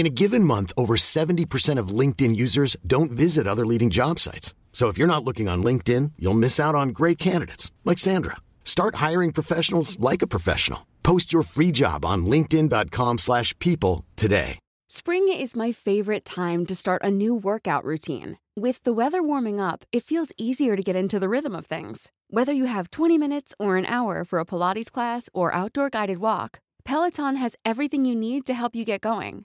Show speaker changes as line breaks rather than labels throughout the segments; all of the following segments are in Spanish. In a given month, over 70% of LinkedIn users don't visit other leading job sites. So if you're not looking on LinkedIn, you'll miss out on great candidates like Sandra. Start hiring professionals like a professional. Post your free job on linkedin.com/people slash people today.
Spring is my favorite time to start a new workout routine. With the weather warming up, it feels easier to get into the rhythm of things. Whether you have 20 minutes or an hour for a Pilates class or outdoor guided walk, Peloton has everything you need to help you get going.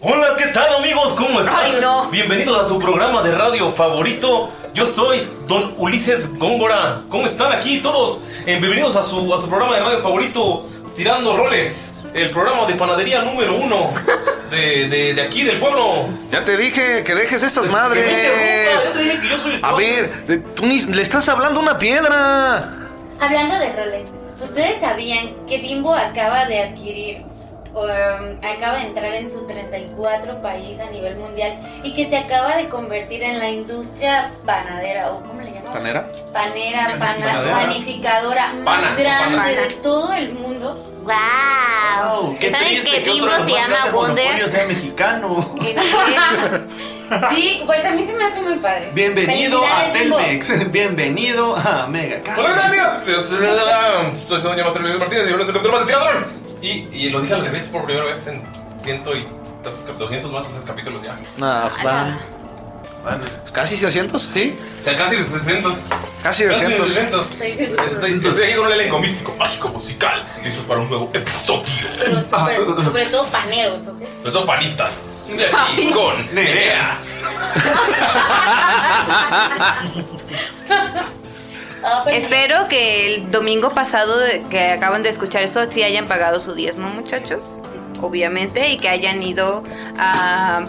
Hola, ¿qué tal amigos? ¿Cómo están? Bienvenidos a su programa de radio favorito. Yo soy Don Ulises Góngora. ¿Cómo están aquí todos? Eh, bienvenidos a su, a su programa de radio favorito, Tirando Roles. El programa de panadería número uno de, de- de aquí, del pueblo.
Ya te dije que dejes esas
Que me
madres.
interrumpas, ya te dije que yo soy el
A
profe.
ver, de- tú ni- le estás hablando a una piedra.
Hablando de roles, ¿ustedes sabían que Bimbo acaba de adquirir, um, acaba de entrar en su 34 país a nivel mundial y que se acaba de convertir en la industria panadera o cómo le llaman?
¿Panera?
Panera, pana-
Panadera.
panificadora
Pana,
más grande
pana.
de todo el mundo.
¡Wow!
¿Qué ¿Saben triste que que otro Bimbo de los se más llama grandes Wonder? Este, monopolios
sea mexicano.
Sí, pues a mí se me hace muy padre.
Bienvenido a
Felicidades, Bimbo.
Telmex. Bienvenido a Mega.
Hola, Pues, amigos. eh, Soy Doña Master Luis Martínez y yo soy el doctor más de Tirador. Y, y lo dije al revés por primera vez en ciento y tantos cap- 200 más o sea, capítulos ya.
Ah, van. ¿Casi 600? Sí.
O sea, casi 300.
Casi 200.
Estoy, estoy aquí con Este, un elenco místico, mágico, musical, listos para un nuevo episodio. Ah.
Pero súper- sobre todo paneros, ¿ok?
Los dos panistas. Estoy aquí con Nerea.
Espero que el domingo pasado de- que acaban de escuchar eso sí hayan pagado su diezmo, muchachos. Obviamente, y que hayan ido a.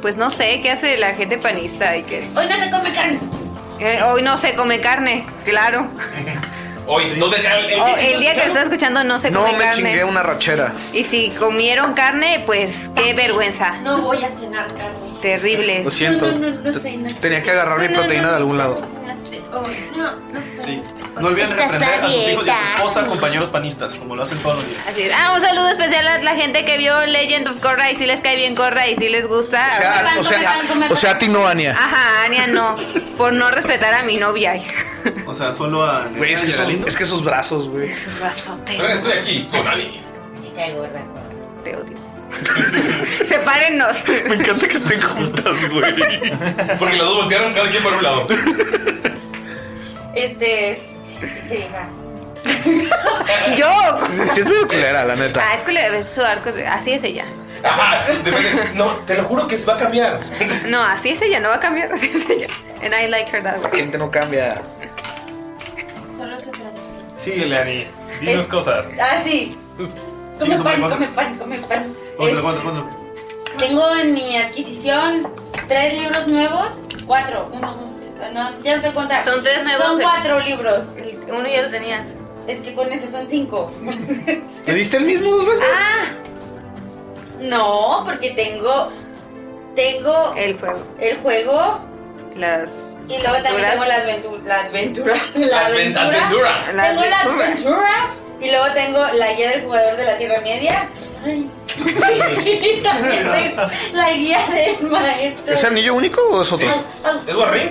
Pues no sé, ¿qué hace la gente panista? Y que,
Hoy no se come carne.
Eh, hoy no se come carne, claro.
Hoy, no te cae
O Oh, el día que lo está escuchando no se
No
come
me
carne.
chingué una Ah. rachera.
Y si comieron carne, pues qué vergüenza.
No voy a cenar carne.
Terribles.
Lo siento.
No, no, no, no sé, no.
Tenía que agarrar mi
No, no,
proteína
no.
de algún lado.
Cenaste hoy. No, no sé.
No olviden
Estás
reprender
a
a sus hijos y a
dieta.
su esposa, compañeros panistas, como lo hacen todos los días.
Así es. Ah, un saludo especial a la gente que vio Legend of Korra y si les cae bien Korra y si les gusta.
O sea, o sea, o sea, a ti no, Ania.
Ajá, Ania no. Por no respetar a mi novia.
O sea, solo a.
Güey, es que, esos, es que esos brazos, güey.
Estoy aquí con Ali.
Me cae gorda.
Te odio. Sepárennos.
Me encanta que estén juntas, güey.
Porque las dos voltearon cada quien para un lado.
Este. Chica.
Yo.
Sí, es medio culera, la neta.
Ah, es que le su arco. Así es ella.
Ajá, depende- No, te lo juro que va a cambiar.
No, así es ella, no va a cambiar. Así es ella. And I like her that
La
way.
gente no cambia.
Solo se trata.
Síguele, Ani. Dinos
Es-
cosas.
Ah, sí. Come
eso,
pan,
¿cuánto?
come pan, come pan.
Póntelo,
Es-
póntelo, póntelo.
Tengo en mi adquisición tres libros nuevos. Cuatro. Uno, dos, tres. Ah, No, ya no sé cuántas.
Son tres nuevos.
Son cuatro libros.
El- Uno ya lo tenías.
Es que con ese son cinco.
¿Le diste el mismo dos veces?
Ah. No, porque tengo. Tengo.
El juego.
El juego.
Las.
Y luego también
aventuras.
tengo la aventura. La aventura. La
Adven-
aventura.
aventura.
La
Tengo la
aventura.
aventura. Y luego tengo la guía del jugador de la Tierra Media. Ay. y también tengo la guía del maestro.
¿Es anillo único o es otro?
Ah,
¿Es Warring?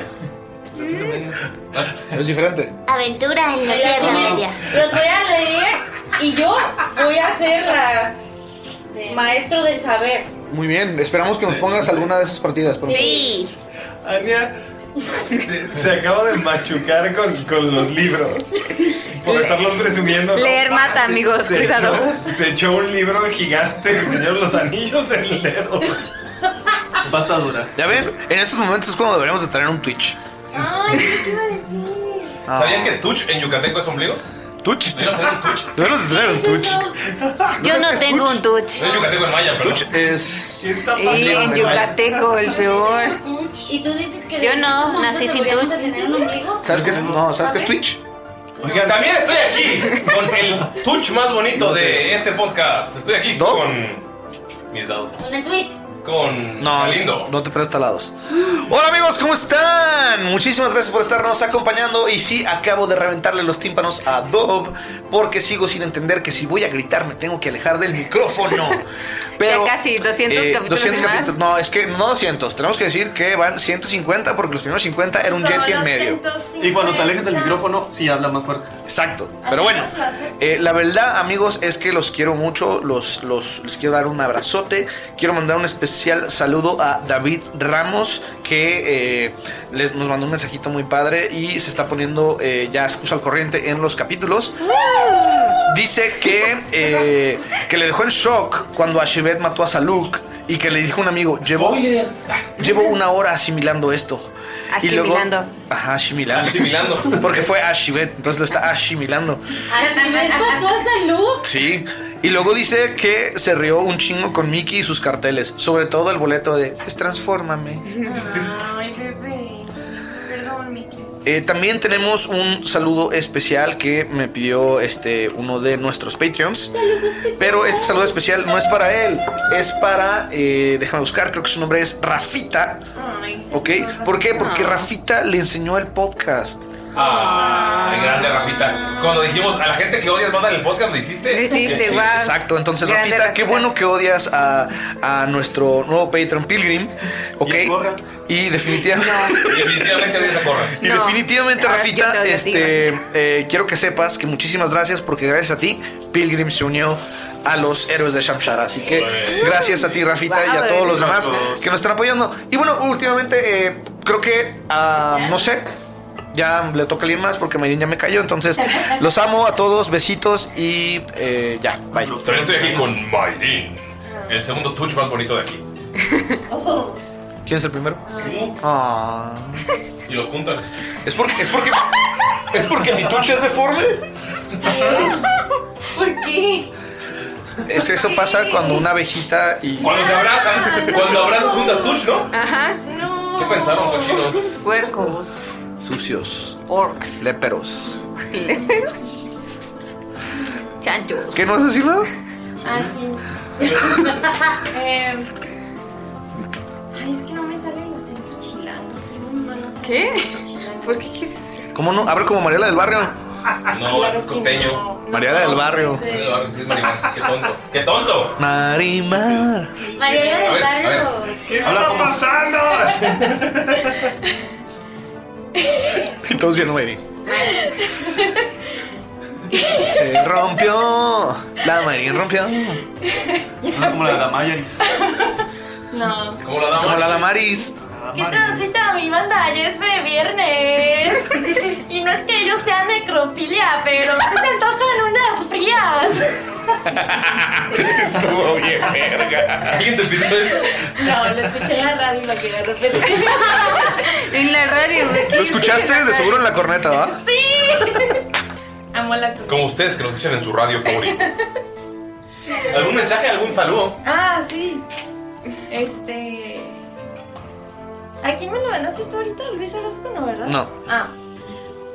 Es diferente.
Aventura en la Tierra Media.
Los voy a leer y yo voy a ser la maestro del saber.
Muy bien, esperamos que nos pongas alguna de esas partidas. por favor.
Sí.
Ania se, se acaba de machucar con, con los libros. Por estarlos presumiendo. ¿no?
Leer mata, amigos,
Se
cuidado.
echó- se echó un libro gigante del Señor de los Anillos en el dedo.
Basta dura. Ya ven, en estos momentos es cuando deberíamos de tener un Twitch.
Ay, ¿qué te iba a decir?
¿Sabían que Tuch en Yucateco es ombligo?
¿Tuch?
¿Deberían hacer un Tuch?
Deberíamos de tener un Twitch.
Yo no tengo un touch.
No es Yucateco en Maya, perdón.
Twitch es.
Y en Yucateco, el peor.
Y tú dices que.
Yo no,
¿Nosotros
nací sin
deberíamos de
touch.
tener un ombligo?
¿Sabes qué es? No, ¿sabes qué es Twitch?
Oigan, también estoy aquí con el Tuch más bonito de este podcast. Estoy aquí con mis dados.
Con el Twitch.
Con
No, lindo. No te prestas talados. Hola amigos, ¿cómo están? Muchísimas gracias por estarnos acompañando. Y sí, acabo de reventarle los tímpanos a Dove porque sigo sin entender que si voy a gritar me tengo que alejar del micrófono. Pero, eh,
Ya casi, 200 capítulos más.
capítulos- No, es que no 200. Tenemos que decir que van 150 porque los primeros 50 era un
Son
Yeti en
los
medio.
150. Y cuando te alejes del micrófono,
sí habla más fuerte. Exacto. Pero bueno.
Amigos, lo acepto.
Eh, la verdad, amigos, es que los quiero mucho. Los, los, les quiero dar un abrazote. Quiero mandar un especial saludo a David Ramos, que eh, les, nos mandó un mensajito muy padre y se está poniendo, eh, ya se puso al corriente en los capítulos. Dice que, eh, que le dejó en shock cuando Ashibet mató a Saluk y que le dijo a un amigo: Llevo, llevo una hora asimilando esto. Y luego-
Asimilando.
ajá, asimilando.
Asimilando.
Porque fue Ashibet, entonces lo está asimilando.
Ashibet mató a Salud.
Sí. Y luego dice que se rió un chingo con Mickey y sus carteles. Sobre todo el boleto de pues, Transfórmame.
Ay, bebé. Perdón, Miki.
Eh, también tenemos un saludo especial que me pidió este uno de nuestros Patreons. Pero este saludo especial no es para él, es para. eh, déjame buscar, creo que su nombre es Rafita. ¿Ok? ¿Por qué? Porque Rafita le enseñó el podcast.
Ay, grande Rafita. Cuando dijimos a la gente que odias, manda el podcast, lo hiciste. Sí.
Exacto, entonces
Grande
Rafita, qué bueno que odias a, a nuestro nuevo Patreon Pilgrim, ¿ok? Y, definitivamente...
Definitivamente odias a Corra.
Y definitivamente, Rafita, este, eh, quiero que sepas que muchísimas gracias porque gracias a ti, Pilgrim se unió a los héroes de Shamshara. Así que gracias a ti, Rafita, y a
Wow.
todos los demás
Gracias.
que nos están apoyando. Y bueno, últimamente, eh, creo que, ah, no sé, ya le toca a alguien más porque Mayrin ya me cayó. Entonces, los amo a todos, besitos y eh, ya, bye.
También estoy aquí con Mayrin, el segundo touch más bonito de aquí.
¿Quién es el primero?
Tú.
Ah.
Y los juntan.
¿Es porque, es porque, es porque mi tuche es deforme?
¿Por qué?
Es que eso pasa cuando una abejita y.
Cuando se abrazan, cuando abrazas juntas touch, ¿no?
Ajá.
¿Qué pensaron, cochinos?
Puercos.
Sucios.
Orcs.
Léperos.
Chanchos.
¿Qué no vas a decir nada?
Así. Ah, Em, ay, es que no me sale el acento chilango. Soy muy mala con
¿Qué?
el acento chilango.
¿Por qué quieres?
¿Cómo no? Habla como Mariela del Barrio.
No, es costeño.
Mariela del Barrio.
Mariela del Barrio, sí es Marimar. Qué tonto. Qué tonto.
Marimar.
Mariela
A
del
ver, a ver.
Barrio.
¿Qué está pasando?
Y todos viendo Mayrin. Se rompió. La Mayrin rompió. Como la Damaris.
No.
Como la Damaris.
Como la Damaris.
Ah,
¿Qué transita mi banda? Ya es de viernes. Y no es que yo sea necrofilia, pero se te antojan unas frías.
Estuvo bien, verga.
¿Alguien te pidió eso?
No, lo escuché en la radio y lo quería repetir.
En la radio.
¿Lo escuchaste? De seguro en la corneta, ¿va?
¡Sí! Amo la cruz.
Como ustedes que nos escuchan en su radio favorito. ¿Algún mensaje, algún saludo?
Ah, sí. Este. ¿A quién me lo mandaste tú ahorita? Luis Orozco, ¿no, verdad?
No.
Ah.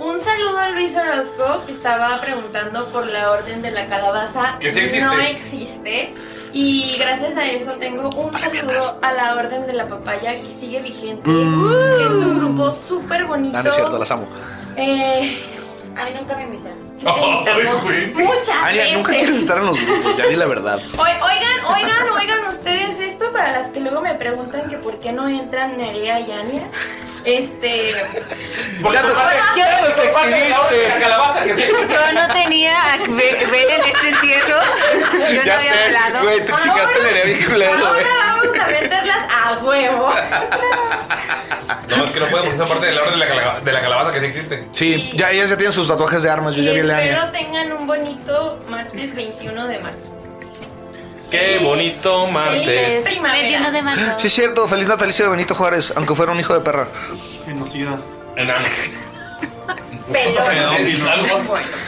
Un saludo a Luis Orozco que estaba preguntando por la orden de la calabaza.
Que sí existe.
No existe. Y gracias a eso tengo un saludo a la orden de la papaya que sigue vigente.
Mm.
Que es un grupo súper bonito.
Ah, no es cierto, las amo.
Eh, a mí nunca me invitan. Muchas
Ania, nunca
veces.
quieres estar en los grupos, ya di la verdad.
Oi- Oigan, oigan, oigan ustedes esto para las que luego me preguntan que por qué no entran Nerea y Ania. Este.
Ya nos- ya nos exhibiste. La calabaza que se-
Yo no tenía a ver, ver en este entierro. Yo no había
ya sé,
hablado.
güey, te chingaste la herevícula, güey.
Ahora vamos a meterlas a huevo.
No, es que no podemos esa parte de la orden de la, calaba- de la calabaza que sí existe.
Sí, ya ellas ya tienen sus tatuajes de armas, yo
Y
ya vi la
espero
Ania.
tengan un bonito martes 21 de marzo.
Qué bonito
Feliz
martes.
primavera. 21 de marzo.
Sí, es cierto, feliz natalicio de Benito Juárez, aunque fuera un hijo de perra.
Genocida. Enano.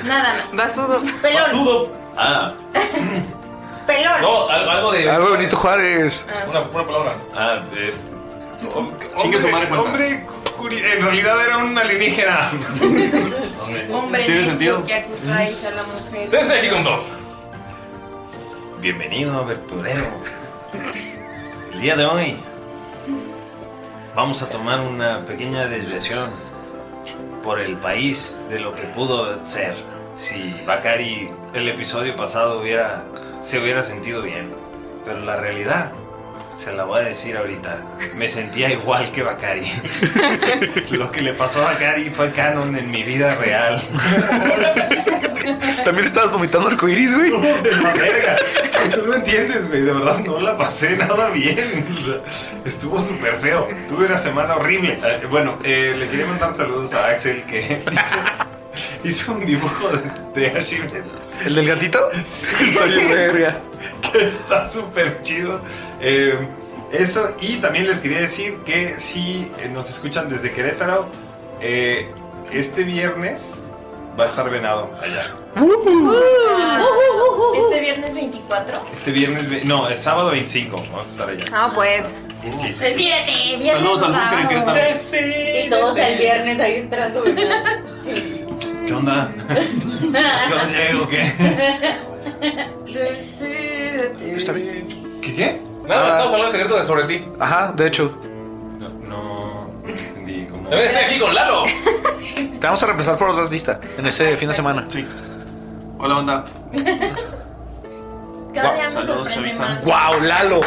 Nada más.
Bastudo.
Ah.
Pelón.
No, ah. al- algo de.
Algo de Benito Juárez.
Una, una palabra. Ah, eh.
Hombre,
su madre, cuenta.
hombre curi- en realidad era un alienígena.
Hombre
Tiene
necio
sentido.
que acusáis a la mujer.
Bienvenido, aberturero. El día de hoy vamos a tomar una pequeña desviación por el país de lo que pudo ser si Bakari el episodio pasado hubiera se hubiera sentido bien. Pero la realidad se la voy a decir ahorita. Me sentía igual que Bakari. Lo que le pasó a Bakari fue canon en mi vida real.
También estabas vomitando arcoiris, güey.
Verga, tú no entiendes, güey. De verdad no la pasé nada bien. O sea, estuvo súper feo. Tuve una semana horrible. Eh, bueno, eh, le quería mandar saludos a Axel que hizo, hizo un dibujo de, de Ashibet.
¿El del gatito? Está bien verga.
Que está súper chido. Eh, eso, y también les quería decir que si eh, nos escuchan desde Querétaro, eh, este viernes va a estar venado allá.
Mm.
Este viernes 24.
Este viernes, ve- no, es sábado 25, vamos a estar allá.
No, pues.
Ah.
Sí, sí.
Decídete, viernes.
Saludos al búnker en Querétaro.
Y todos el viernes ahí esperando. ¿verdad?
¿Qué onda? ¿Qué onda llego? ¿Qué?
Decídete.
Está bien.
¿Qué qué?
No, Ah, estamos hablando de secreto de sobre ti.
Ah. Ajá, de hecho.
También estoy aquí con Lalo.
Te vamos a reemplazar por otra artista en ese fin de semana. Sí. Hola, onda.
Cada día me sorprende más.
Wow, Lalo.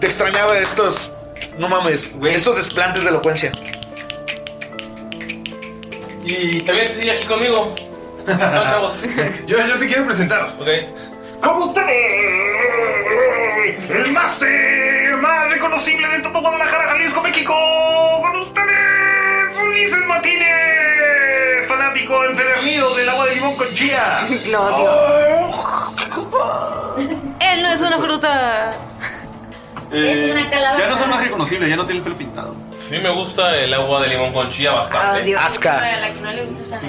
Te extrañaba estos. No mames, Estos desplantes de elocuencia.
Y también sigue aquí conmigo. No, chavos.
Yo, yo te quiero presentar.
Ok.
Eh,
Como ustedes, el más, eh, más reconocible de todo Guadalajara, Jalisco, México. Con ustedes, Ulises Martínez, fanático empedernido del agua de limón con chía.
Lo Él no es una fruta.
Eh,
una calabaza.
ya no son más
reconocible, ya no tiene el pelo pintado.
Sí me gusta el agua de limón con chía bastante.
A la que no le gusta esa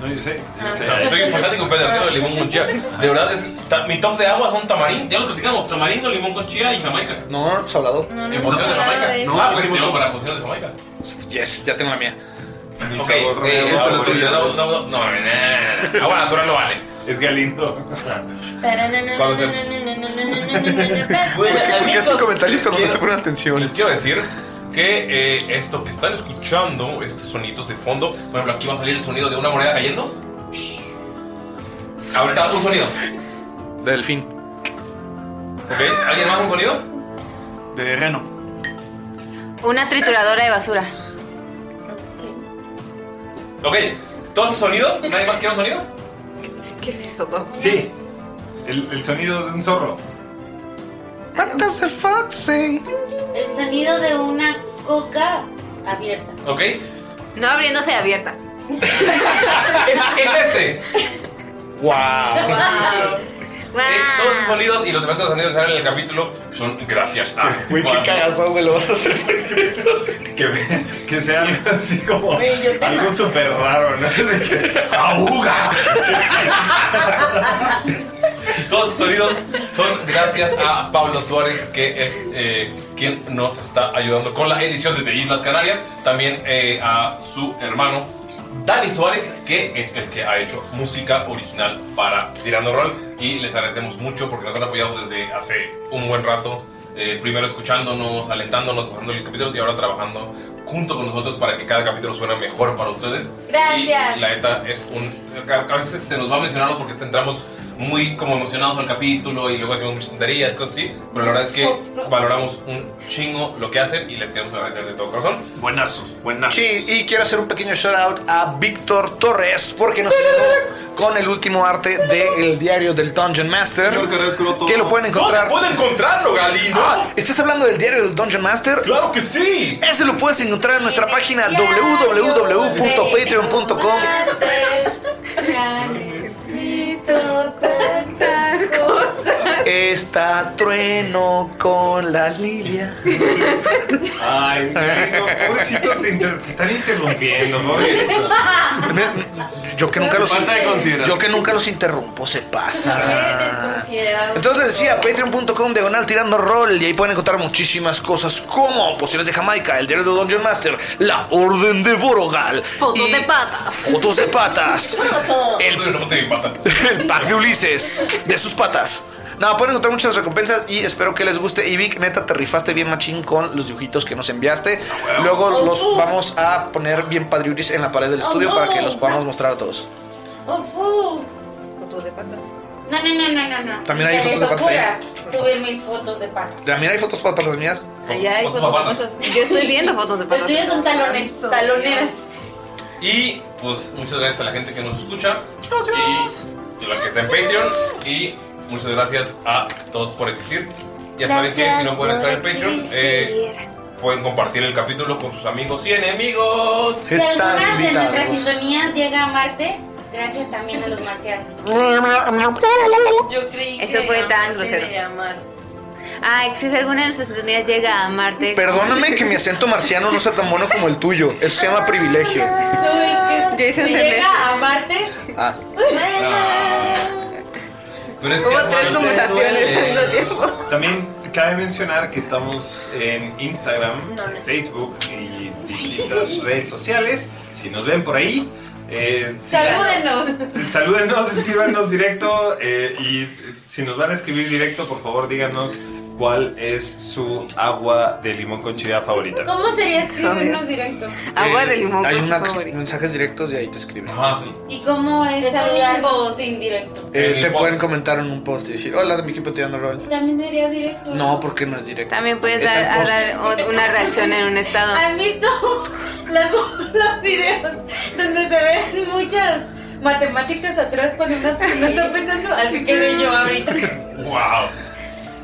No, yo sé, yo
Sí,
sé.
Ah,
Ah.
Soy un fanático pedernero de limón con chía. De verdad, es, ta- mi top de agua son tamarindo, ya lo platicamos, tamarindo, limón con chía y jamaica.
No, no, hablado.
No, no, En posición de Jamaica. No, ah, pues sí, tengo para posición de Jamaica.
Yes, ya tengo la mía.
Ok, eh,
Esta es la
agua-
tuya.
no, no, no, no, no, no, no, agua natural no vale.
Es Galindo.
Cuando se-
Porque hacen comentarios cuando no te ponen atención.
Les quiero decir que eh, esto que están escuchando, estos sonidos de fondo, por ejemplo, aquí va a salir el sonido de una moneda cayendo. Ahorita un sonido.
De delfín.
¿Ok? ¿Alguien más un sonido?
De reno.
Una trituradora de basura.
Ok, todos los sonidos. ¿Nadie más quiere un sonido?
¿Qué es eso, Doc?
Sí. El, el sonido de un zorro.
What does the fuck say? El sonido de una coca abierta.
¿Ok?
No abriéndose abierta.
es este.
¡Wow!
Todos los sonidos y los efectos de sonido que salen en el capítulo son gracias Ah, a.
Güey, qué cagazón, güey, lo vas a hacer por eso.
Que, que sea algo así como.
Güey, yo te
algo
mato.
súper raro, ¿no? De que, ¡Auga!
Todos los sonidos son gracias a Pablo Suárez, que es eh, quien nos está ayudando con la edición desde Islas Canarias. También eh, a su hermano Dani Suárez, que es el que ha hecho música original para Tirando Roll. Y les agradecemos mucho porque nos han apoyado desde hace un buen rato. Eh, primero escuchándonos, alentándonos, bajando los capítulos y ahora trabajando junto con nosotros para que cada capítulo suene mejor para ustedes.
Gracias.
Y la neta es un. A a veces se nos va a mencionarlos porque entramos muy como emocionados al capítulo y luego hacemos muchas tonterías, cosas así. Pero la verdad es que valoramos un chingo lo que hacen y les queremos agradecer de todo corazón. Buenazos, buenazos.
Sí, y quiero hacer un pequeño shout out a Víctor Torres porque nos ayudó con el último arte del diario del Dungeon Master. Que lo pueden encontrar.
¿Dónde puede encontrarlo, Galindo?
Ah, ¿Estás hablando del diario del Dungeon Master?
¡Claro que sí!
Ese lo puedes encontrar en nuestra página www.patreon.com.
tantas cosas.
Está trueno con la lilia.
Ay, no, pobrecito, te, inter- te están interrumpiendo, pobrecito.
Yo que nunca los
Falta de consideración.
Yo que nunca los interrumpo, se pasa.
Considerado.
Entonces les decía, patreon.com diagonal tirando rol y ahí pueden encontrar muchísimas cosas como pociones de Jamaica, el diario de Dungeon Master, la orden de Borogal,
Fotos de patas.
fotos de patas,
el,
el pack de Ulises, de sus patas. No, pueden encontrar muchas recompensas y espero que les guste. Y Vic, neta, te rifaste bien machín con los dibujitos que nos enviaste.
Ah,
Luego
Oh,
los
sí.
vamos a poner bien padriuris en la pared del
Oh,
estudio
no.
para que los podamos mostrar a todos.
Ofu.
Fotos de patas.
No, no, no, no, no, no.
También hay
Se
fotos
les
de patas ahí.
ocurra Subir mis fotos de patas.
También hay fotos para patas mías.
Allá hay
Fotos
fotos de
papas.
patas. Yo estoy viendo fotos de
Los
patas.
tuyos son talones, taloneras.
Y pues muchas gracias a la gente que nos escucha. Y a la que está en Patreon. Y muchas gracias a todos por existir. Ya saben que
Gracias
si no pueden estar en
por
Patreon,
existir.
eh, pueden compartir el capítulo con sus amigos y enemigos.
Si alguna de nuestras sintonías llega a Marte, gracias también a los marcianos.
Yo creí Eso fue tan grosero. Ay, si alguna de nuestras sintonías llega a Marte.
Perdóname que mi acento marciano no sea tan bueno como el tuyo. Eso se llama privilegio.
No, es que
Si
Jason se
llega
me-
a Marte.
Ah.
Pero es que
Hubo tres
aparte
conversaciones
duele.
al
eh,
mismo tiempo.
También cabe mencionar que estamos en Instagram,
No, no es-
Facebook y distintas redes sociales. Si nos ven por ahí, eh, si- Salúdenos, escríbanos directo eh, y eh, si nos van a escribir directo, por favor díganos cuál es su agua de limón con chía favorita.
¿Cómo sería escribirnos directos?
Eh, Hay una- mensajes directos y pues ahí te escriben.
¿Y cómo es
Es un
saludarnos
inbox.
indirecto?
Eh, te pueden comentar en un post y decir, hola de mi equipo tirando rol.
También sería directo.
No, porque no es directo.
También puedes
Es
dar,
el
a
post.
dar o- una reacción en un estado.
¿Han visto las- los videos donde se ven muchas matemáticas atrás cuando uno se no está pensando? Así que yo ahorita.
¡Wow!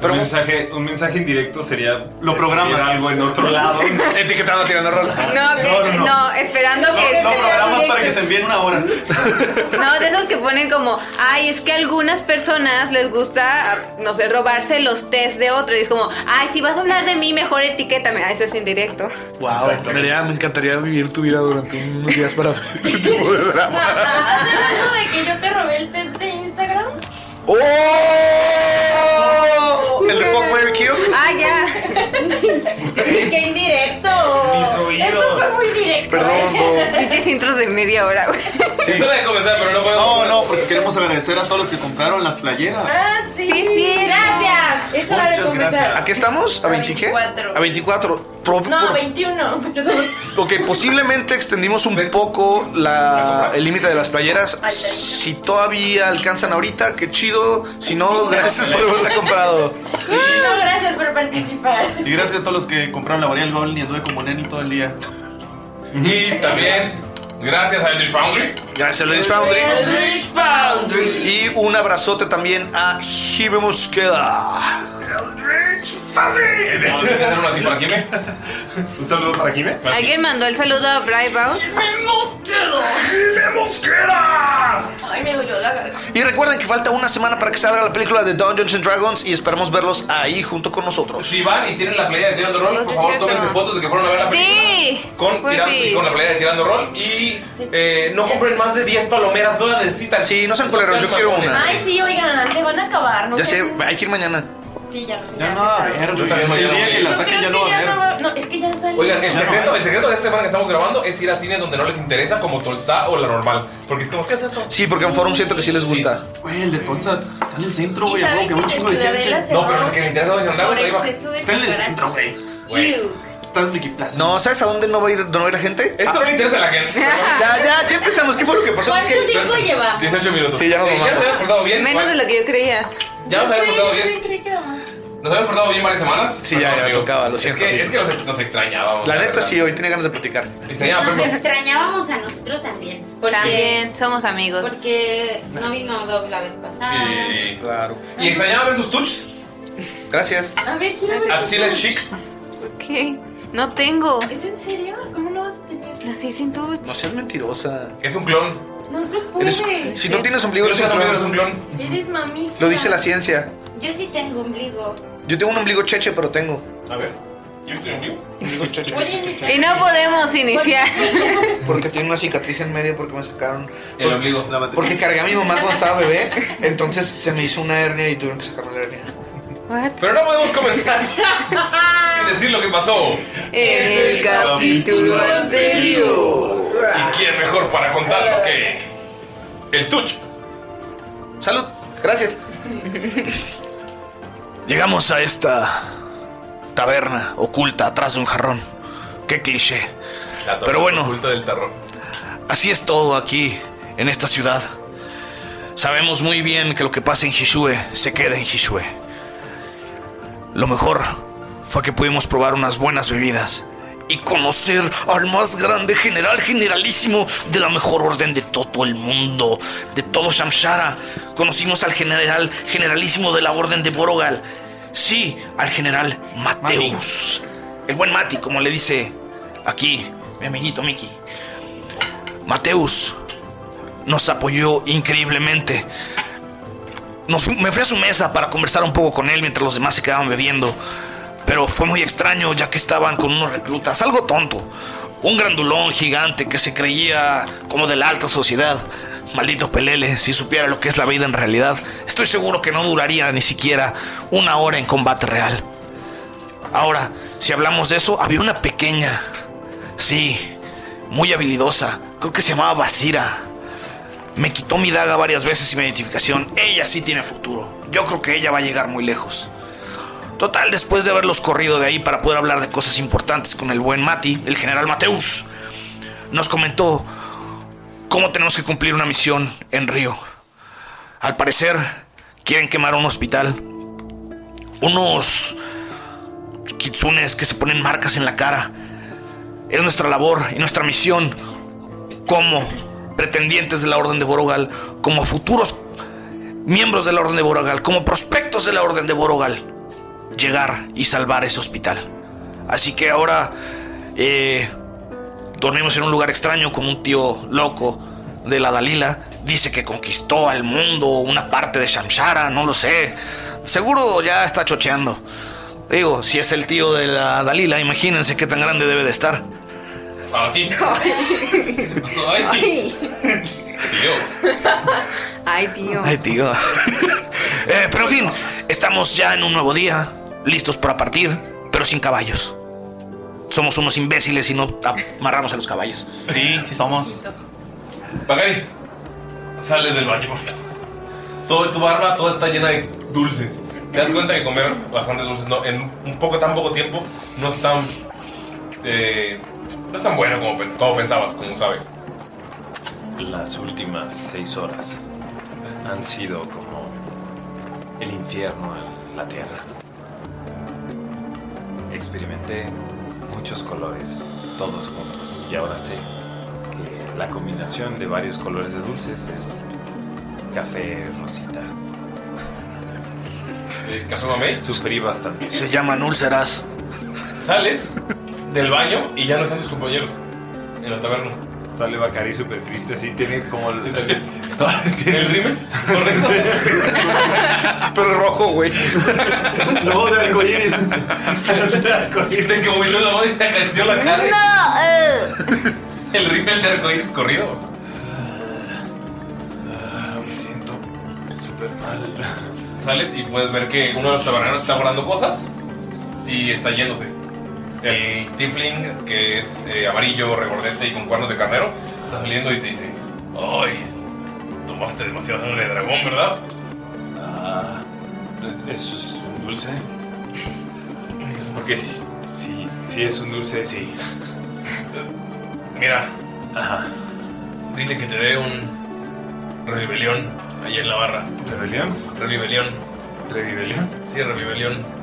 un, mensaje, un mensaje indirecto sería. Lo programas. algo en otro lado.
Etiquetado tirando rol.
No, no, no, esperando que.
Lo programas para que se envíen una hora.
No, de esos que ponen como, ay, es que a algunas personas les gusta, ah, no sé, robarse los test de otro. Y es como, ay, si vas a hablar de mí, mejor etiquétame. Ah, eso es indirecto.
Wow, Nerea, me encantaría vivir tu vida durante unos días para ver ese tipo de drama.
¿Hacen eso de que yo te robé el test de Instagram?
¡Oh! El de Fuck Mary Kill.
Ah, ya.
¡Qué indirecto!
Mis oídos. Eso fue
Oh, muy directo.
Perdón, Bob.
Pinches intros de media hora, güey.
Sí. de comenzar, pero no podemos.
No, no, porque queremos agradecer a todos los que compraron las playeras.
Ah, sí.
Sí, sí.
Gracias. Es hora de
Muchas
comenzar.
gracias.
Aquí estamos, a 20 qué?
24.
A 24. Pro-
No,
por-
21. perdón.
Ok, posiblemente extendimos un poco la- el límite de las playeras. Si todavía alcanzan ahorita, qué chido. Si no, gracias por haberla comprado.
No, gracias por participar.
Y gracias a todos los que compraron la variedad del Golden y anduve como neni todo el día.
Y también, gracias a Eldritch Foundry.
Gracias a Eldritch Foundry.
Eldritch Foundry.
Y un abrazote también a Jibe Mosqueda.
Un saludo para Jimé.
¿Alguien mandó el saludo a Bry Brown?
Ay, me dolió la garganta.
Y recuerden que falta una semana para que salga la película de Dungeons and Dragons y esperamos verlos ahí junto con nosotros.
Si van y tienen la playa de Tirando Roll, por favor, tómense fotos de que fueron a ver la película.
Sí.
Con,
Fue
tirando- y
Fizz.
con la playa de Tirando Roll. Y eh, no compren más de 10 palomeras, no las necesitan.
Sí, no sean culeros, yo quiero una.
Ay, sí, oigan, se van a acabar. No
Ya
sé.
sé, hay que ir mañana.
Sí, ya.
Ya no va a haber.
Yo también
güey. El día
mañana voy a
que
ir.
la
Yo
saquen ya no
No,
va a
ya
haber.
no va- no, es que ya salió.
Oigan, el secreto, el secreto de esta semana que estamos grabando es ir a cines donde no les interesa, como Tolsa o la normal. Porque es como, ¿qué es eso?
Sí, porque en Forum siento que sí les gusta.
Güey, el de Tonsa está en el centro,
Y
güey. a
saben
huevo, que va un
que
chingo de
Ciudadela
gente.
se No, pero el que le interesa a Doña Andrea,
Por exceso de
Está en el
chocolate.
centro, güey. Está en Friki Plaza.
No, ¿sabes a dónde no va a ir, no va a ir la gente? Ah.
Esto no le interesa a la gente.
ya, ya, ya empezamos. ¿Qué fue lo que pasó?
¿Cuánto
¿Qué-
tiempo lleva?
18 minutos.
Sí, ya nos
Eh, ya nos
vamos.
habíamos portado bien.
Menos de lo que yo creía.
Ya nos habíamos portado bien.
creí que era más.
Nos habíamos portado bien varias semanas.
Sí, ya, ya tocaba, lo siento.
Es que, es que nos, nos extrañábamos.
La neta sí, hoy tenía ganas de platicar.
Extrañaba,
Nos
pero
extrañábamos a nosotros también. Porque,
También,
somos amigos. Porque no vino Dob la vez pasada.
Sí.
Claro.
Y extrañaba ver sus tuchs.
Gracias.
A ver, quiero ver.
Axila chic.
¿Qué? No tengo.
¿Es en serio? ¿Cómo no vas a tener?
No sé, sin tu.
No seas mentirosa.
Es un clon.
No se
Eres-
puede.
si Eh, no tienes ombligo, eres un clon.
Eres mami.
Lo dice la ciencia.
Yo sí tengo ombligo.
Yo tengo un ombligo cheche, pero tengo.
A ver. ¿Yo tengo ombligo?
Ombligo cheche.
Y no podemos iniciar.
Porque tiene una cicatriz en medio porque me sacaron
el ombligo.
Porque cargué a mi mamá cuando estaba bebé, entonces se me hizo una hernia y tuvieron que sacarme la hernia.
Pero no podemos comenzar sin decir lo que pasó.
En el capítulo anterior.
¿Y quién mejor para contarlo que el Tuch?
Salud, gracias. Llegamos a esta taberna oculta atrás de un jarrón. Qué cliché.
La
Pero bueno.
Oculta del terror.
Así es todo aquí, en esta ciudad. Sabemos muy bien que lo que pasa en Hishue se queda en Hishue. Lo mejor fue que pudimos probar unas buenas bebidas y conocer al más grande general generalísimo de la mejor orden de todo el mundo, de todo Shamshara. Conocimos al general generalísimo de la orden de Borogal. Sí, al general Mateus. El buen Mati, como le dice aquí mi amiguito Mickey. Mateus nos apoyó increíblemente. Nos fu- me fui a su mesa para conversar un poco con él mientras los demás se quedaban bebiendo. Pero fue muy extraño ya que estaban con unos reclutas, algo tonto. Un grandulón gigante que se creía como de la alta sociedad. Maldito Pelele, si supiera lo que es la vida en realidad, estoy seguro que no duraría ni siquiera una hora en combate real. Ahora, si hablamos de eso, había una pequeña, sí, muy habilidosa, creo que se llamaba Basira. Me quitó mi daga varias veces y mi identificación. Ella sí tiene futuro. Yo creo que ella va a llegar muy lejos. Total, después de haberlos corrido de ahí para poder hablar de cosas importantes con el buen Mati, el general Mateus, nos comentó cómo tenemos que cumplir una misión en Río. Al parecer, quieren quemar un hospital. Unos kitsunes que se ponen marcas en la cara. Es nuestra labor y nuestra misión como pretendientes de la Orden de Borogal, como futuros miembros de la Orden de Borogal, como prospectos de la Orden de Borogal, llegar y salvar ese hospital. Así que ahora eh, dormimos en un lugar extraño como un tío loco de la Dalila. Dice que conquistó al mundo, una parte de Shamshara, no lo sé. Seguro ya está chocheando. Digo, si es el tío de la Dalila, imagínense qué tan grande debe de estar.
Ay. Ay.
Ay, tío.
Ay, tío. Eh, pero en fin, estamos ya en un nuevo día, listos para partir, pero sin caballos. Somos unos imbéciles y no amarramos a los caballos.
Sí, sí somos.
Bacari, sales del baño. Todo tu barba toda está llena de dulces. Te das cuenta que comer bastantes dulces no, en un poco tan poco tiempo no es tan eh, no es tan bueno como, pens- como pensabas, como sabe.
Las últimas seis horas han sido como el infierno en la tierra. Experimenté muchos colores, todos juntos, y ahora sé que la combinación de varios colores de dulces es café rosita.
¿Café mamey?
Sufrí bastante.
Se llaman úlceras.
Sales del baño y ya no están tus compañeros en la taberna.
Sale Bacari súper triste, así tiene como el.
¿Tiene el rímel? Correcto.
Pero rojo, güey.
Luego de arcoíris.
Desde que movió la mano y se acarició la cara.
No, eh.
El rímel de arcoíris corrido.
Me siento súper mal.
Sales y puedes ver que uno de los taberneros está guardando cosas y está yéndose. El Tifling, que es eh, amarillo, regordete y con cuernos de carnero, está saliendo y te dice: ¡Ay! Tomaste demasiada sangre de dragón, ¿verdad?
Ah, ¿es- ¿Eso es un dulce? Porque si, si, si es un dulce, sí.
Mira, dile que te dé un Revivelión allá en la barra.
¿Rebelión?
Revivelión.
¿Revivelión?
Sí, Revivelión.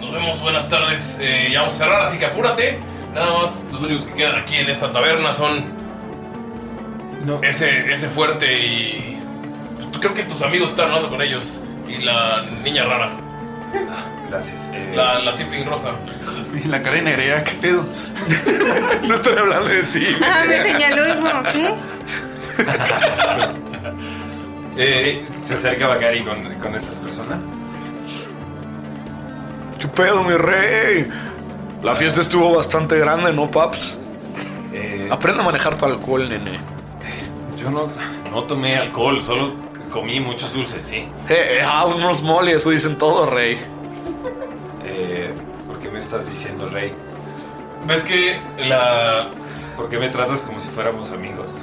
Nos vemos, buenas tardes. Eh, ya vamos a cerrar, así que apúrate. Nada más, los únicos que quedan aquí en esta taberna son. Ese, ese fuerte y. pues, tú- creo que tus amigos están hablando con ellos. Y la niña rara.
Gracias. eh,
La, la Tifling Rosa.
Y la cara de Nerea, ¿qué pedo? no estoy hablando de ti.
Ah, me señaló y como, ¿qué?
eh, se acerca Bakari con, con estas personas.
¿Qué pedo, mi rey? La fiesta estuvo bastante grande, ¿no, paps? Aprende a manejar tu alcohol, nene.
Eh, Yo no, no tomé alcohol, solo comí muchos dulces, sí.
Eh, eh, ah, unos moles, eso dicen todo, rey.
Eh, ¿Por qué me estás diciendo rey?
¿Ves que la...
¿Por qué me tratas como si fuéramos amigos?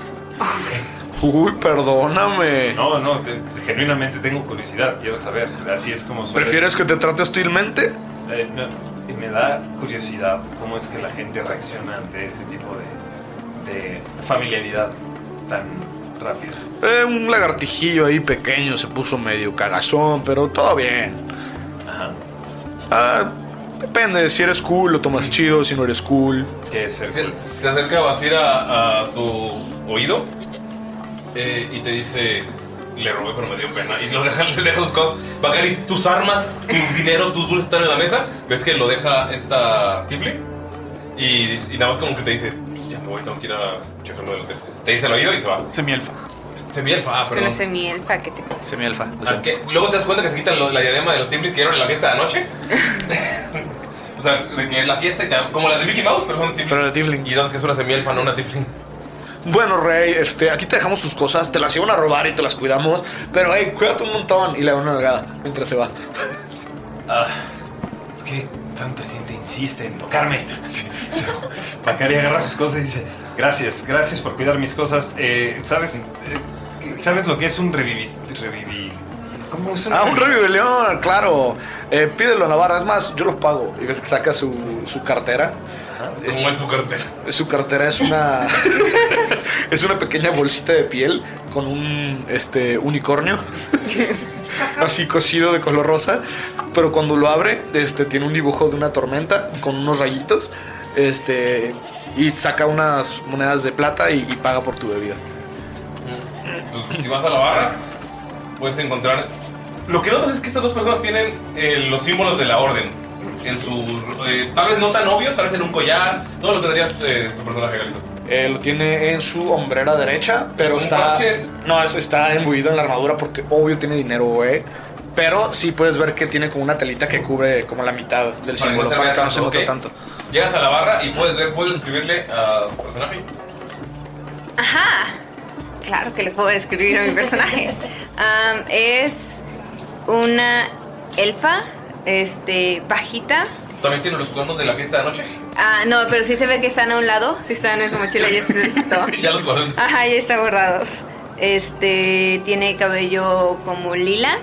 Uy, perdóname.
No, no, te- genuinamente tengo curiosidad, quiero saber. Así es como soy.
¿Prefieres que te trate hostilmente?
Eh, no, y me da curiosidad cómo es que la gente reacciona ante ese tipo de, de familiaridad tan rápida.
Eh, un lagartijillo ahí pequeño se puso medio cagazón, pero todo bien.
Ajá.
Ah, depende, si eres cool lo tomas chido, si no eres cool.
se, se acerca Basir a, a tu oído eh, y te dice: Le robé, pero me dio pena. Y lo deja, le deja sus cosas. Bacari, tus armas, tu dinero, tus dulces están en la mesa. Ves que lo deja esta Tifling y, y nada más como que te dice: Pues ya me voy, tengo que ir a checar lo del hotel. Te dice al oído y se va.
Semielfa.
Semielfa, ah,
Soy una
perdón.
semielfa que te
Semielfa.
Así que luego te das cuenta que se quitan lo- la diadema de los Tiflings que dieron en la fiesta de anoche. o sea, de que es la fiesta y te- como las de Mickey Mouse, pero son Tifling.
Pero de Tifling.
Y entonces que es una semielfa, no una Tifling.
Bueno, Rey, este, aquí te dejamos tus cosas, te las iban a robar y te las cuidamos, pero hey, cuídate un montón. Y le da una nalgada mientras se va.
Ah, ¿Por qué tanta gente insiste en tocarme? Bacari agarra sus cosas y dice, gracias, gracias por cuidar mis cosas. Eh, ¿sabes, eh, ¿Sabes lo que es un revivi... revivi- ¿Cómo es un
Ah, un rebelión, claro. Eh, pídelo a la barra, es más, yo lo pago. Y ves que saca su, su cartera.
¿Cómo es su cartera?
Su cartera es una. es una pequeña bolsita de piel con un este unicornio. Así cosido de color rosa. Pero cuando lo abre, este tiene un dibujo de una tormenta con unos rayitos. Este. Y saca unas monedas de plata y, y paga por tu bebida.
Pues, si vas a la barra, puedes encontrar. Lo que notas es que estas dos personas tienen eh, los símbolos de la orden. En su. eh, tal vez no tan obvio, tal vez en un collar. No lo tendrías eh, tu personaje, Galito.
Eh, lo tiene en su hombrera derecha, pero
¿Un
está.
parche es?
No, es- está embuido en la armadura porque obvio tiene dinero, güey. Pero sí puedes ver que tiene como una telita que cubre como la mitad del
Para
símbolo
que no se
para
vea
que no se
tanto,
note
ok.
tanto.
Llegas a la barra y puedes ver, puedes escribirle a tu personaje.
Claro que le puedo describir a mi personaje. Am, es una elfa, este, bajita.
También tiene los cuernos de la fiesta de anoche.
Ah, no, pero sí se ve que están a un lado, sí están en su mochila y es
ya los guardas.
Ajá, ya están bordados. Este, tiene cabello como lila,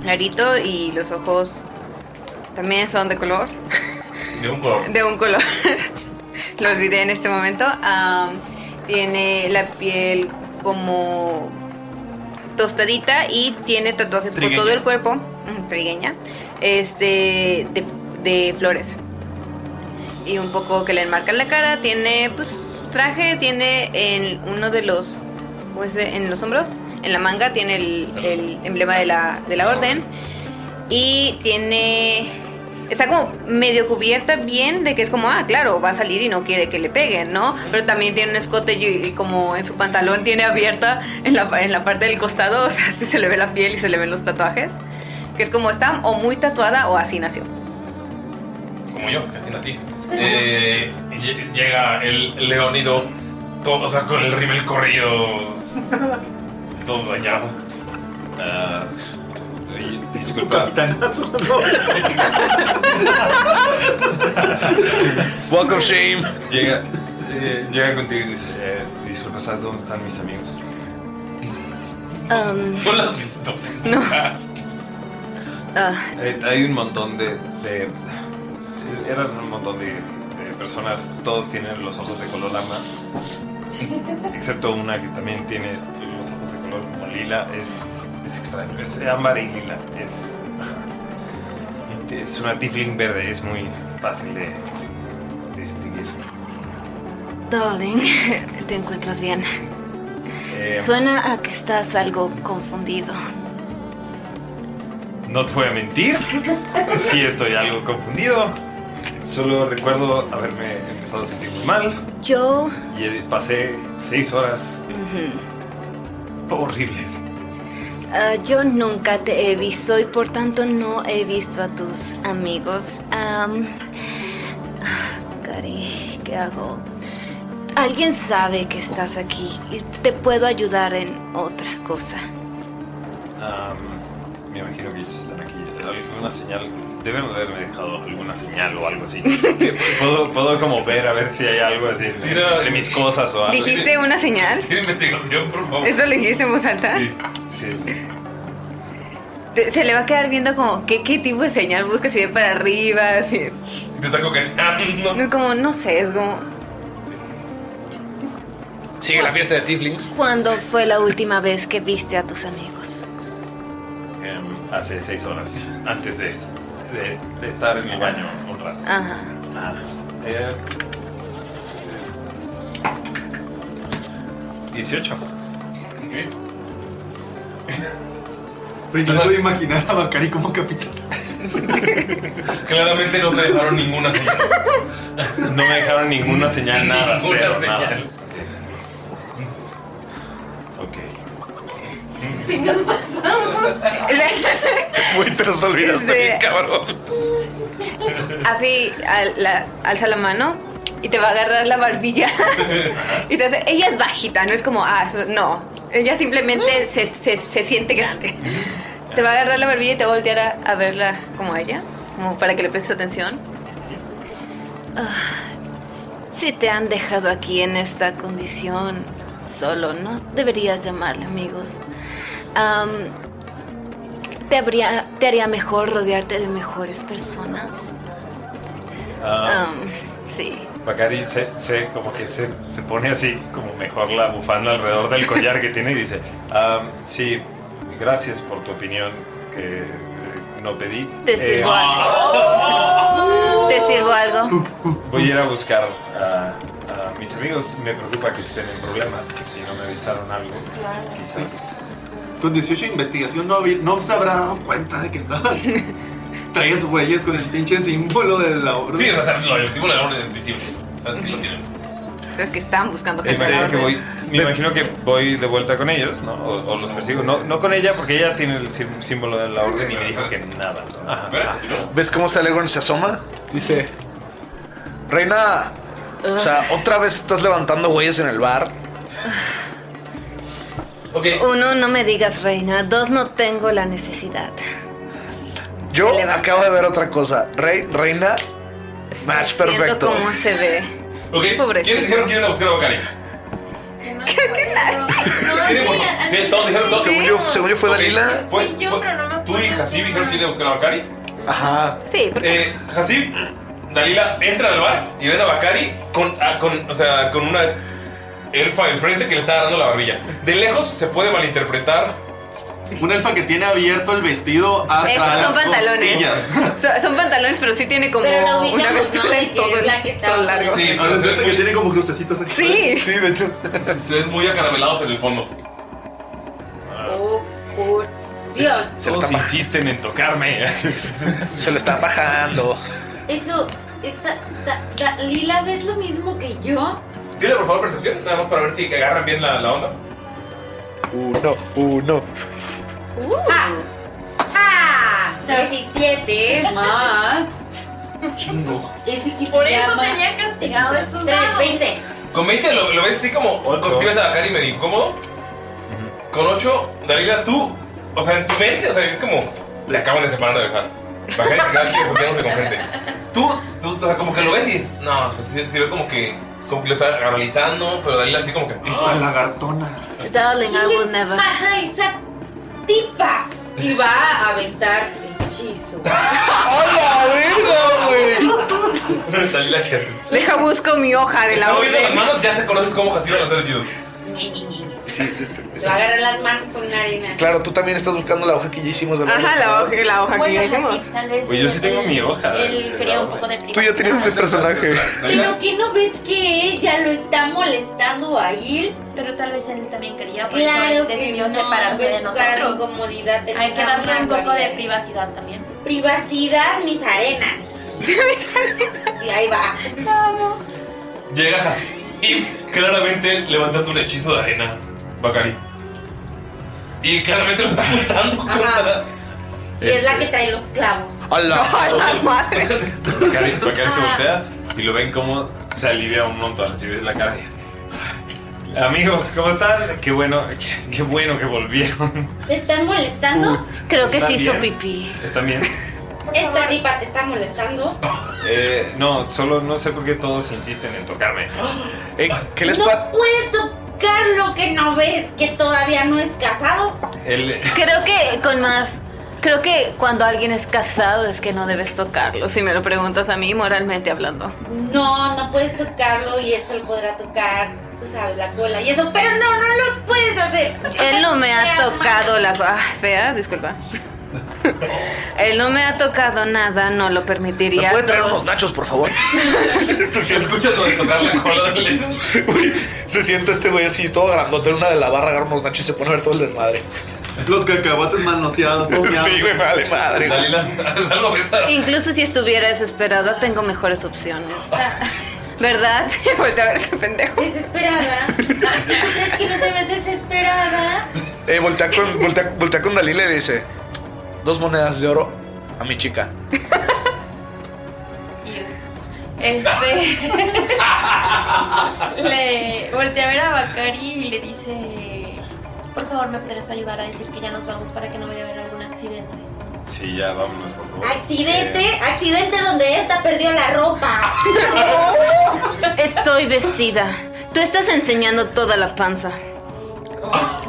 clarito, y los ojos también son de color,
De un color.
de un color. Lo olvidé en este momento. Am, tiene la piel como tostadita y tiene tatuajes
Trigueña.
por todo el cuerpo, mm, trigueña, este, de, de flores. Y un poco que le enmarcan la cara, tiene, pues, traje, tiene en uno de los, ¿cómo es de- en los hombros, en la manga, tiene el, el emblema de la, de la orden. Y tiene, está como medio cubierta bien de que es como, ah, claro, va a salir y no quiere que le peguen, ¿no? Pero también tiene un escote y, y como en su pantalón tiene abierta en la, en la parte del costado, o sea, sí se le ve la piel y se le ven los tatuajes. Que es como está o muy tatuada o así nació.
como yo, casi nací. Eh, lle- llega el leónido, todo, o sea, con el rímel corrido, todo dañado.
Ah, Disculpa.
Capitanazo.
Walk of shame. Llega, eh, llega contigo y dice, eh, disculpa, ¿sabes dónde están mis amigos?
Um,
No las has visto. No.
ah,
Eh, hay un montón de, de- eran un montón de, de personas, todos tienen los ojos de color lama, excepto una que también tiene los ojos de color como lila, es, es extraño, es ámbar y lila, es, es una tiefling verde, es muy fácil de distinguir.
Darling, ¿te encuentras bien?
Eh,
Suena a que estás algo confundido.
No te voy a mentir. Sí estoy algo confundido. Solo recuerdo haberme empezado a sentir muy mal
Yo...
y eh, pasé seis horas
ujú.
horribles.
Ah, yo nunca te he visto y por tanto no he visto a tus amigos. Am, ah, Cari, ¿qué hago? Alguien sabe que estás aquí y te puedo ayudar en otra cosa.
Am, me imagino que ellos están aquí. Alguna señal. Deben haberme dejado alguna señal o algo así. puedo, puedo como ver a ver si hay algo así entre mis cosas o algo.
¿Dijiste una señal?
Tira investigación, por favor.
¿Eso le dijiste en voz alta?
Oh. Sí, sí.
Te- Se le va a quedar viendo como qué, qué tipo de señal busca, si ve para arriba, si...
Te está
Ah,
coqueteando.
No, como, no sé, es como...
Sigue la fiesta de Tiflings.
¿Cuándo fue la última vez que viste a tus amigos?
Em, hace seis horas antes de, de- de estar en el baño un rato.
Ajá.
Ah, eh, 18. Ok.
Reinaldo de imaginar a Bacari como capitán.
Claramente no te dejaron ninguna señal. No me dejaron ninguna señal, nada,
Ninguna
cero, nada.
señal.
Si nos pasamos.
Güey, te los olvidaste
Este-
bien, cabrón.
Afi al- la- alza la mano y te va a agarrar la barbilla y te hace... Ella es bajita, no es como... Ah, su- no. Ella simplemente se, se- se siente grande. Te va a agarrar la barbilla y te va a voltear a, a verla como a ella, como para que le prestes atención. Ah,
Si te han dejado aquí en esta condición, solo no deberías llamarle amigos. Am, te, habría- te haría mejor rodearte de mejores personas.
Um,
Ah,
Um.
Am, sí.
Bacari se, se- como que se, se pone así, como mejor la bufanda alrededor del collar que tiene y dice, "Ah, sí, gracias por tu opinión que eh, no pedí.
Te
Eh,
sirvo
Oh.
ah.
algo. Te sirvo algo.
Voy a ir a buscar a, a mis amigos. Me preocupa que estén en problemas. Si no me avisaron algo, quizás.
Con 18 de investigación no, habí- no se habrá dado cuenta de que estaba tres güeyes con el pinche símbolo de la obra.
Sí, o sea, lo- el tipo de la orden es visible. Sabes que lo tienes.
Entonces que están buscando
Me imagino Este, que voy, me imagino que voy de vuelta con ellos, ¿no? O, o los persigo. No, no con ella, porque ella tiene el sí- símbolo de la orden y me dijo que nada. ¿no? Ajá.
¿Ves cómo Salegorn se asoma? Dice: Reina, o sea,
Ah.
otra vez estás levantando güeyes en el bar.
Uno, no me digas reina. Dos, no tengo la necesidad.
Yo acabo de ver otra cosa. Rey, reina, match
Viendo
perfecto.
cómo se ve.
Ok, ¿quiénes dijeron que iban a buscar a Bacari?
Creo que
Sí, todos dijeron todos.
Según yo, según yo fue Dalila.
Fue, fue- tú y Hasib dijeron que iban a buscar a Bacari.
Ajá.
Sí,
Eh, Hasib, Dalila entran al bar y ven a Bacari con, a- con, o sea, con una elfa enfrente que le está agarrando la barbilla. De lejos se puede malinterpretar.
Un elfa que tiene abierto el vestido hasta
Esos
las
son pantalones.
costillas.
Son, son pantalones, pero sí tiene como
Pero la ubicamos,
una
¿no?
costura
De
en
que
todo
es
el
la que está-
todo largo.
Sí,
Ah,
pero
es esa
se ven
que
muy-
tiene como crucecitas aquí.
Sí.
Sí, de hecho.
se ven muy acaramelados en el fondo.
Oh, por Dios.
Todos insisten en tocarme.
Se lo están bajando.
Eso, esta, da- da- Lila, ¿ves lo mismo que yo?
Dile por favor percepción, nada más para ver si agarran bien la, la onda.
Uno, uno. Uh.
¡Ah! ¡Ah! 17 más.
Por eso tenía castigado estos dados.
20.
Con 20 lo, lo ves así como Observas a Bacari medio incómodo. Con 8, Dalila, tú, o sea, en tu mente, o sea, es como Se acaban de separar de besar. Bacari se queda aquí besuqueándose con gente. Tú, tú, o sea, como que lo ves y es- no, o sea, se, se ve como que, como que lo está realizando, pero Dalila así como que.
Ah, lagartona.
Darling, I will never.
Pasa esa tipa y va a aventar hechizo.
¡Hola,
verga,
Dalila, ¿qué haces?
Deja busco mi hoja de la
Está moviendo
orden.
las manos, ya se conoces cómo así van a ser chidos.
Sí,
Se
Ah,
va a agarrar las manos con una arena.
Claro, tú también estás buscando la hoja que ya hicimos de
Ajá, la hoja- la hoja que
ya
Bueno, ya hicimos. sí, tal vez Oye, Pues yo sí el- tengo mi hoja. Él quería este, un poco de
Tú ya tienes ese personaje.
Pero que no ves que ella lo está molestando a él. Pero tal vez él también quería.
por eso
Claro que
decidió
no,
separarse de
ves su cara
nosotros.
incomodidad, te
Hay
da
que darle
una
un poco de
barbaridad.
privacidad también.
Privacidad, mis arenas. y ahí va.
Llegas así y claramente levantando un hechizo de arena, Bacari. Y claramente lo está apuntando contra.
Y es
Este.
la que trae los clavos.
¡Hala!
Bacari, Bacari se voltea y lo ven como se alivia un montón. Así ves la cara. de- Amigos, ¿cómo están? Qué bueno, qué, qué bueno que volvieron.
¿Te están molestando?
Creo que ¿Está sí hizo bien?
pipí.
¿Están bien?
Esta tipa te está molestando.
Eh, no, solo no sé por qué todos insisten en tocarme. Eh,
¿Qué
no puede tocar lo que no ves, que todavía no es casado.
El,
Creo que con más. Creo que cuando alguien es casado es que no debes tocarlo. Si me lo preguntas a mí, moralmente hablando.
No, no puedes tocarlo y él solo podrá tocar, tú sabes, la cola y eso. Pero no, no lo puedes hacer.
Él no me ha tocado la. ah, fea, disculpa. Él no me ha tocado nada, no lo
¿Me
permitiría.
puede traer unos nachos, por favor?
Se escucha lo de tocar la cola
Se siente este güey así, todo grandote en una de la barra, agarra unos nachos y se pone a ver todo el desmadre.
Los cacahuates manoseados, todo miado.
Sí, güey, vale madre.
Incluso si estuviera desesperada, tengo mejores opciones. ¿Verdad? Vuelta a ver ese pendejo.
Desesperada. ¿Tú crees que no te ves desesperada?
Eh, voltea, con, voltea, voltea con Dalila y le dice: Dos monedas de oro a mi chica.
Este. le voltea a ver a Bakari y le dice: Por favor, ¿me podrás ayudar a decir que ya nos vamos para que no vaya a haber algún accidente?
Sí, ya vámonos, por favor.
Accidente, accidente donde esta perdió la ropa.
Estoy vestida. Tú estás enseñando toda la panza.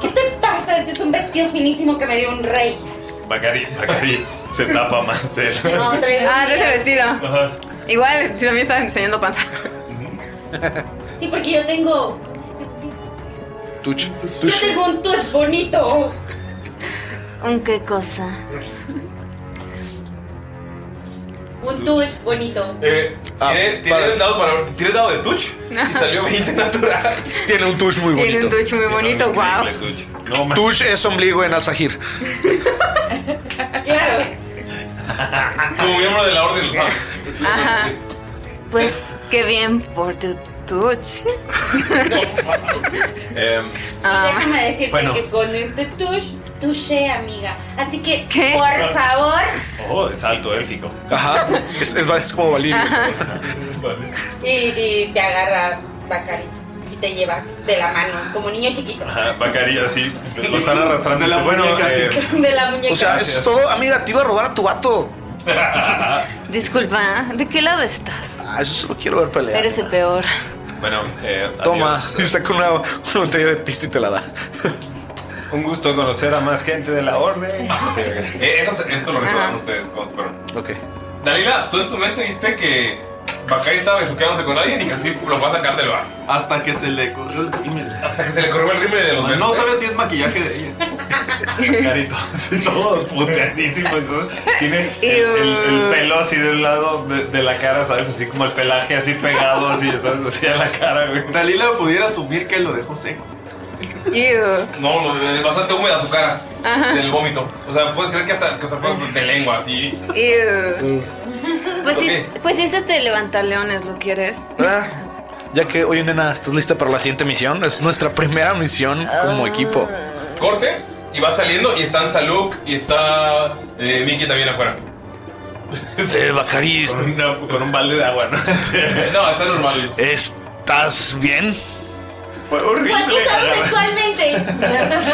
¿Qué pasa? Este es un vestido finísimo que me dio un rey.
Eh, Bacari, Bacari se tapa más él.
Ah, no es el vestido.
Ajá.
Igual, si también estás enseñando panza.
Sí, porque yo tengo.
Tuch.
Yo tengo un touch bonito.
¿Un qué cosa?
Un touch bonito.
Eh,
Ah,
tiene tiene un dado para. ¿Tiene dado de touch? Y salió 20 natural.
Tiene un touch muy bonito.
Tiene un touch muy bonito, wow.
Tush es ombligo en Alzajir.
Claro.
Como miembro de la orden, lo sabes.
Ajá. Pues qué bien por tu touch.
Em,
Ah.
Déjame decirte
Bueno.
que con este touch, touché, amiga. Así que,
¿Qué?
por favor.
oh, es alto élfico.
Ajá. Es, es- es como Valirio.
Ajá. Y, y te agarra Bacari y te lleva de la mano, como niño chiquito.
Ajá, Bacari así. Lo están arrastrando.
De la
Dice, bueno,
muñeca, sí.
eh,
De la muñeca.
O sea,
Gracias.
es todo, amiga, te iba a robar a tu vato.
Disculpa, ¿de qué lado estás?
Ah, eso se lo quiero ver pelear.
Eres el peor.
bueno, eh,
Toma,
adiós.
y saca una, una botella de pisto y te la da.
Un gusto conocer a más gente de la orden.
Eh, eso, se- eso lo recordaron ustedes, cuando fueron.
Ok.
Dalila, tú en tu mente viste que Bacari estaba besuqueándose con alguien y que así lo va a sacar del bar.
Hasta que se le corrió el rímel.
Hasta que se le corrió el rímel de los
No,
besos. ¿eh?
no sabes si es maquillaje de ella.
Carito, así todo puteadísimo. eso. Tiene el, el- el pelo así de un lado de, de la cara, ¿sabes? Así como el pelaje así pegado, así, ¿sabes? Así a la cara, güey.
Dalila pudiera asumir que lo dejó seco.
Ew.
No, lo- es bastante húmeda su cara
Ajá.
del vómito. O sea, puedes creer que hasta que o sea, fue de lengua, así.
Ew. Pues sí,
Ok.
pues sí, ese te levanta leones, ¿lo quieres?
Ah, ya que, oye, nena, ¿estás lista para la siguiente misión? Es nuestra primera misión
Ah.
como equipo.
Corte y va saliendo y están Saluk y está eh, Mickey también afuera.
Eh, Bacaris.
Con, una- con un balde de agua, ¿no?
No, está normal.
¿Estás bien?
Fue horrible.
Conquistado
Agarra-
sexualmente.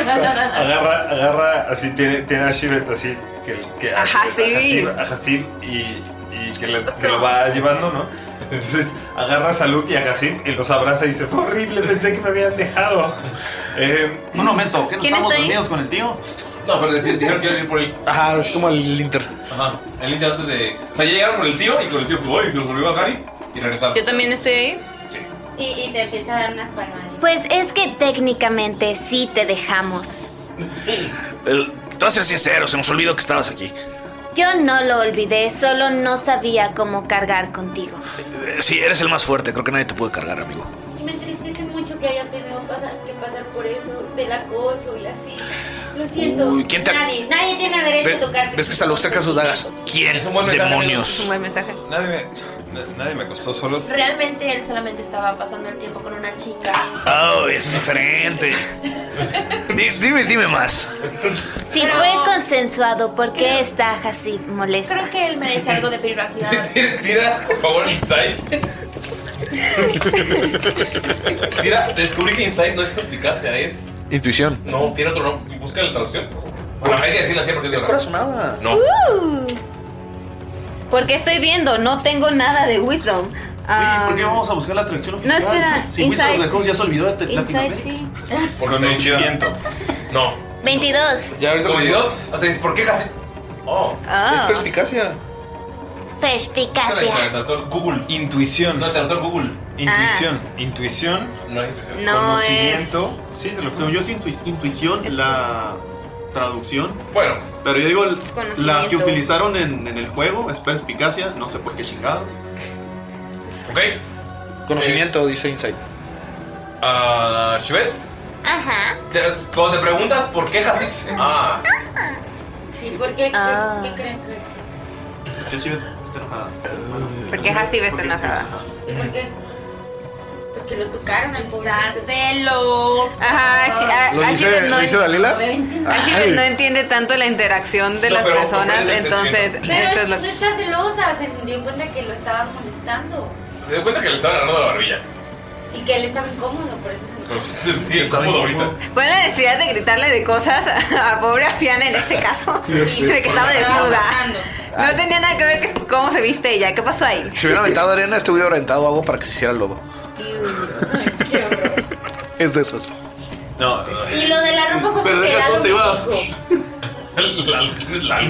Agarra, agarra, así tiene, tiene a Shivet así, que, que
Ajá,
a-
sí.
a Hasib- a Hasib y, y que le- que lo va llevando, ¿no? Entonces agarra a Saluk y a Hasib y los abraza y dice, fue horrible, pensé que me habían dejado. Em,
Un momento, ¿qué
nos ¿Quién estamos está ahí? dormidos
con el tío?
No, pero decidieron que iban a ir por el.
Ajá, es como el Inter.
Ajá, el Inter antes de. O sea, ya llegaron con el tío y con el tío fue y se los olvidó a Cari y regresaron.
Yo también estoy ahí.
Y, y te empieza a dar unas palmadas.
Pues es que técnicamente sí te dejamos.
El- te voy a ser sincero, se nos olvidó que estabas aquí.
Yo no lo olvidé, solo no sabía cómo cargar contigo.
Eh, Sí, eres el más fuerte, creo que nadie te puede cargar, amigo.
Y me entristece mucho que hayas tenido pasar- que pasar por eso, del acoso y así. Lo siento.
Uy, ¿quién te-
Nadie, nadie tiene derecho
Ve-
a tocarte.
¿Ves que Salud saca sus dagas? ¿Quién? Demonios.
buen mensaje.
Nadie me, na- nadie me costó solo.
Realmente él solamente estaba pasando el tiempo con una chica.
Oh, eso es diferente. Di- dime, dime más.
Si fue consensuado, ¿por qué está así molesta? Creo
que él merece algo de privacidad.
Tira, por favor, Insight. Tira, descubrí que Insight no es perspicacia, es.
Intuición.
No, tiene otro nombre. Busca la traducción. Bueno, hay que decirla siempre. Es
corazonada.
No.
Uh.
Porque estoy viendo, no tengo nada de wisdom. Ah,
¿Por qué vamos a buscar la traducción
no,
oficial?
espera.
Si Wizard of the
Inside-
Coast ya se olvidó de
Inside,
Latinoamérica.
sí.
Conocimiento. No.
22.
Ya ahorita.
Dios? O sea, dices, ¿por qué casi? Oh.
Ah. Es
perspicacia.
Perspicacia.
traductor Google.
Intuición.
No, el traductor Google.
Ah.
Intuición. Intuición.
No es intuición.
No
Conocimiento. Sí, de lo que yo es intu- intuición, la traducción.
Bueno.
Pero yo digo, el- la que
Conocimiento.
utilizaron en, en el juego es perspicacia, no sé por qué chingados.
Ok.
Conocimiento, dice Insight.
Ah, Shivet.
Ajá.
te- Cuando te preguntas por qué casi. Ah.
Sí, porque
Ah.
¿qué, qué creen que?
Eh, Yo sí estoy enojada.
Porque es así, ves enojada.
¿Por qué? Porque lo tocaron al
Está
pobrecito.
celos.
Ah.
Ajá, Shi- a-
¿Lo
a
dice-
Shivet
lo dice
en-
Dalila? Ah,
A Shivet
Ay.
no entiende tanto la interacción de
No,
las
pero
personas,
comprende el
entonces
sentimiento.
eso
Pero
es lo
no está celosa, se dio cuenta que lo estaban molestando
Se dio cuenta que le estaban agarrando la barbilla.
y que él estaba incómodo, por eso se enojó.
Sí, está muy ahorita.
Fue la necesidad de gritarle de cosas a pobre Afiana en este caso,
Yo sé.
de que estaba desnuda.
Trabajando.
No tenía nada que ver que- cómo se viste ella, ¿qué pasó ahí?
Si hubiera aventado arena, este hubiera aventado agua para que se hiciera lodo. es de esos.
No,
Y lo de la ropa fue
Pero
porque
deja
Lalo
todo,
me
se va.
dijo.
Lalo, ¿quién es Lalo?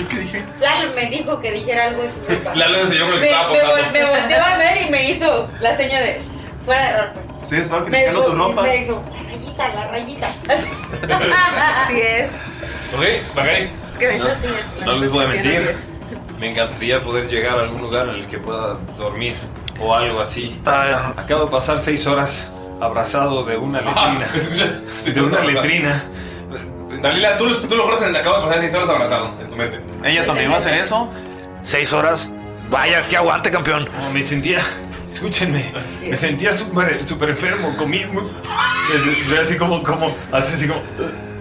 Lalo me dijo que dijera algo en su ropa.
Lalo le enseñó con el que
Me-
estaba
me vol-
posando.
Me volteó a ver y me hizo la seña de fuera de ropa.
Sí, estaba
Me
criticando
dijo-
tu ropa.
Me hizo la rayita, la rayita.
Así es.
Ok, Bacari.
Es que me
No,
así es.
no les voy a
Así
mentir.
es.
Me encantaría poder llegar a algún lugar en el que pueda dormir o algo así.
Ah.
Acabo de pasar seis horas abrazado de una letrina. de una letrina.
Dalila, tú, tú lo conoces, acabo de pasar seis horas abrazado en tu mente.
¿Ella también va a hacer eso?
¿Seis horas? Vaya, que aguante, campeón.
me sentía. Escúchenme, me sentía súper súper enfermo, comí muy- es- es así como, como, así, así como,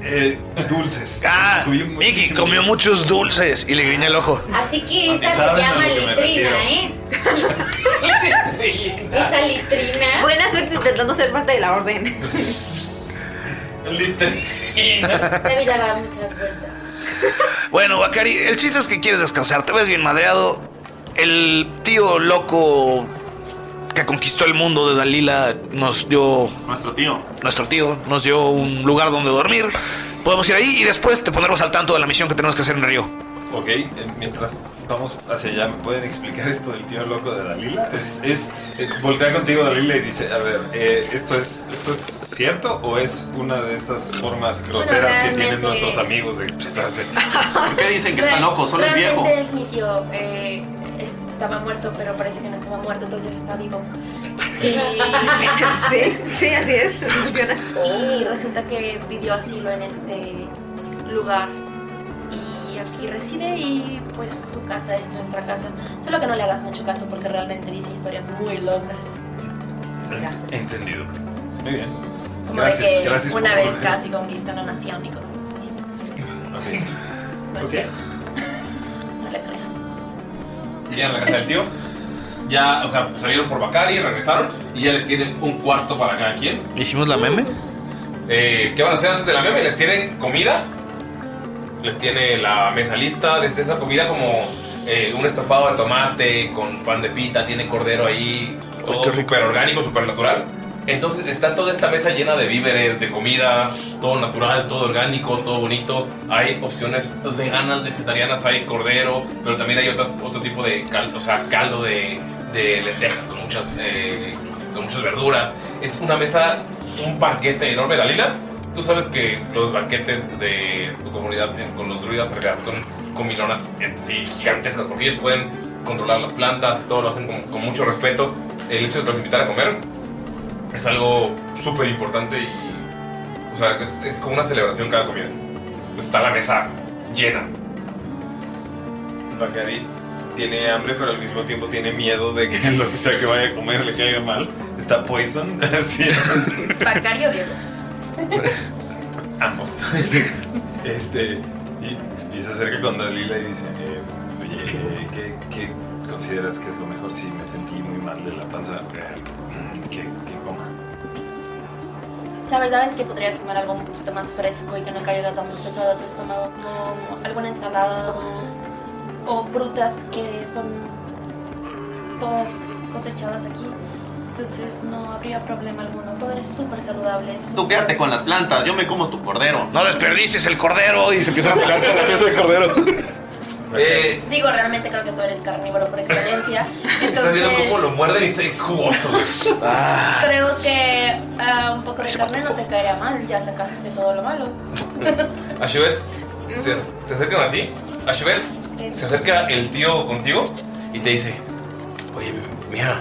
eh, dulces.
Ah, Mickey comió muchos dulces y le guiñé el ojo.
Así que esa se
saben a
llama
lo que me
litrina, ¿eh?
refiero.
Esa litrina.
Buena suerte intentando ser parte de la orden.
La vida va muchas vueltas.
Bueno, Bakari, el chiste es que quieres descansar. Te ves bien madreado. El tío loco que conquistó el mundo de Dalila nos dio.
Nuestro tío.
Nuestro tío nos dio un lugar donde dormir. Podemos ir ahí y después te pondremos al tanto de la misión que tenemos que hacer en Río.
Ok, eh, mientras vamos hacia allá, ¿me pueden explicar esto del tío loco de Dalila? Es, es eh, voltea contigo Dalila y dice, a ver, eh, ¿esto, es, ¿esto es cierto o es una de estas formas groseras que tienen
realmente-
nuestros amigos de expresarse?
¿Por qué dicen
Re- Realmente es mi tío. eh, estaba muerto, pero parece que no estaba muerto, entonces está vivo. Y-
sí, sí, así es. funciona.
Y resulta que pidió asilo en este lugar. Y aquí reside y pues su casa es nuestra casa. Solo que no le hagas mucho caso porque realmente dice historias muy locas.
Entendido. Muy bien.
Como
Gracias,
de que
gracias.
una
por-
vez casi conquistan a nación y cosas así.
Ok.
No es cierto. No le creas.
Llegan a la casa del tío. ya, o sea, salieron por Bacari, regresaron y ya les tienen un cuarto para cada quien.
¿Hicimos la meme?
Eh, ¿Qué van a hacer antes de la meme? Les tienen comida, les tiene la mesa lista, desde esa comida como eh, un estofado de tomate con pan de pita, tiene cordero ahí, todo súper orgánico, súper natural. Entonces está toda esta mesa llena de víveres, de comida, todo natural, todo orgánico, todo bonito. Hay opciones veganas, vegetarianas, hay cordero, pero también hay otras- otro tipo de caldo, o sea, caldo de, de lentejas con muchas, eh, con muchas verduras. Es una mesa, un banquete enorme, Dalila. Tú sabes que los banquetes de tu comunidad eh, con los druidas en realidad son comilonas en sí gigantescas, porque ellos pueden controlar las plantas y todo lo hacen con, con mucho respeto. El hecho de que los invitar a comer es algo súper importante y. O sea, es, es como una celebración cada comida. Pues está la mesa llena.
Bacari tiene hambre, pero al mismo tiempo tiene miedo de que lo que sea que vaya a comer le caiga mal. Está poison, así.
Bacario Diego.
ambos. este, y, y se acerca con Dalila y dice, eh, oye, eh, ¿qué, qué consideras que es lo mejor si me sentí muy mal de la panza? Eh, que, que coma.
La verdad es que podrías comer algo un poquito más fresco y que no caiga tan pesado a tu estómago, como alguna ensalada o- o frutas que son todas cosechadas aquí. Entonces no habría problema alguno. Todo es súper saludable. es
Tú quédate con las plantas, yo me como tu cordero.
No desperdices el cordero y se empieza a pelear con la pieza de cordero.
Eh,
Digo, realmente creo que tú eres carnívoro por excelencia.
Estás
Entonces,
viendo cómo lo muerden y está- es jugoso.
creo que ah, un poco de carne no te caería mal. Ya sacaste todo lo malo.
Ashibet, se, se acercan a ti. Ashibet, se acerca el tío contigo y te dice: Oye, mija,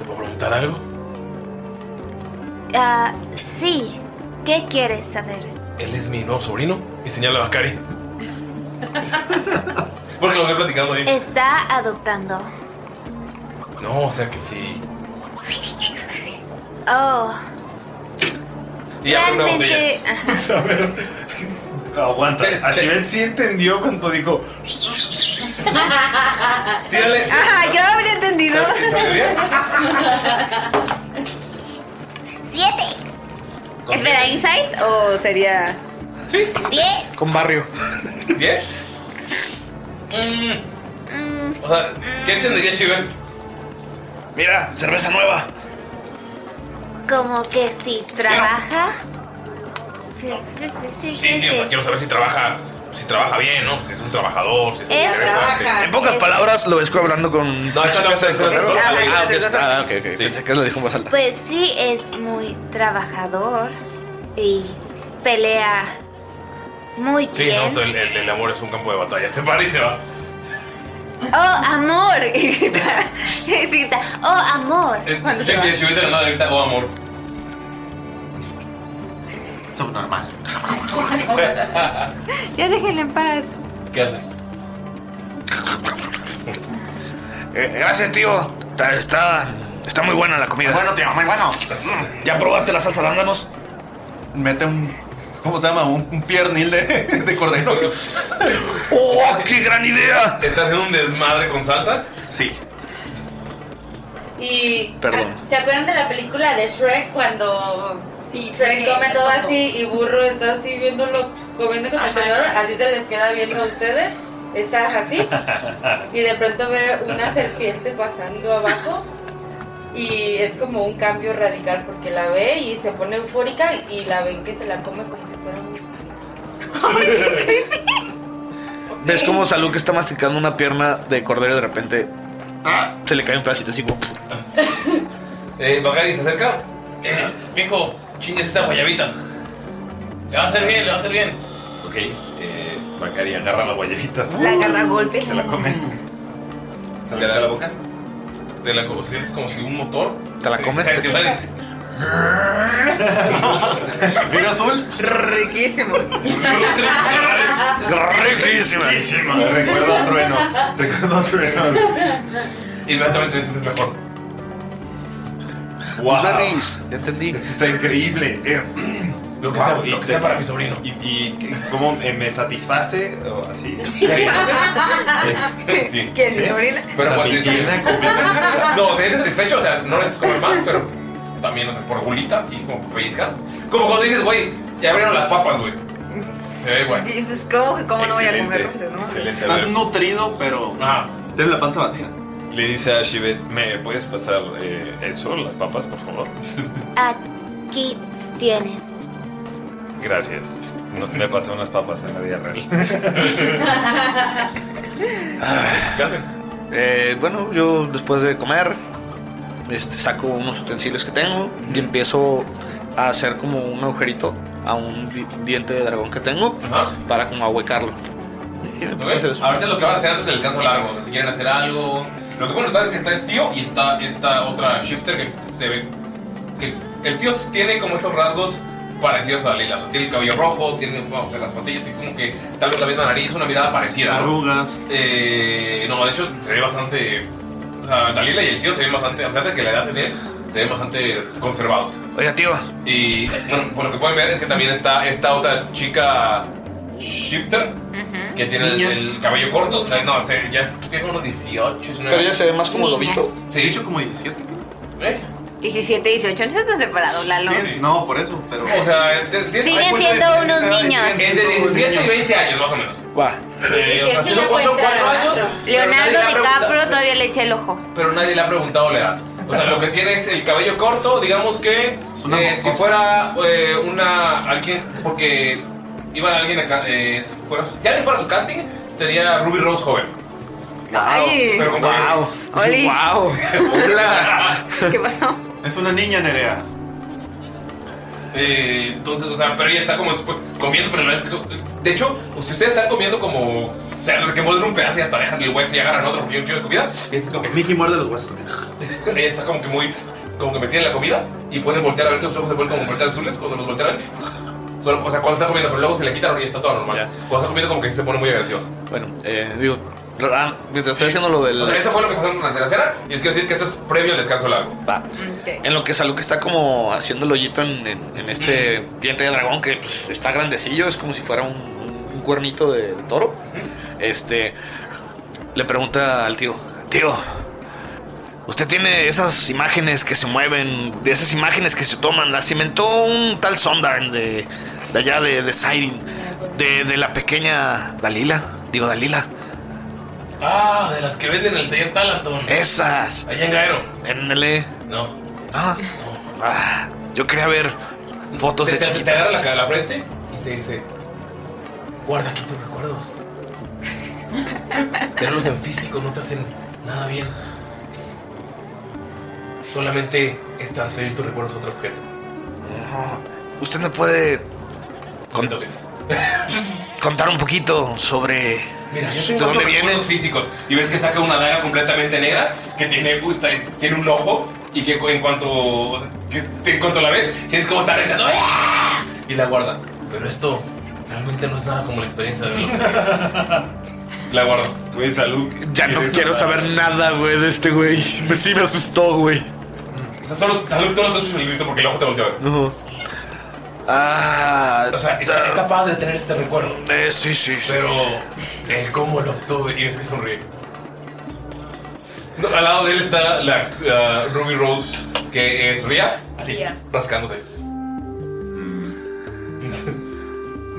¿te puedo preguntar algo?
Ah, sí. ¿Qué quieres saber?
Él es mi nuevo sobrino y señala a Bakari. Porque lo voy platicando
Eh.
ahí.
Está adoptando.
No, o sea que sí.
Oh,
Y abre una botella.
realmente. ah,
¿Sabes? Aguanta. Ashibet sí entendió cuando dijo.
Tírale.
Ajá, yo habría entendido.
Siete.
¿Espera, insight o sería?
Sí.
Diez.
Con barrio.
¿Diez? O sea, ¿qué entendería Ashibet?
Mira, cerveza nueva.
Como que sí, trabaja. Sí, sí, sí,
Sí, sí, o sea, quiero saber si trabaja, si trabaja bien, ¿no? Si es un trabajador, si es un
Es
interesante.
trabaja.
En pocas palabras, lo ves hablando con.
No, está
cerveza de
hablando-
cordero.
está hablando-
Ah, ok,
está
ah, ok, ok. Pensé que lo dijo en voz alta.
Pues sí, es muy trabajador y pelea muy
Sí,
bien.
no, el, el- el amor es un campo de batalla. Se para y se va.
Oh, amor. Y grita- y grita, oh, amor.
Eh, Ya que Ashibet de la nada ahorita, oh amor.
Subnormal.
Ya déjenla en paz.
¿Qué hace?
Eh, gracias, tío. Está, está, está muy buena la comida. bueno, tío, muy bueno. ¿Ya probaste la salsa de ándanos?
Mete un. ¿Cómo se llama? Un, un piernil de, de cordero.
¡Oh, qué gran idea!
¿Estás haciendo un desmadre con salsa?
Sí.
Y
Perdón.
¿Se acuerdan de la película de Shrek cuando Shrek come todo así y Burro está así viéndolo comiendo con el tenedor? Así se les queda viendo a ustedes. Estás así y de pronto ve una serpiente pasando abajo y es como un cambio radical porque la ve y se pone eufórica y la ven que se la come como si fuera un
¿Ves cómo Salud que está masticando una pierna de cordero y de repente
Ah.
se le cae un pedacito así como.
Eh, Bacari se acerca. Eh, mijo, chingues esta guayabita. Le va a hacer bien, le va a hacer bien.
Ok, eh, Bacari agarra las guayabitas.
La agarra a golpes.
Se la come.
¿Te la da la boca? Te la como, sientes como si un motor. ¿Te la comes?
Mira azul.
Riquísimo.
Riquísima.
Recuerdo a trueno. Recuerdo a trueno.
Inmediatamente te sientes mejor.
Wow.
ya entendí.
Esto está increíble. Eh,
Lo que sea- lo que sea para mi sobrino.
Y, y cómo me, me satisface, o así.
¿Qué?
Sí.
¿Qué es
Sí.
mi sobrina?
Pero pues, sí,
Satisfaciente.
completa.
No, te sientes satisfecho, o sea, no necesitas comer más, pero también, o sea, por bolita, así, como pellizcar. Como cuando dices, güey, ya abrieron las papas, güey. Se ve bueno.
Sí, pues, ¿cómo, cómo no voy a
Excelente,
comer? ¿no?
excelente.
Estás
A ver. Ah.
nutrido, pero. Tienes la panza vacía.
Le dice a Shivet, ¿me puedes pasar eh, eso, las papas, por favor?
Aquí tienes.
Gracias. No, me pasé unas papas en la vida real.
¿Qué hacen?
Eh, bueno, yo después de comer, este, saco unos utensilios que tengo y empiezo a hacer como un agujerito a un di- diente de dragón que tengo para como ahuecarlo. Y me
Ok,
pongo a hacer eso.
Ahorita lo que van a hacer antes del descanso largo, o sea, si quieren hacer algo. Lo que pueden notar es que está el tío y está esta otra shifter que se ve. Que el tío tiene como esos rasgos parecidos a Lila. O sea, tiene el cabello rojo, tiene bueno, o sea, las patillas, tiene como que tal vez la misma nariz, una mirada parecida. ¿no?
Arrugas.
Eh, no, de hecho se ve bastante. O sea, Dalila y el tío se ven bastante. A pesar de que la edad de tener, se ven bastante conservados.
Oiga, tío.
Y bueno, por lo que pueden ver es que también está esta otra chica shifter que tiene el,
Niña.
el cabello corto. O sea, no, se- ya es- tiene unos 18, 19.
Pero ya se ve más como
Niña.
lobito.
Sí.
De hecho, como 17.
17, 18, no están separados, Lalo.
No, por eso, pero.
O sea, es de- tiene-
Siguen
hay cuenta
siendo
de-
unos
de- de-
niños.
Entre 17 y 20 años, más o menos. Eh, o sea, sí son, son cuatro años. pero nadie le
Leonardo
ha
DiCaprio
preguntado-
todavía le echa el ojo.
Pero nadie le ha preguntado la edad. O sea, lo que tiene es el cabello corto, digamos que
una
eh, si
mocosa.
fuera eh, una alguien porque iba alguien acá, eh, si, fuera su- si alguien fuera a su casting sería Ruby Rose joven.
Ay.
Pero con wow.
Oli. Guau.
¿Qué pasó?
Es una niña, Nerea.
Eh, entonces, o sea, pero ella está como después comiendo, pero no es- De hecho, si ustedes están comiendo como. O sea, que muerden un pedazo y hasta dejan el hueso y agarran otro porque hay un chingo de comida. Es como que. Mickey muerde los huesos Ella está como que muy. Como que metida en la comida y pueden voltear a ver que sus ojos se vuelven como voltear azules cuando los voltean. Solo- o sea, cuando está comiendo, pero luego se le quitaron y está todo normal. Cuando está comiendo, como que sí se pone muy agresivo.
Bueno, eh, digo, ah, mientras estoy haciendo lo del.
O sea, eso fue lo que pasó durante la cena y les quiero decir que esto es previo al descanso largo.
Va. En lo que Salud que está como haciendo el hoyito en, en- en este
Mm.
diente de dragón que pues, está grandecillo, es como si fuera un, un cuernito de, de toro. Este le pregunta al tío: Tío, usted tiene esas imágenes que se mueven, de esas imágenes que se toman, las inventó un tal Sondance de, de allá de, de Siren, de, de la pequeña Dalila, digo Dalila.
Ah, de las que venden en el taller Talanton.
Esas.
Allá en Gaero.
Éndele.
No.
Ah, Ah, yo quería ver fotos
te,
de
te- te
chiquita.
agarra la, ca- la frente y te dice: Guarda aquí tus recuerdos. Tenerlos en físico no te hacen nada bien. Solamente es transferir tus recuerdos a otro objeto.
Usted me puede
Con-
contar un poquito sobre
Mira, yo
de
tengo
dónde
los
viene.
recuerdos físicos y ves que saca una daga completamente negra que tiene gusta, es- tiene un ojo y que en cuanto o sea, que te- en cuanto la ves sientes como está gritando "¡Ah!", y la guarda. Pero esto realmente no es nada como la experiencia de verlo. La guardo. Pues,
Güey, salud.
Ya no quiero saber nada, güey, de este güey. Me- Sí me asustó, güey.
O sea, solo Salud, tú no te escuchas el grito porque el ojo te volteó a ver.
No. Ah.
O sea, está, está padre tener este recuerdo.
Eh, sí, sí, sí.
Pero eh, cómo lo obtuve y ves que sonríe. No, al lado de él está la la Ruby Rose que eh, sonría así, rascándose.
Mm.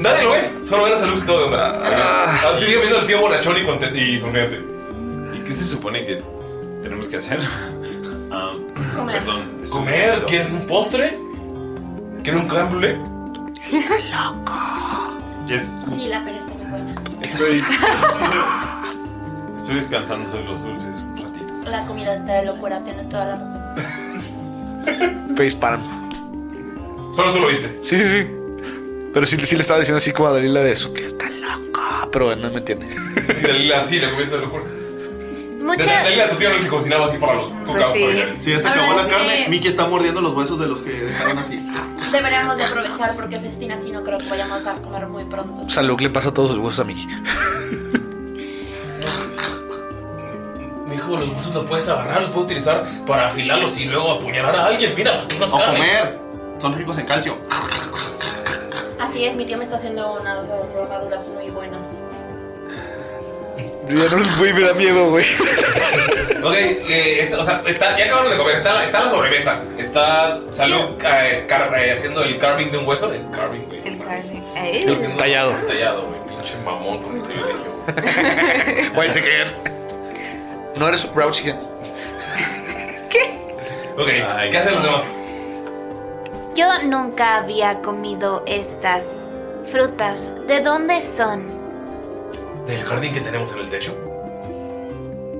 Nadie lo ve, solo ven a Salud que acaba de
Ah.
onda. Aún sigue viendo al tío bonachón y, conten- y sonriente.
¿Y qué se supone que tenemos que hacer? Ah,
Comer.
Perdón. estoy
¿Comer?
comiendo.
¿Quieren un postre? ¿Quieren un crème brûlée?
Yes.
Sí, la pereza es buena.
Estoy. Estoy descansando de los dulces un ratito.
La comida está de locura, tienes toda la razón.
Facepalm.
Solo tú lo viste.
Sí, sí, sí. Pero sí, sí le estaba diciendo así como a Dalila de su tío está loca. Pero no me entiende.
Y Dalila sí, la comienza de locura.
Mucha-
Dalila, tu tío era el que cocinaba así para los cucaos familiares.
Si ya se acabó
Ahora
la
sí.
carne, Mickey está mordiendo los huesos de los que dejaron así.
Deberíamos de aprovechar porque festina si no creo que vayamos a comer muy pronto.
Salud le pasa todos sus huesos a Mickey.
Mi hijo, los huesos los puedes agarrar, los puedes utilizar para ¿eh? afilarlos y luego apuñalar a alguien. Mira, aquí hay más
O
carne.
comer. Son ricos en calcio.
Así es, mi tío me está haciendo unas armaduras muy buenas.
Yo ya no les voy, me da miedo, güey.
Ok, eh, está- o sea, está- ya acabaron de comer, está, la- está la sobremesa. Está Salud eh, car- eh, haciendo el carving de un hueso. El carving, güey.
El Carson.
Haciendo-
Ay.
Tallado.
Tallado, güey. Pinche mamón con privilegio.
Wait a second. No eres un brown chicken.
Ok, ¿qué hacen los demás?
Yo nunca había comido estas frutas. ¿De dónde son?
Del jardín que tenemos en el techo.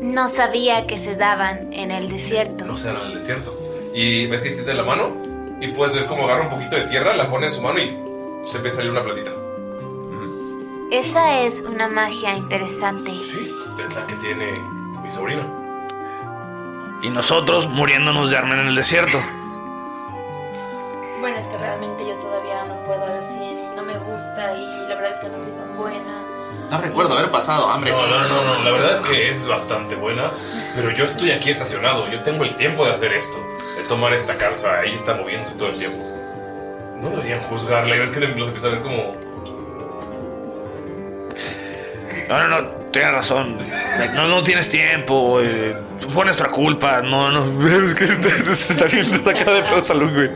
No sabía que se daban en el desierto.
No se dan en el desierto. Y ves que extiende la mano y puedes ver cómo agarra un poquito de tierra, la pone en su mano y se empieza a salir una platita.
Esa es una magia interesante.
Es la que tiene mi sobrina.
Y nosotros muriéndonos de hambre en el desierto.
Bueno, es que realmente yo todavía no puedo al 100 y no me gusta y la verdad es que no soy tan buena.
No recuerdo haber pasado hambre.
No, no, no, no, la verdad es que es bastante buena, pero yo estoy aquí estacionado, yo tengo el tiempo de hacer esto, de tomar esta causa, ella está moviéndose todo el tiempo. No deberían juzgarla, y ves que los empieza a ver como...
No, no, no, tienes razón. No, no tienes tiempo. eh, Fue nuestra culpa. No, no. Es que se está, se está viendo sacada de pedo salud, güey.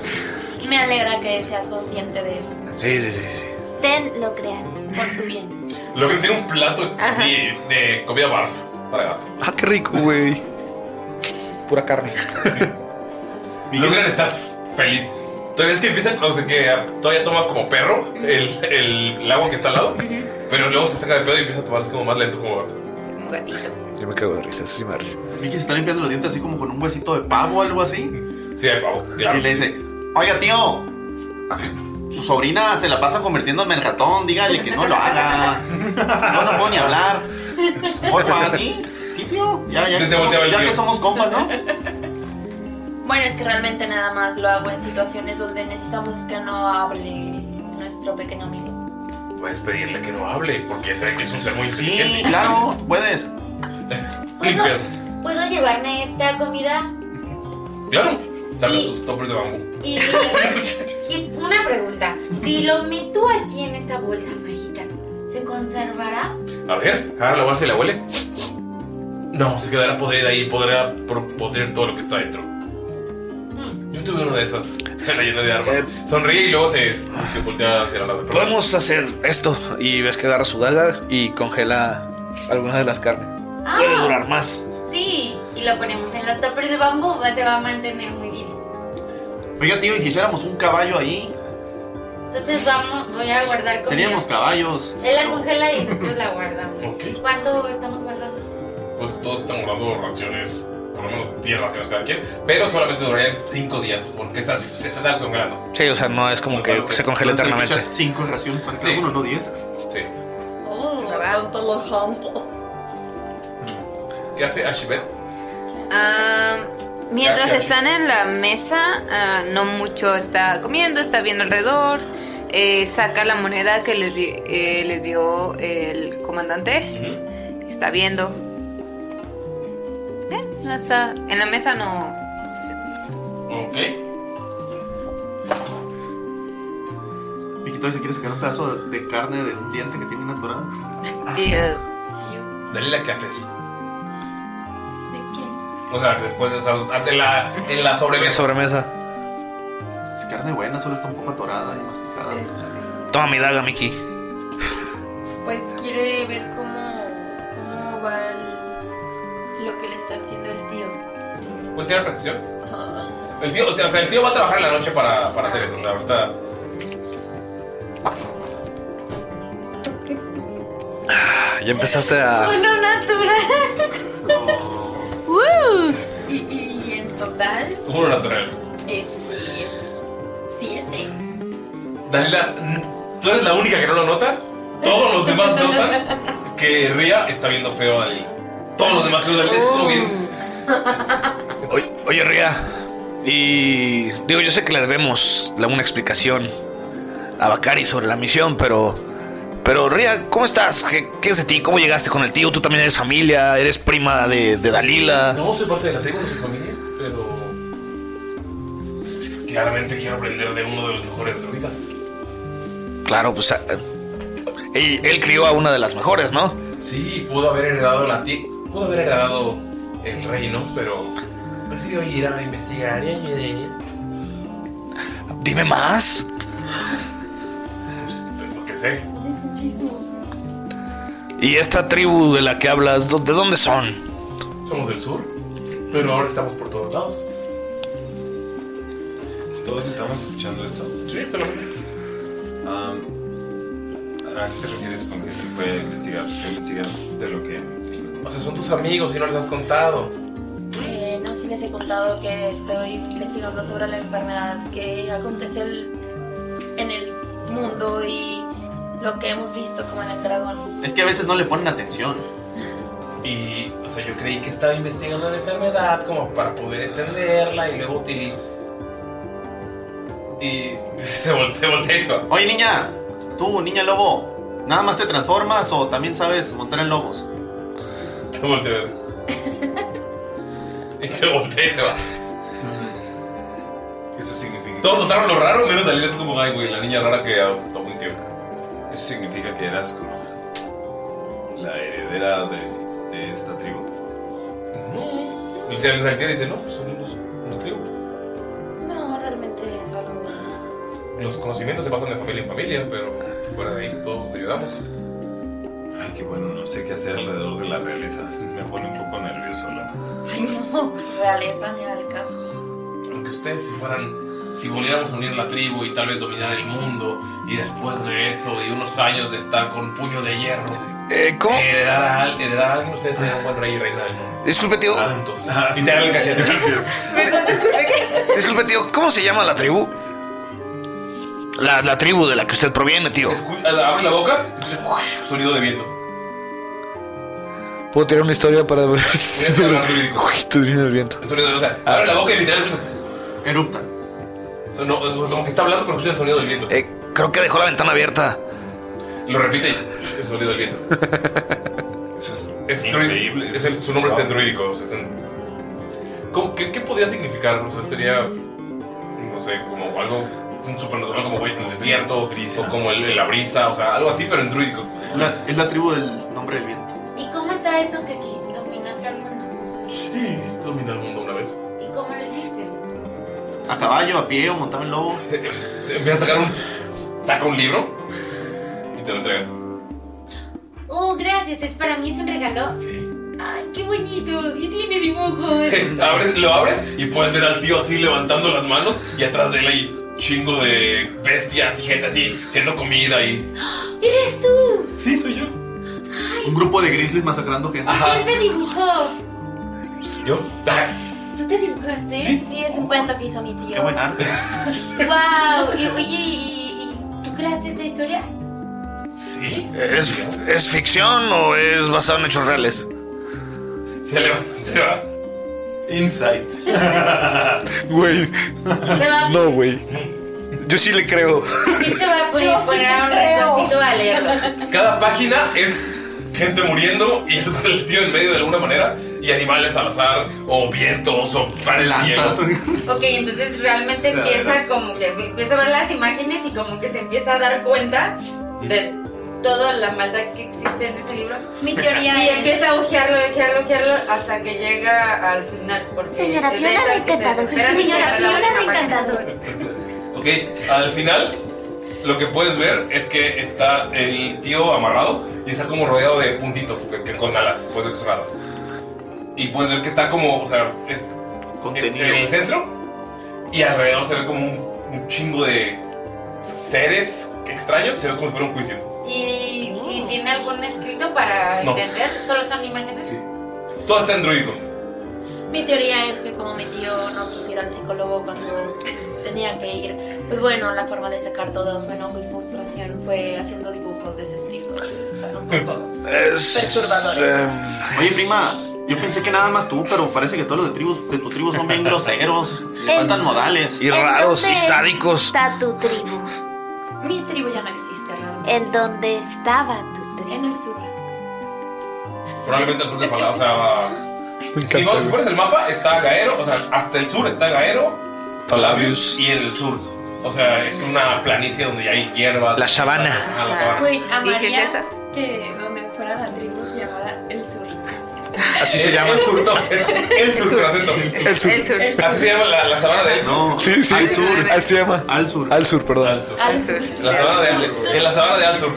Me alegra que seas consciente de eso.
Sí, sí, sí. sí.
Ten lo crean.
Por tu bien.
Lo que tiene un plato así de comida barf para gato.
Ah, qué rico, güey. Pura carne.
Logran está feliz. Todavía es que empieza, o sea, que ah, todavía toma como perro el, el, el agua que está al lado, pero luego se saca de pedo y empieza a tomarse como más lento como gato.
Como gatito.
Yo me cago de risa, eso sí me da risa.
Vicky se está limpiando los dientes así como con un huesito de pavo o algo así.
Sí, de pavo, claro.
Y le dice, oiga tío, su sobrina se la pasa convirtiéndome en ratón, dígale que no lo haga. Yo no puedo ni hablar. Porfa, Ah, ¿sí? Sí, tío. Ya, ya,
Te-
que
te
somos-
volteaba el
ya
tío.
que somos compas, ¿no?
Bueno, es que realmente nada más lo hago en situaciones donde necesitamos que no hable nuestro pequeño amigo.
Puedes pedirle que no hable, porque sabe que es un ser muy inteligente.
Sí, claro, puedes.
Limpias.
¿Puedo llevarme esta comida?
Claro. Saca sus toppers de bambú.
Y, y una pregunta. Si lo meto aquí en esta bolsa mágica, ¿se conservará?
A ver, agarra la bolsa y la huele. No, se quedará podrida ahí y podrá por- podrir todo lo que está dentro. Yo tuve una de esas, la llena de
Eh.
armas. Sonríe y luego se, se voltea hacia la lado.
Podemos hacer esto. Y ves que agarra su daga y congela algunas de las carnes. Puede durar más.
Ah, Sí, y lo ponemos en los toppers de bambú, va- se va a mantener muy bien.
Oiga tío, y si echáramos un caballo ahí,
Entonces vamos, voy a guardar comida.
teníamos caballos.
Él la congela y nosotros la guardamos.
Ok.
¿Cuánto estamos guardando?
Pues todos están guardando raciones, por lo menos 10 raciones cada quien, pero solamente durarían 5 días, porque estas se están descongelando.
Sí, o sea, no es como que se congela
Entonces,
eternamente.
echa Cinco raciones para cada uno, no diez.
Sí.
Oh, tanto lo
¿Qué hace Ashibet?
Ah, mientras
Gracias.
están en la mesa, ah, no mucho está comiendo, está viendo alrededor. eh, saca la moneda que les, di- eh, les dio el comandante. Está viendo. Eh, no está- en la mesa no.
Ok.
Vicky todavía se quiere sacar un pedazo de de carne de un diente que tiene natural.
Y,
예.
eh,
Dalila, ¿qué haces? O sea, después de esa, en la, en la sobremesa.
Sobremesa.
Es carne buena, solo está un poco atorada y masticada. Este,
Toma mi daga, Mickey.
Pues quiere ver cómo, cómo va el- lo que le está haciendo el tío.
¿Puedes tirar Pues percepción? El tío, o sea, el tío va a trabajar en la noche para, para hacer eso. O sea, ahorita.
Ah,
Ya empezaste
Oh,
a.
Uno natural. Woo. y, y en total
Uno natural.
es siete.
Dalila, mm, tú eres la única que no lo nota. Todos los demás notan que Ria está viendo feo a Dalila. Todos los demás que Dalila está todo
Oh.
bien.
Oye, oye, Ria. Y digo, yo sé que le debemos la- una explicación a Bakari sobre la misión, pero. Pero, Ria, ¿cómo estás? ¿Qué, qué es de ti? ¿Cómo llegaste con el tío? Tú también eres familia, eres prima de, de Dalila.
No soy parte de la tribu, no soy familia, pero. Claramente quiero aprender de uno de los mejores druidas.
Claro, pues. ah, ah, Él, él crió a una de las mejores, ¿no?
Sí, pudo haber heredado la ti- pudo haber heredado el reino, pero decidió ir a investigar.
Dime más.
¿Qué sé?
Eres un chismoso.
¿Y esta tribu de la que hablas, dó- de dónde son?
Somos del sur, pero ahora estamos por todos lados.
Todos estamos escuchando esto.
Sí, se lo hace.
Am, ¿A qué te refieres con que se fue a investigar? ¿Se fue a investigar de lo que.?
O sea, son tus amigos y no les has contado.
Eh, no sé si les he contado que estoy investigando sobre la enfermedad que acontece el- en el mundo y lo que hemos visto como en el dragón.
Es que a veces no le ponen atención.
Y, o sea, yo creí que estaba investigando la enfermedad como para poder entenderla y luego utilizar. Y se voltea, se voltea y se va.
Oye, niña, tú, niña lobo, ¿nada más te transformas o también sabes montar en lobos?
Te volteo a ver. Y se voltea y se va.
Eso significa.
Todos notaron lo raro, menos Dalila fue como, ay, güey, la niña rara que adoptó un tío.
Eso significa que eras como. la heredera de, de esta tribu.
No. Y te voltea y dice, no, pues somos una tribu.
No, realmente es algo.
Los conocimientos se pasan de familia en familia, pero fuera de ahí todos nos ayudamos.
Ay, qué bueno, no sé qué hacer alrededor de la realeza. Me pone un poco nervioso la.
Ay, no, realeza ni al caso.
Aunque ustedes si fueran, si volviéramos a unir la tribu y tal vez dominar el mundo, y después de eso y unos años de estar con puño de hierro,
Eh, ¿cómo?
Heredar, a, Eh, al- heredar a alguien, ustedes serían un buen rey y reina del mundo.
Disculpe, tío.
Ah, Y te hagan el cachete. Gracias.
Disculpe, tío, ¿cómo se llama la tribu? La, la tribu de la que usted proviene, tío.
Abre la boca, sonido de viento.
¿Puedo tirar una historia para ver si
Tienes que hablar de
Uy, estoy viendo el viento?
El sonido de, o sea, abre la boca y pues, literalmente.
Erupta.
como que está hablando, pero escucha el sonido del viento.
Eh, creo que dejó la ventana abierta.
Lo repite y el sonido del viento. Eso es, es increíble. su nombre está en druídico. o sea, está en- ¿Cómo- qué, qué podría significar? O sea, sería, no sé, como algo un supernatural como güeyes en el desierto, o como el, la brisa, o sea, algo así, pero en druídico.
La- es la tribu del nombre del viento.
¿Y cómo está eso que aquí dominaste al mundo?
Sí, dominé el mundo una vez.
¿Y cómo lo hiciste?
A caballo, a pie o montado en lobo.
Se empieza a sacar un. Saca un libro y te lo entrega.
Oh, gracias, es para mí, es un regalo.
Sí.
Ay, qué bonito. Y tiene dibujos.
Abres- lo abres y puedes ver al tío así levantando las manos y atrás de él hay chingo de bestias y gente así haciendo comida y
¡Eres tú!
Sí, soy yo.
Un grupo de grizzlies masacrando gente.
¿Quién te dibujó?
¿Yo?
¿Tú te dibujaste?
Sí, es un cuento que hizo mi tío.
buen arte.
¡Wow! Y, oye, ¿y, y tú creaste esta historia?
Sí.
¿Es, ¿Es ficción o es basado en hechos reales?
Se le va, se va.
Insight.
Güey.
va.
No, güey. Yo sí le creo.
Sí te va a poder poner a un ratoncito a leerlo.
Cada página es gente muriendo y el, el tío en medio de alguna manera y animales al azar o vientos o plantas.
Ok, entonces realmente
Ya,
empieza
verás.
como que empieza a ver las imágenes y como que se empieza a dar cuenta de toda la maldad que existe en ese libro.
Mi teoría
y
es-
empieza a ojearlo, ojearlo, ojearlo hasta que llega al final. Porque
Señora
es de
Fiona
esas
de
que se
Encantador.
desesperan y
Señora
llega a la
Fiona de
última página.
Ok, al final lo que puedes ver es que está el tío amarrado y está como rodeado de puntitos que- que con alas, puedes ver que son alas. Y puedes ver que está como, o sea, es, es en el centro y alrededor se ve como un, un chingo de seres extraños, se ve como si fuera un juicio.
¿Y, y tiene algún escrito para
No.
entender? ¿Solo son imágenes?
Todo está en druido.
Mi teoría es que como mi tío no quiso ir al psicólogo cuando tenía que ir, pues bueno, la forma de sacar todo su enojo y frustración fue haciendo dibujos de ese estilo. Son un poco perturbadores.
Oye, prima, yo pensé que nada más tú, pero parece que todos los de, tribus, de tu tribu son bien groseros. Le
En-
faltan modales.
Y raros, y
¿Dónde
sádicos.
Está tu tribu.
Mi tribu ya no existe, realmente.
¿En dónde estaba tu tribu?
En el sur.
Probablemente al sur de Falao, o sea... Si vos pones el mapa, está Gaero, o sea, hasta el sur está Gaero, Falabius y en el sur. O sea, es una planicie donde hay hierbas. La
sabana.
Ah, la sabana.
Güey, amaría
¿Dices esa?
que donde fuera la tribu se llamara el sur.
Así se llama. El sur, no, es el sur, con acento.
El sur. El sur.
Así se llama la, la sabana del sur.
Sí, sí.
Al sur.
Así se llama. Al sur. Al sur, perdón.
Al sur.
La sabana de, en la sabana de Alsur.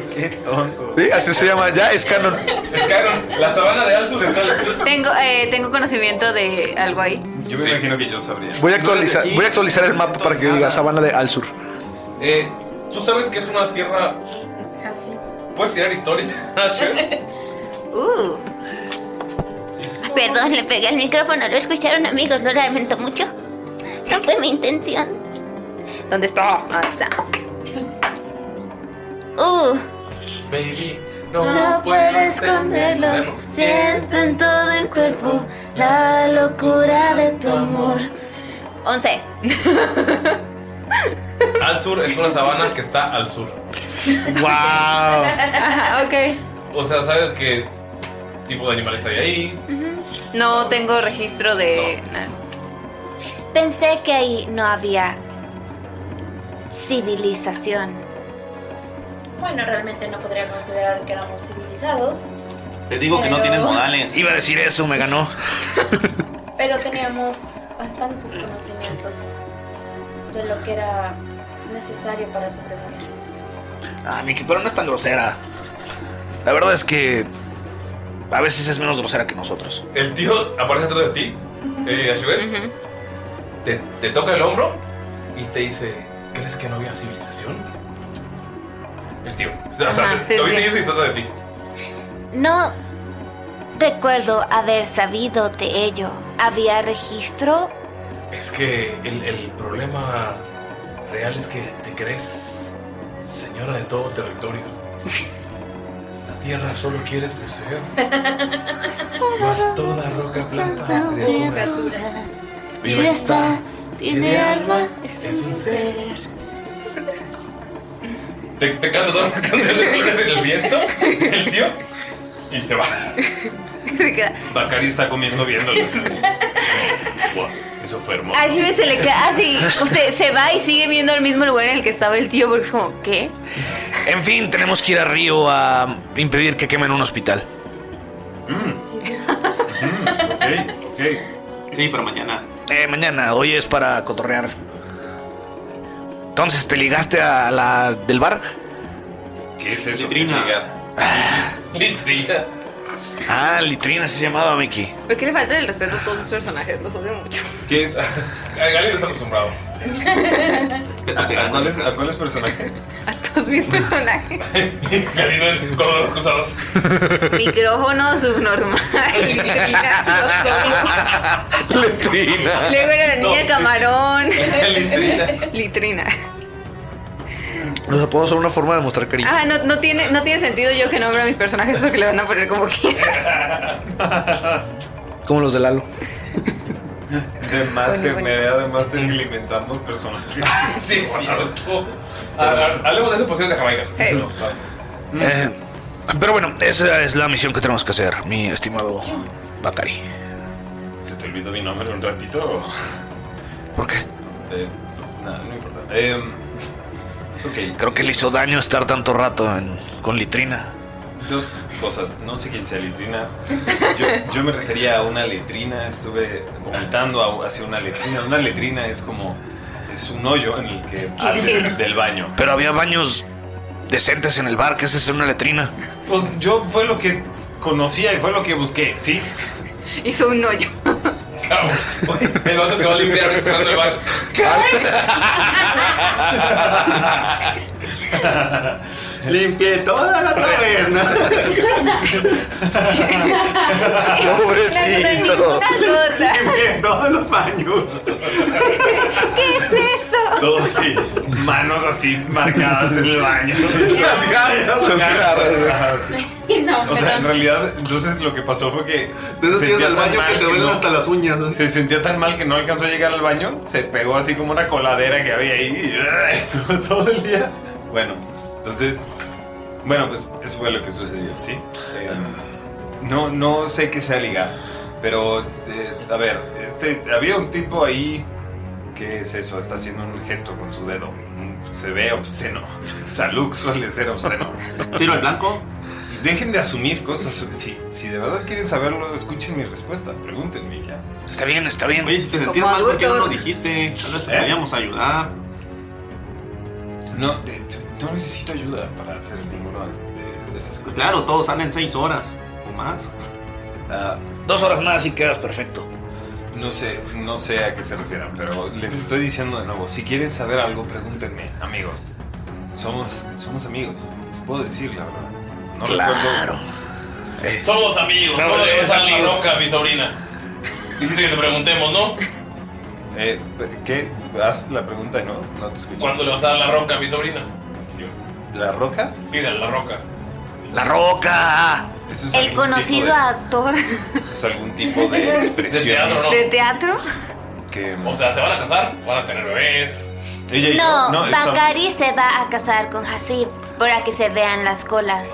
Sí, así se llama. Ya es canon.
Es Caron, la sabana de Alsur está en el sur.
Tengo, eh, tengo conocimiento de algo ahí.
Yo me imagino que yo sabría.
Voy a actualizar, voy a actualizar el mapa para que diga Sabana de Al Sur.
Eh, Tú sabes que es una tierra.
Así.
¿Puedes tirar historia? Asher?
Uh. Perdón, le pegué al micrófono. Lo escucharon, amigos. Lo lamento mucho. No fue mi intención.
¿Dónde está? Ah, está.
Uh.
Baby,
No, puedo esconderlo. Siento en todo el cuerpo la locura de tu amor. 11.
Al sur es una sabana que está al sur.
Ah.
¡Wow!
Ajá, ok.
O sea, sabes qué tipo de animales hay ahí.
Ujú. No tengo registro de. nada.
Pensé que ahí no había civilización.
Bueno, realmente no podría considerar que éramos civilizados,
Te digo que no
Pero-
tienen modales.
Iba a decir eso, me ganó.
pero teníamos bastantes conocimientos de lo que era necesario para sobrevivir.
Ah, mi equipero no es tan grosera. La verdad es que a veces es menos grosera que nosotros.
El tío aparece atrás de ti, eh, Ashbet. te, te toca el hombro y te dice: ¿Crees que no había civilización? El tío. O sea,
Ajá,
te-
sí,
lo viste
sí.
y se trata de ti.
No recuerdo haber sabido de ello. ¿Había registro?
Es que el, el problema real es que te crees señora de todo territorio. La tierra solo quieres poseer. Más toda roca, planta, criatura.
Viva está,
tiene alma,
es un ser.
Te, te canta todas las canciones de flores en el viento, el tío, y se va.
Bacari está comiendo viéndoles. Buah, eso fue hermoso.
A Jive se le queda así. o sea, ah, se va y sigue viendo al mismo lugar en el que estaba el tío, porque es como, ¿qué?
En fin, tenemos que ir a Río a impedir que quemen un hospital.
Mm.
Sí, pero mañana.
Eh, mañana, hoy es para cotorrear. Entonces, ¿te ligaste a la del bar?
¿Qué es eso?
Litrina.
Litrina.
Ah, Litrina se llamaba Mickey.
¿Por qué le falta el respeto a todos los personajes? Los odio mucho.
¿Qué es? Galindo está acostumbrado.
¿A, a cuáles, ¿A cuáles personajes?
Todos mis personajes.
Galindo con los cruzados.
Micrófono subnormal.
Letrina.
Luego era la niña camarón.
Litrina.
Litrina.
Los apodos son una forma de mostrar cariño.
Ah, no, no, tiene, no tiene sentido yo que nombre a mis personajes porque le van a poner como quiera.
Como los de Lalo.
De Master, Nerea de Master alimentamos personajes.
sí, es cierto. Ah, ah, Hablemos de esas posiciones de Jamaica.
Hey.
Mm.
Eh, pero bueno, esa es la misión que tenemos que hacer, mi estimado Bakari.
¿Se te olvidó mi nombre un ratito?
¿Por qué?
nada, no importa. Eh, ok,
Creo que le hizo daño estar tanto rato en- con Litrina.
dos cosas. No sé quién sea letrina. Yo, yo me refería a una letrina. Estuve vomitando a- hacia una letrina. Una letrina es como. Es un hoyo en el que haces del baño.
Pero había baños decentes en el bar, que esa es una letrina.
Pues yo fue lo que conocía y fue lo que busqué, ¿sí?
Hizo un hoyo.
El vato que va a limpiar está cerrando el bar.
Limpié toda la taberna.
No
Pobrecito.
tengo ninguna gota.
Limpié todos los baños.
¿Qué es eso?
Todo así, manos así marcadas en el baño. Las garras.
No,
O sea, en
perdón.
realidad, entonces lo que pasó fue que.
De esos días al baño que te duelen hasta ¿eh?
las uñas. Se sentía tan mal que no alcanzó a llegar al baño. Se pegó así como una coladera que había ahí. Y ¡ah! estuvo todo el día. Bueno, entonces. Bueno, pues eso fue lo que sucedió, ¿sí? Eh, no, no sé qué sea ligar. Pero, eh, a ver, este, había un tipo ahí ¿Qué es eso? Está haciendo un gesto con su dedo. Mm, Se ve obsceno. Saluk suele ser obsceno.
¿Tiro al blanco?
Dejen de asumir cosas. Si, si de verdad quieren saberlo, escuchen mi respuesta. Pregúntenme ya.
Está bien, está bien.
Oye, si te sentías mal, ¿por qué no nos dijiste? Tal vez te podíamos ayudar.
No, te- te- no necesito ayuda para hacer ninguna de, de esas cosas.
Claro, todos salen seis horas o más.
dos horas más y quedas perfecto.
No sé, no sé a qué se refieran, pero les estoy diciendo de nuevo, si quieren saber algo, pregúntenme, amigos. Somos, somos amigos, les puedo decir la verdad. No Eh,
Claro.
recuerdo.
Somos amigos. No le des a mi roca, mi sobrina. Dijiste que te preguntemos, ¿no?
Eh, ¿Qué? Haz la pregunta no, no te escucho.
¿Cuándo le vas a dar la roca a mi sobrina?
¿La roca?
Sí, de la roca.
¡La roca!
Eso es
El
algún
conocido
tipo
actor
de- es algún tipo de expresión.
teatro,
de teatro.
Que,
o sea, ¿se van a casar? ¿Van a tener bebés?
No, Bakari se va a casar con Hasib para que se vean las colas.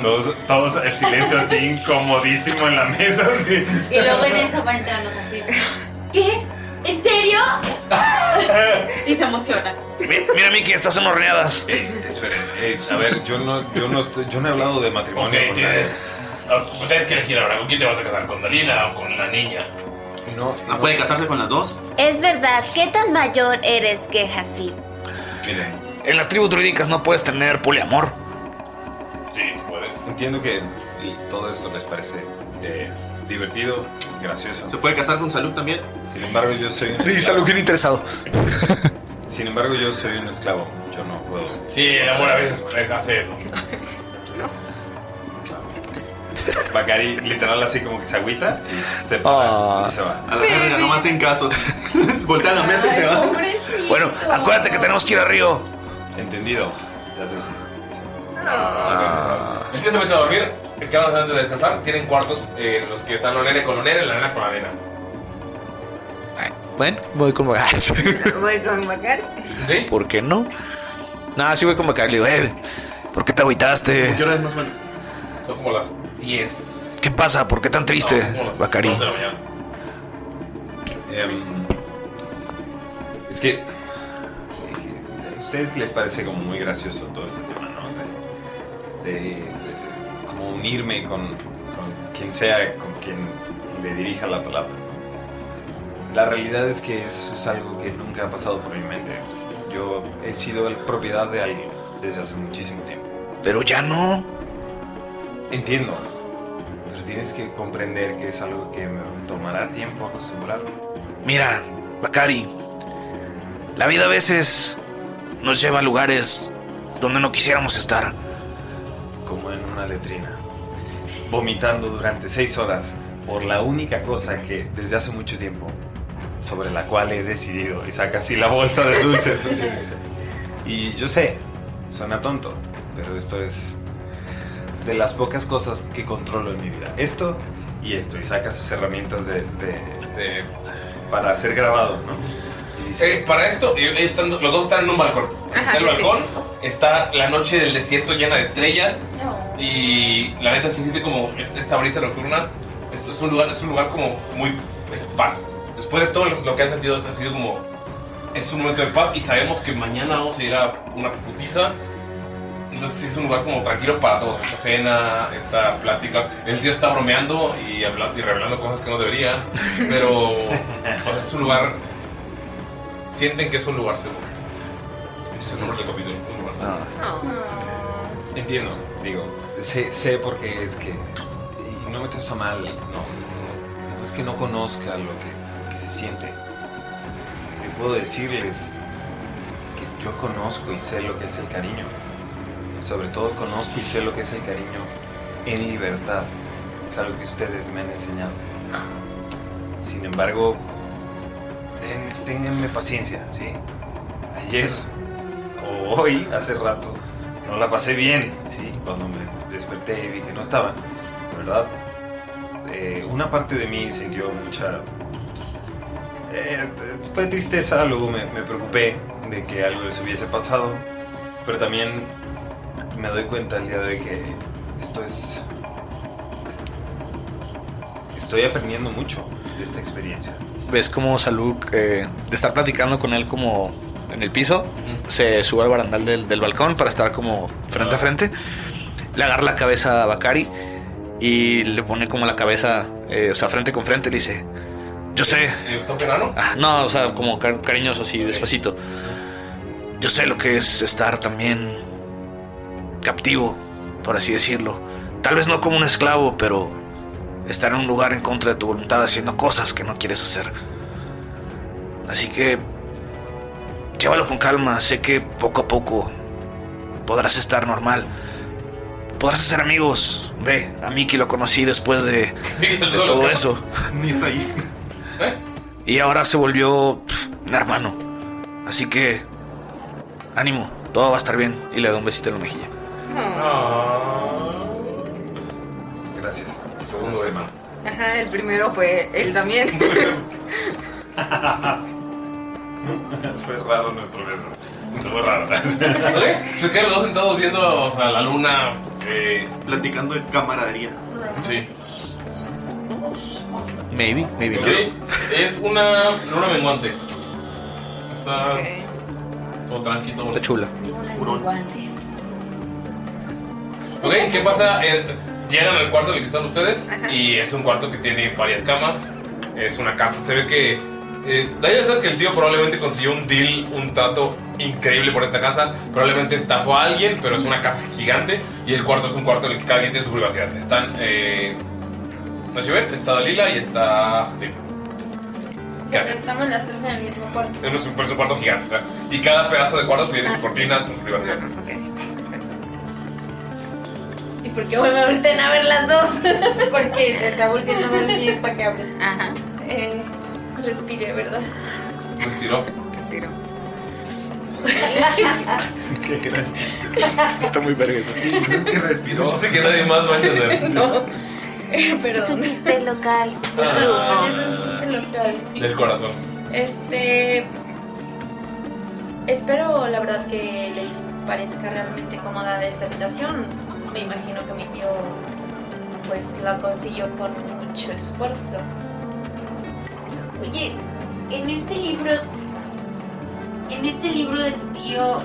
Todos, todos el silencio así incomodísimo en la mesa. así.
Y luego en eso va entrando así. ¿Qué? ¿En serio?
Y se emociona.
Mi- Mira, Miki, estas son horneadas.
esperen, eh, a ver, yo no, yo no estoy, yo no he hablado de matrimonio.
Ok,
con
tienes. ah, Ustedes quieren elegir ahora. ¿Con quién te vas a casar? ¿Con Dalila o con la niña?
nadie. No,
¿No puede casarse con las dos?
Es verdad, ¿qué tan mayor eres que Hasib?
Miren, en las tribus druídicas no puedes tener poliamor.
Sí, sí puedes.
Entiendo que todo esto les parece eh, divertido, gracioso.
¿Se puede casar con salud también?
Sin embargo, yo soy un
Sí,
esclavo.
salud, bien interesado.
Sin embargo, yo soy un esclavo. Yo no puedo.
Sí, el amor a veces pues, hace eso.
Bacari, literal, así como que se agüita y se, para,
Ah.
y se va.
A la verga, nomás en casos. Voltea a la mesa y se va.
Bueno, acuérdate que tenemos que ir a Río.
Entendido. Se hace así.
El tío se mete a dormir, el que antes de descansar, tienen cuartos eh, los que están la nene con la nene y la nena con la nena.
Bueno, voy con
ah,
Macar.
Voy con Bakari.
¿Por qué no? Nada, sí voy con Macar. Le digo, eh, ¿por qué te agüitaste?
hora es más o menos?
Son como las 10.
¿Qué pasa? ¿Por qué tan triste,
No, como las
Bacari?
dos de la mañana.
Em, es que eh, a ustedes les parece como muy gracioso todo este tema, ¿no? De, de- de- como unirme con, con quien sea, con quien le dirija la palabra. La realidad es que eso es algo que nunca ha pasado por mi mente. Yo he sido el propiedad de alguien desde hace muchísimo tiempo.
Pero ya no.
Entiendo, pero tienes que comprender que es algo que me tomará tiempo acostumbrarme.
Mira, Bakari, la vida a veces nos lleva a lugares donde no quisiéramos estar.
como en una letrina, vomitando durante seis horas por la única cosa que desde hace mucho tiempo sobre la cual he decidido y saca así la bolsa de dulces. así, así. Y yo sé, suena tonto, pero esto es de las pocas cosas que controlo en mi vida. Esto y esto, y saca sus herramientas de, de- de- para ser grabado, ¿no?
Eh, para esto, ellos están- los dos están en un balcón. está el balcón, está la noche del desierto llena de estrellas. Y la neta se siente como este- esta brisa nocturna. Es, es un lugar, es un lugar como muy. Es paz. Después de todo lo que han sentido, ha sido como. Es un momento de paz y sabemos que mañana vamos a ir a una putiza. Entonces sí, es un lugar como tranquilo para todos. Esta cena, esta plática. El tío está bromeando y, hablando, y revelando cosas que no debería. Pero o sea, es un lugar. Sienten que es un lugar seguro. Ese es el nombre del capítulo. Un lugar seguro.
Entiendo, digo, sé, sé por qué es que. Y no me traes a mal, no, no, no es que no conozca lo que, lo que se siente. Yo puedo decirles que yo conozco y sé lo que es el cariño. Sobre todo conozco y sé lo que es el cariño en libertad. Es algo que ustedes me han enseñado. Sin embargo, ten- ténganme paciencia, ¿sí? Ayer o hoy, hace rato, no la pasé bien, sí, cuando me desperté y vi que no estaban, la ¿verdad? eh, una parte de mí sintió mucha... eh, t- fue tristeza, luego me, me preocupé de que algo les hubiese pasado, pero también me doy cuenta el día de hoy que esto es... Estoy aprendiendo mucho de esta experiencia.
ves como Saluk, eh, de estar platicando con él como en el piso, se sube al barandal del, del balcón para estar como frente a frente. Le agarra la cabeza a Bakari y le pone como la cabeza, eh, o sea, frente con frente, le dice, yo sé.
Eh,
Ah, no, o sea, como ca- cariñoso, así, despacito. Yo sé lo que es estar también captivo, por así decirlo. Tal vez no como un esclavo, pero estar en un lugar en contra de tu voluntad haciendo cosas que no quieres hacer. Así que llévalo con calma, sé que poco a poco podrás estar normal. Podrás hacer amigos. Ve, a Miki lo conocí después de, de todo eso.
Ni está ahí.
¿Eh?
Y ahora se volvió pf, un hermano. Así que ánimo, todo va a estar bien. Y le da un besito en la mejilla.
Ah.
Gracias. Segundo beso.
Ajá, el primero fue él también.
Fue raro nuestro beso. Fue raro.
Se quedan los dos sentados viendo o sea, la luna. eh,
Platicando de camaradería.
Sí.
Maybe, maybe.
Ok, Es una luna menguante. Está. Todo tranquilo.
Está chula.
Ok, ¿qué pasa? Eh, llegan al cuarto en el que están ustedes y es un cuarto que tiene varias camas. Es una casa. Se ve que. Eh, ya sabes que el tío probablemente consiguió un deal, un trato increíble por esta casa. Probablemente estafó a alguien, pero es una casa gigante. Y el cuarto es un cuarto en el que cada quien tiene su privacidad. Están. Eh, Nashibet, está Dalila y está. Sí.
O
¿Qué
sea,
hacen?
estamos las tres en el mismo cuarto.
Es un, es un cuarto gigante, o sea, y cada pedazo de cuarto tiene sus cortinas con su privacidad.
¿Y por qué me voltean a ver las dos?
Porque te está volviendo a ver el bien para que hable. Ajá.
Eh, respire, ¿verdad?
Respiró.
Respiro.
Qué gran chiste. Está muy verga eso. Sí,
pues es que respiró.
No sé que nadie más va a entender.
Eh,
Es un chiste local.
Ah.
Es un chiste local, sí.
Del corazón.
Este. Espero, la verdad, que les parezca realmente cómoda de esta habitación. Me imagino que mi tío, pues, la consiguió con mucho esfuerzo.
Oye, en este libro, en este libro de tu tío,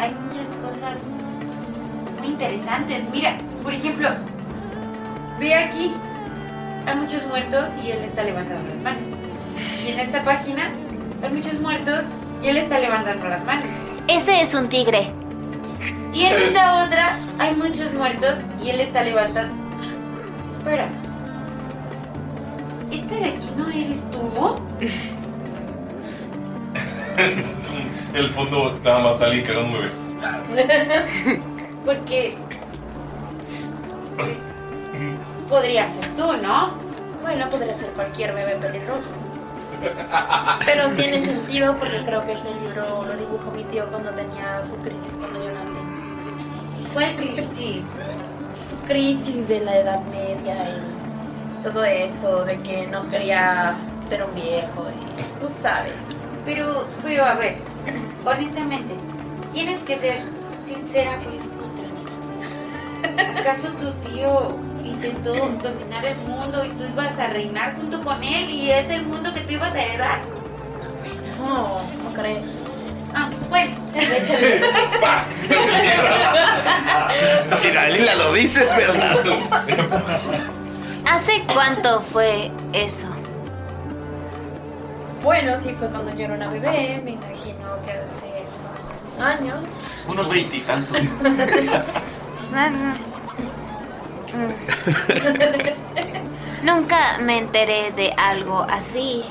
hay muchas cosas muy interesantes. Mira, por ejemplo, ve aquí, hay muchos muertos y él está levantando las manos. Y en esta página hay muchos muertos y él está levantando las manos.
Ese es un tigre.
Y en esta otra hay muchos muertos y él está levantando. Espera. ¿Este de aquí no eres tú?
El fondo nada más sale y caga un bebé.
Porque podría ser tú, ¿no?
Bueno, podría ser cualquier bebé pelirrojo. Pero tiene sentido porque creo que ese libro lo dibujó mi tío cuando tenía su crisis cuando yo nací.
¿Cuál crisis?
Su crisis de la Edad Media y todo eso, de que no quería ser un viejo y tú sabes.
Pero, pero a ver, honestamente, tienes que ser sincera con nosotros. ¿Acaso tu tío intentó dominar el mundo y tú ibas a reinar junto con él y es el mundo que tú ibas a heredar?
No, no crees.
Ah, bueno, tal vez.
Si Dalila lo dice, es verdad.
¿Hace cuánto fue eso?
Bueno, sí fue cuando yo era una bebé, me imagino que hace unos años.
Unos veintitantos.
Nunca me enteré de algo así,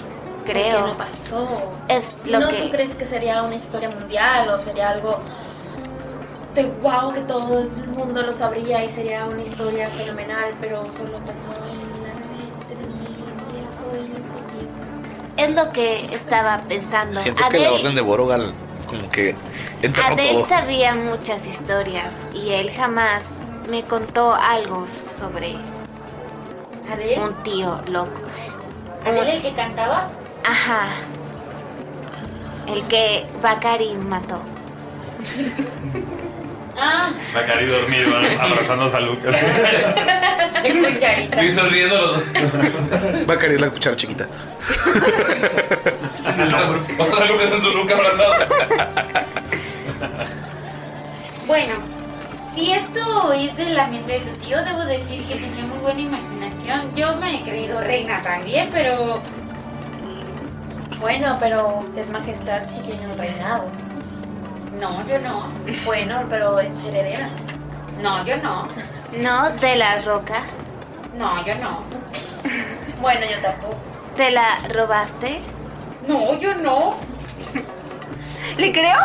creo.
¿Por qué no pasó?
Es
Si
lo
no,
que-
¿tú crees que sería una historia mundial o sería algo de wow que todo el mundo lo sabría y sería una historia fenomenal, pero solo pasó en la mente de mi viejo
Es lo que estaba pensando.
Siento que la
Adele,
orden de Borogal como que enterró
Adele
todo.
sabía muchas historias y él jamás me contó algo sobre
Adele.
un tío loco.
¿Adele el que cantaba?
Ajá. El que Bakari mató.
Ah,
Bacari dormido, abrazando a Lucas.
cucharita.
Y sonriendo los dos.
Va a caer la cuchara chiquita.
Ah,
Vamos a Lucas en su nuca abrazado.
Bueno, si esto es de la mente de tu tío, debo decir que tenía muy buena imaginación. Yo me he creído reina también, pero
Bueno, pero usted, majestad, sí tiene un reinado.
no, yo no.
Bueno, pero es heredera.
No, yo no.
No, de la roca.
No, yo no.
Bueno, yo tampoco.
¿Te la robaste?
No, yo no.
¿Le creo?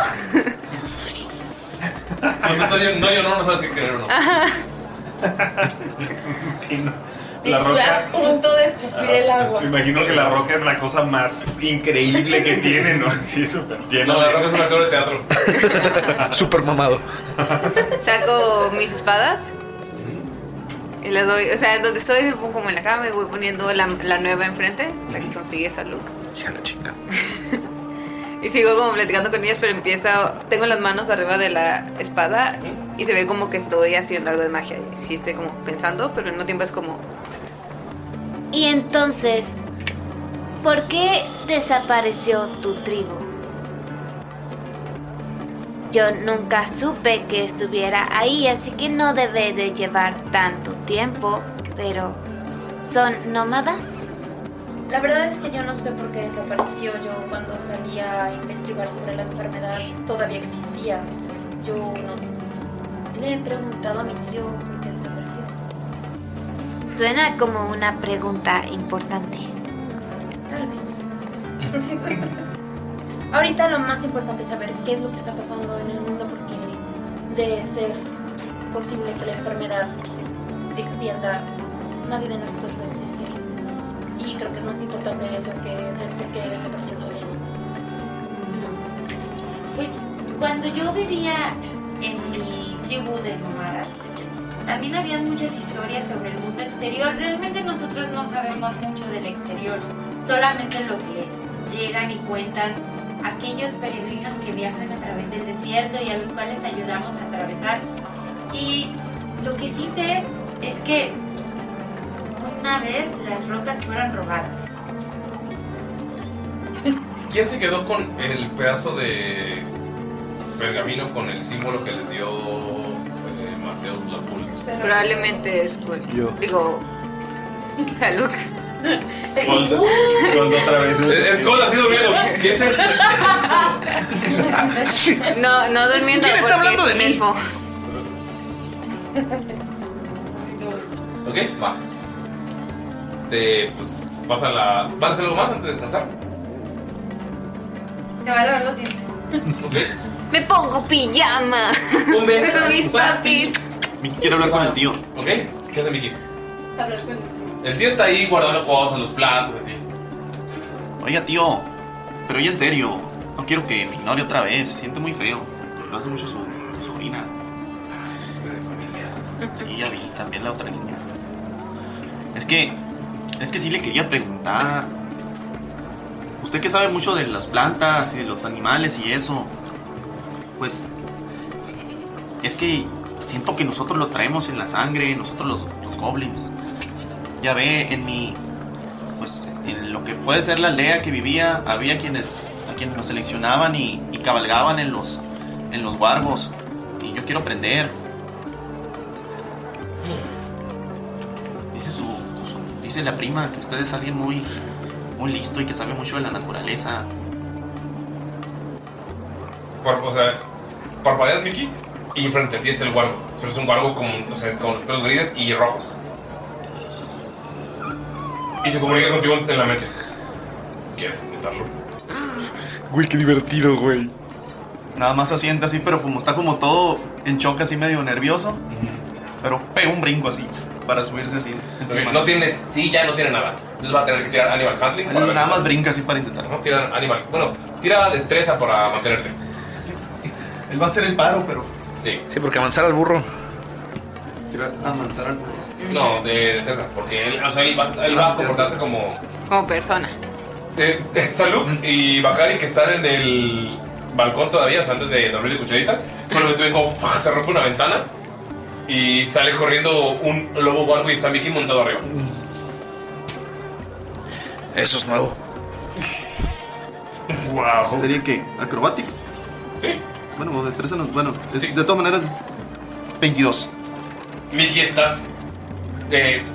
No, yo no, yo no, no sabes qué creer o no.
Ajá.
La
Estoy
roca. Ah,
a punto de escupir el agua.
Me imagino que la roca es la cosa más increíble que tiene, ¿no? Sí, súper lleno. No, la roca es un actor de teatro.
Súper mamado.
Saco mis espadas y las doy. O sea, donde estoy me pongo como en la cama y voy poniendo la, la nueva enfrente, la que conseguí esa look.
Hija de la chinga.
Y sigo como platicando con ellas, pero empieza. Tengo las manos arriba de la espada y se ve como que estoy haciendo algo de magia. Y sí, estoy como pensando, pero al mismo tiempo es como.
Y entonces, ¿por qué desapareció tu tribu? Yo nunca supe que estuviera ahí, así que no debe de llevar tanto tiempo, pero ¿son nómadas?
La verdad es que yo no sé por qué desapareció. Yo cuando salí a investigar sobre la enfermedad todavía existía. Yo no le he preguntado a mi tío por qué desapareció.
Suena como una pregunta importante.
Tal vez. Ahorita lo más importante es saber qué es lo que está pasando en el mundo porque de ser posible que la enfermedad se extienda, nadie de nosotros va a existir. Y creo que es más importante eso que de por qué desapareció todo
Pues cuando yo vivía en mi tribu de nómadas, también habían muchas historias sobre el mundo exterior. Realmente nosotros no sabemos mucho del exterior, solamente lo que llegan y cuentan aquellos peregrinos que viajan a través del desierto y a los cuales ayudamos a atravesar. Y lo que sí sé es que una vez las rocas fueron robadas.
¿Quién se quedó con el pedazo de pergamino con el símbolo que les dio eh, Mateo Tlapul?
Probablemente es cool.
Yo.
Digo. Salud.
Gold- Gold otra vez.
Es Gold así durmiendo. ¿Qué es esto?
No, no durmiendo.
¿Quién está
porque
hablando
es
de
el
mí?
mismo.
Ok, va. Te, pues, vas a la. ¿Vas a hacer algo más antes de descansar?
Te va a lavar los dientes.
Me pongo pijama.
Un beso.
Mis papis.
Quiero hablar con el tío. Ok, ¿qué hace Miki? El tío está ahí guardando cosas, los platos, así.
Oiga, tío, pero ya en serio, no quiero que me ignore otra vez. Se siente muy feo. Lo hace mucho su, su sobrina. De familia. Sí, ya vi, también la otra niña. Es que, es que sí le quería preguntar. Usted que sabe mucho de las plantas y de los animales y eso, pues es que siento que nosotros lo traemos en la sangre, nosotros los, los goblins. Ya ve, en mi, pues en lo que puede ser la aldea que vivía, había quienes a quienes nos seleccionaban y, y cabalgaban en los en los guargos. Y yo quiero aprender. Dice su, su- dice la prima que usted es alguien muy muy listo y que sabe mucho de la naturaleza.
Par- o sea, parpadeas, Miki, y frente a ti está el guargo. Pero es un guargo con, o sea, es con los pelos grises y rojos. Y se comunica contigo en la mente. ¿Quieres intentarlo?
Güey, qué divertido, güey. Nada más se sienta así, pero como está como todo en shock, así medio nervioso. Pero pega un brinco así, para subirse así.
Ok, No tienes, sí, ya no tiene nada. Entonces va a tener que tirar Animal Handling. para ver-
Nada más brinca así para intentar.
No, tira Animal. Bueno, tira destreza para mantenerte.
Él va a hacer el paro, pero.
Sí.
Sí, porque avanzar al burro.
Avanzar al burro.
No, de destreza, porque él, o sea, él va, él va a comportarse como.
Como persona.
Eh, Salud y Bakari que están en el balcón todavía, o sea, antes de dormir de cucharita. Solamente ven como ¡pah! se rompe una ventana y sale corriendo un lobo barco y está Mickey montado arriba.
Eso es nuevo.
Wow.
¿Sería qué? ¿Acrobatics?
Sí.
Bueno, o destreza no. Bueno, es- de todas maneras, 22.
Mickey, estás. es-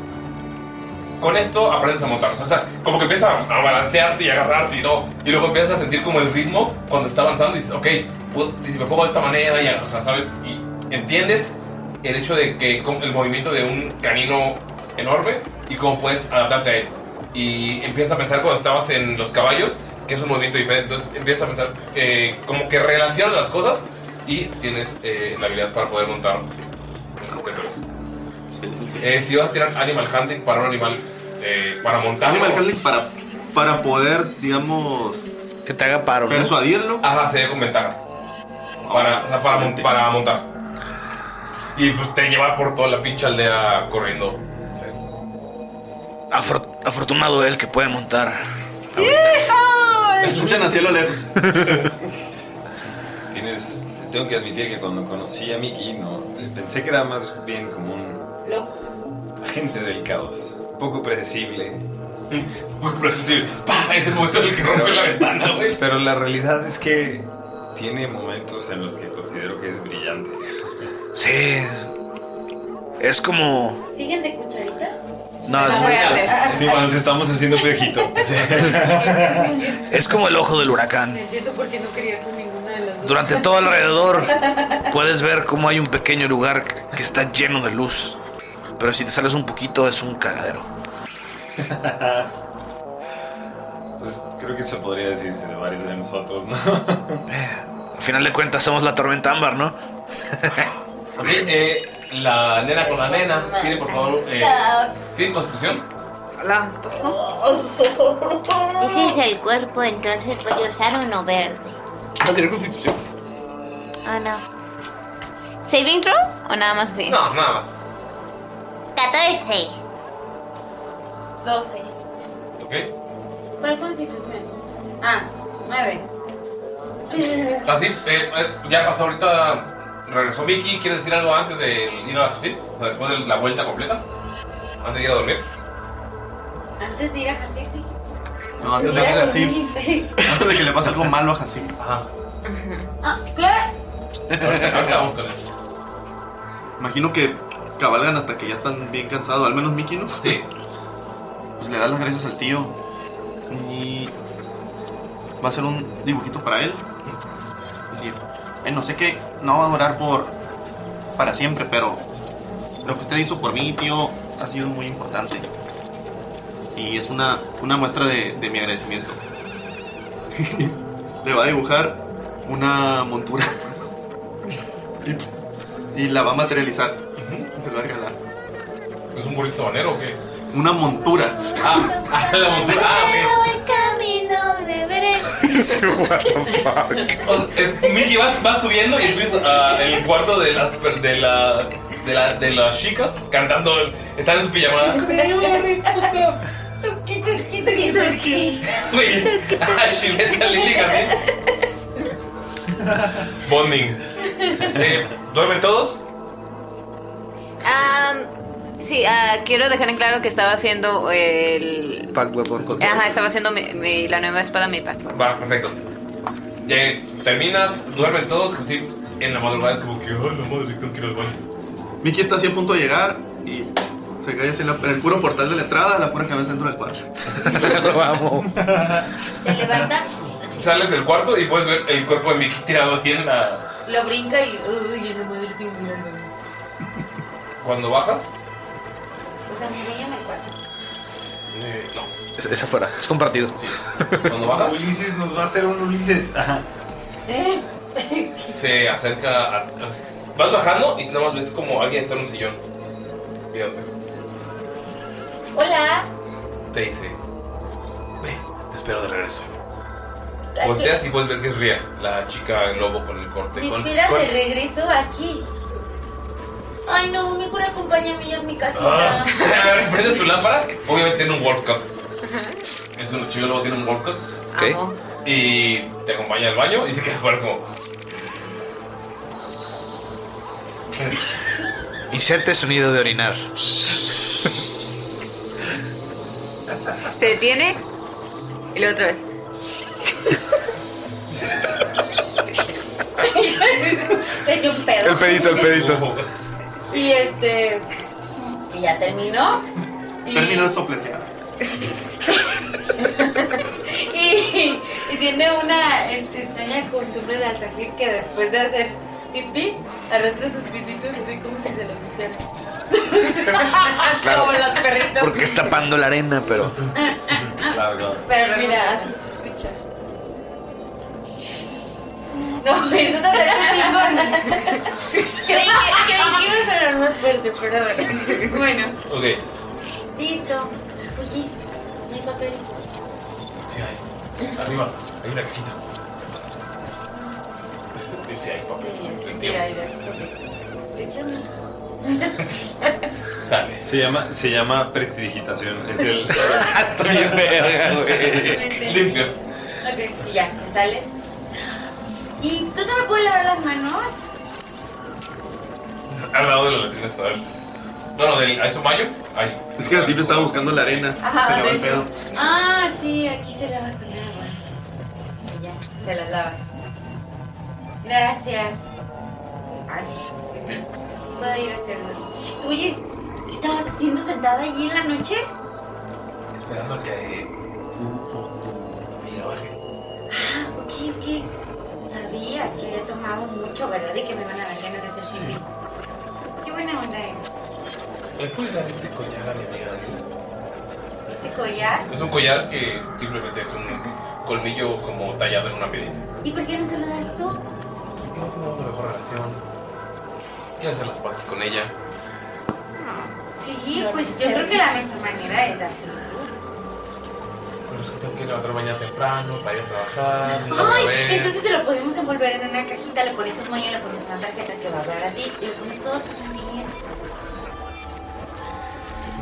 con esto aprendes a montar. O sea, como que empiezas a balancearte y agarrarte y no. Y luego empiezas a sentir como el ritmo cuando está avanzando y dices, ok, pues, si me pongo de esta manera, ya, o sea, ¿sabes? Y entiendes el hecho de que con- el movimiento de un canino enorme y cómo puedes adaptarte a él. Y empiezas a pensar cuando estabas en los caballos, que es un movimiento diferente. Entonces empiezas a pensar eh, como que relacionas las cosas y tienes eh, la habilidad para poder montar en los criaturas. Eh, si vas a tirar Animal Handling para un animal, eh, para montar.
Animal handling para, para poder, digamos.
Que te haga paro.
Persuadirlo.
Ajá, sería con ventaja. Para, o sea, para, mon- para montar. Y pues te lleva por toda la pinche aldea corriendo. Es-
Afro- afortunado él que puede montar.
Escuchan así a lo lejos.
Tienes. Tengo que admitir que cuando conocí a Mickey, no. Pensé que era más bien como un agente del caos. Poco predecible.
Poco predecible. ¡Pah! Es el momento en el que rompe la ventana, güey.
Pero la realidad es que tiene momentos en los que considero que es brillante.
Sí. Es como.
¿Siguen de cucharita?
No, es-
Sí, bueno, nos estamos haciendo piojito.
Es como el ojo del huracán.
Entiendo por qué no quería con ninguna de las
Durante todo alrededor puedes ver cómo hay un pequeño lugar que está lleno de luz. Pero si te sales un poquito es un cagadero.
Pues creo que eso podría decirse de varios de nosotros, ¿no?
Eh, Al final de cuentas somos la tormenta ámbar, ¿no?
Ok, eh, la nena con la nena. Tiene por favor. Eh, ¿Tiene constitución?
Hola, ¿qué
pasó? Ese es el cuerpo, entonces voy a usar uno verde.
¿Va a tener constitución?
Ah, no.
¿Saving throw o nada más así?
No, nada más.
14.
12.
Ok.
¿Cuál constitución? Ah, 9.
Así, eh, eh, ya pasó ahorita. Regresó Vicky. ¿Quieres decir algo antes de ir a la Hasid? O sea, Después de la vuelta completa. Antes de ir a dormir.
Antes de ir a Jacir, dije.
No, antes de que, así,
dormir.
antes de que le pase algo malo a Hasib.
Ah, ¿qué?
Imagino que cabalgan hasta que ya están bien cansados, al menos Mickey, ¿no?
Sí.
Pues le da las gracias al tío. Y. Va a hacer un dibujito para él. Es decir, eh, no sé qué, no va a durar por. para siempre, pero. Lo que usted hizo por mí, tío, ha sido muy importante. Y es una, una muestra de, de mi agradecimiento. le va a dibujar una montura. y, y la va a materializar. Se lo va a regalar.
¿Es un burrito habanero o qué?
Una montura.
Ah, la montura. Ah,
Buen camino de
ok. Es- Mickey, vas, vas subiendo y empiezas a el cuarto de las. per- de la. de, la, de las chicas cantando. Están en su pijamada.
Tuki, tuki, tuki, tuki.
Güey, a Shimeta Lili García. Bonding. Eh, ¿Duermen todos?
Am, sí, ah, quiero dejar en claro que estaba haciendo el...
Pack Weapon Control.
Ajá, estaba haciendo mi- mi- la nueva espada, mi pack.
Va, perfecto. Ya terminas, duermen todos, así en la madrugada es como que, oh, la madre, tengo que ir al baño.
Mickey está así a punto de llegar y se cae así en, la- en el puro portal de la entrada, la pura cabeza dentro del cuarto.
Vamos.
Se levanta,
Sales del cuarto y puedes ver el cuerpo de Mickey tirado así en la.
Lo brinca y. Uy, esa madre tiene un gran
Cuando bajas.
o sea, mi niña me cuarto.
eh, no.
Es, es afuera, es compartido.
Cuando bajas.
Ulises nos va a hacer un Ulises.
Eh,
se acerca a. Vas bajando y nada más ves como alguien está en un sillón. Mírate.
Hola.
Te dice. Ve, te espero de regreso. Volteas y puedes ver que es Ria, la chica lobo con el corte.
Me
con-
inspiras
con-
de regreso aquí. Ay, no, mejor acompáñame ya a mi casita.
A ver, Ah, prende su lámpara. Obviamente tiene un wolf cup. Es un chico lobo, tiene un wolf cup. Y te acompaña al baño y se queda fuera como.
Inserte sonido de orinar.
Se detiene y luego otra vez.
Te echo un pedo.
El pedito, el pedito.
Y este. Y ya terminó. Y,
Termino de sopletear.
y, y tiene una este, extraña costumbre de alzajir que después de hacer pipí, arrastra sus pisitos así como si se los limpiara.
Claro.
Como los perritos.
Porque es tapando la arena, pero.
Pero mira, así se escucha. No, eso te hace pipí. Creí que creí que iba a sonar más fuerte, pero bueno. Bueno,
Ok.
listo. Oye, no hay papel.
Sí hay. Arriba, hay una cajita. Sí hay papel.
Mira, mira, Pues ok. Échame.
Sale. Se llama, se llama prestidigitación. Es el. Hasta bien verga,
güey.
Limpio.
Ok, y ya, me sale. ¿Y tú no me puedes lavar las manos?
Al lado de la latina está el. No, no, del. ¿Hay su mayo? Ay.
Es que así me estaba buscando la arena.
Ajá,
se le va
de
el pedo.
Ah, sí, aquí se lava con agua. Y ya, se las lava. Gracias. Así. Voy a ir a hacerlo. Oye, ¿qué estabas haciendo sentada allí en la noche?
Esperando a que tú o tu amiga baje.
Ah, ok, ok. Sabías que había tomado mucho, ¿verdad? Y que me van a dar ganas de hacer shipping. Qué buena onda eres.
¿Le puedes dar este collar a mi amiga Daniela?
Este collar.
Es un collar que simplemente es un colmillo como tallado en una piedrita.
¿Y por qué no se lo das tú?
No tenemos una mejor relación. Quiero hacer las paces con ella.
Sí, pues yo creo que la mejor manera es dárselo tú.
Pero es que tengo que levantar mañana temprano para ir a trabajar. y luego a
Ay,
ver.
entonces se lo podemos envolver en una cajita, le pones un moño, le pones una tarjeta que va a hablar a ti y le pones todos tus sentimientos.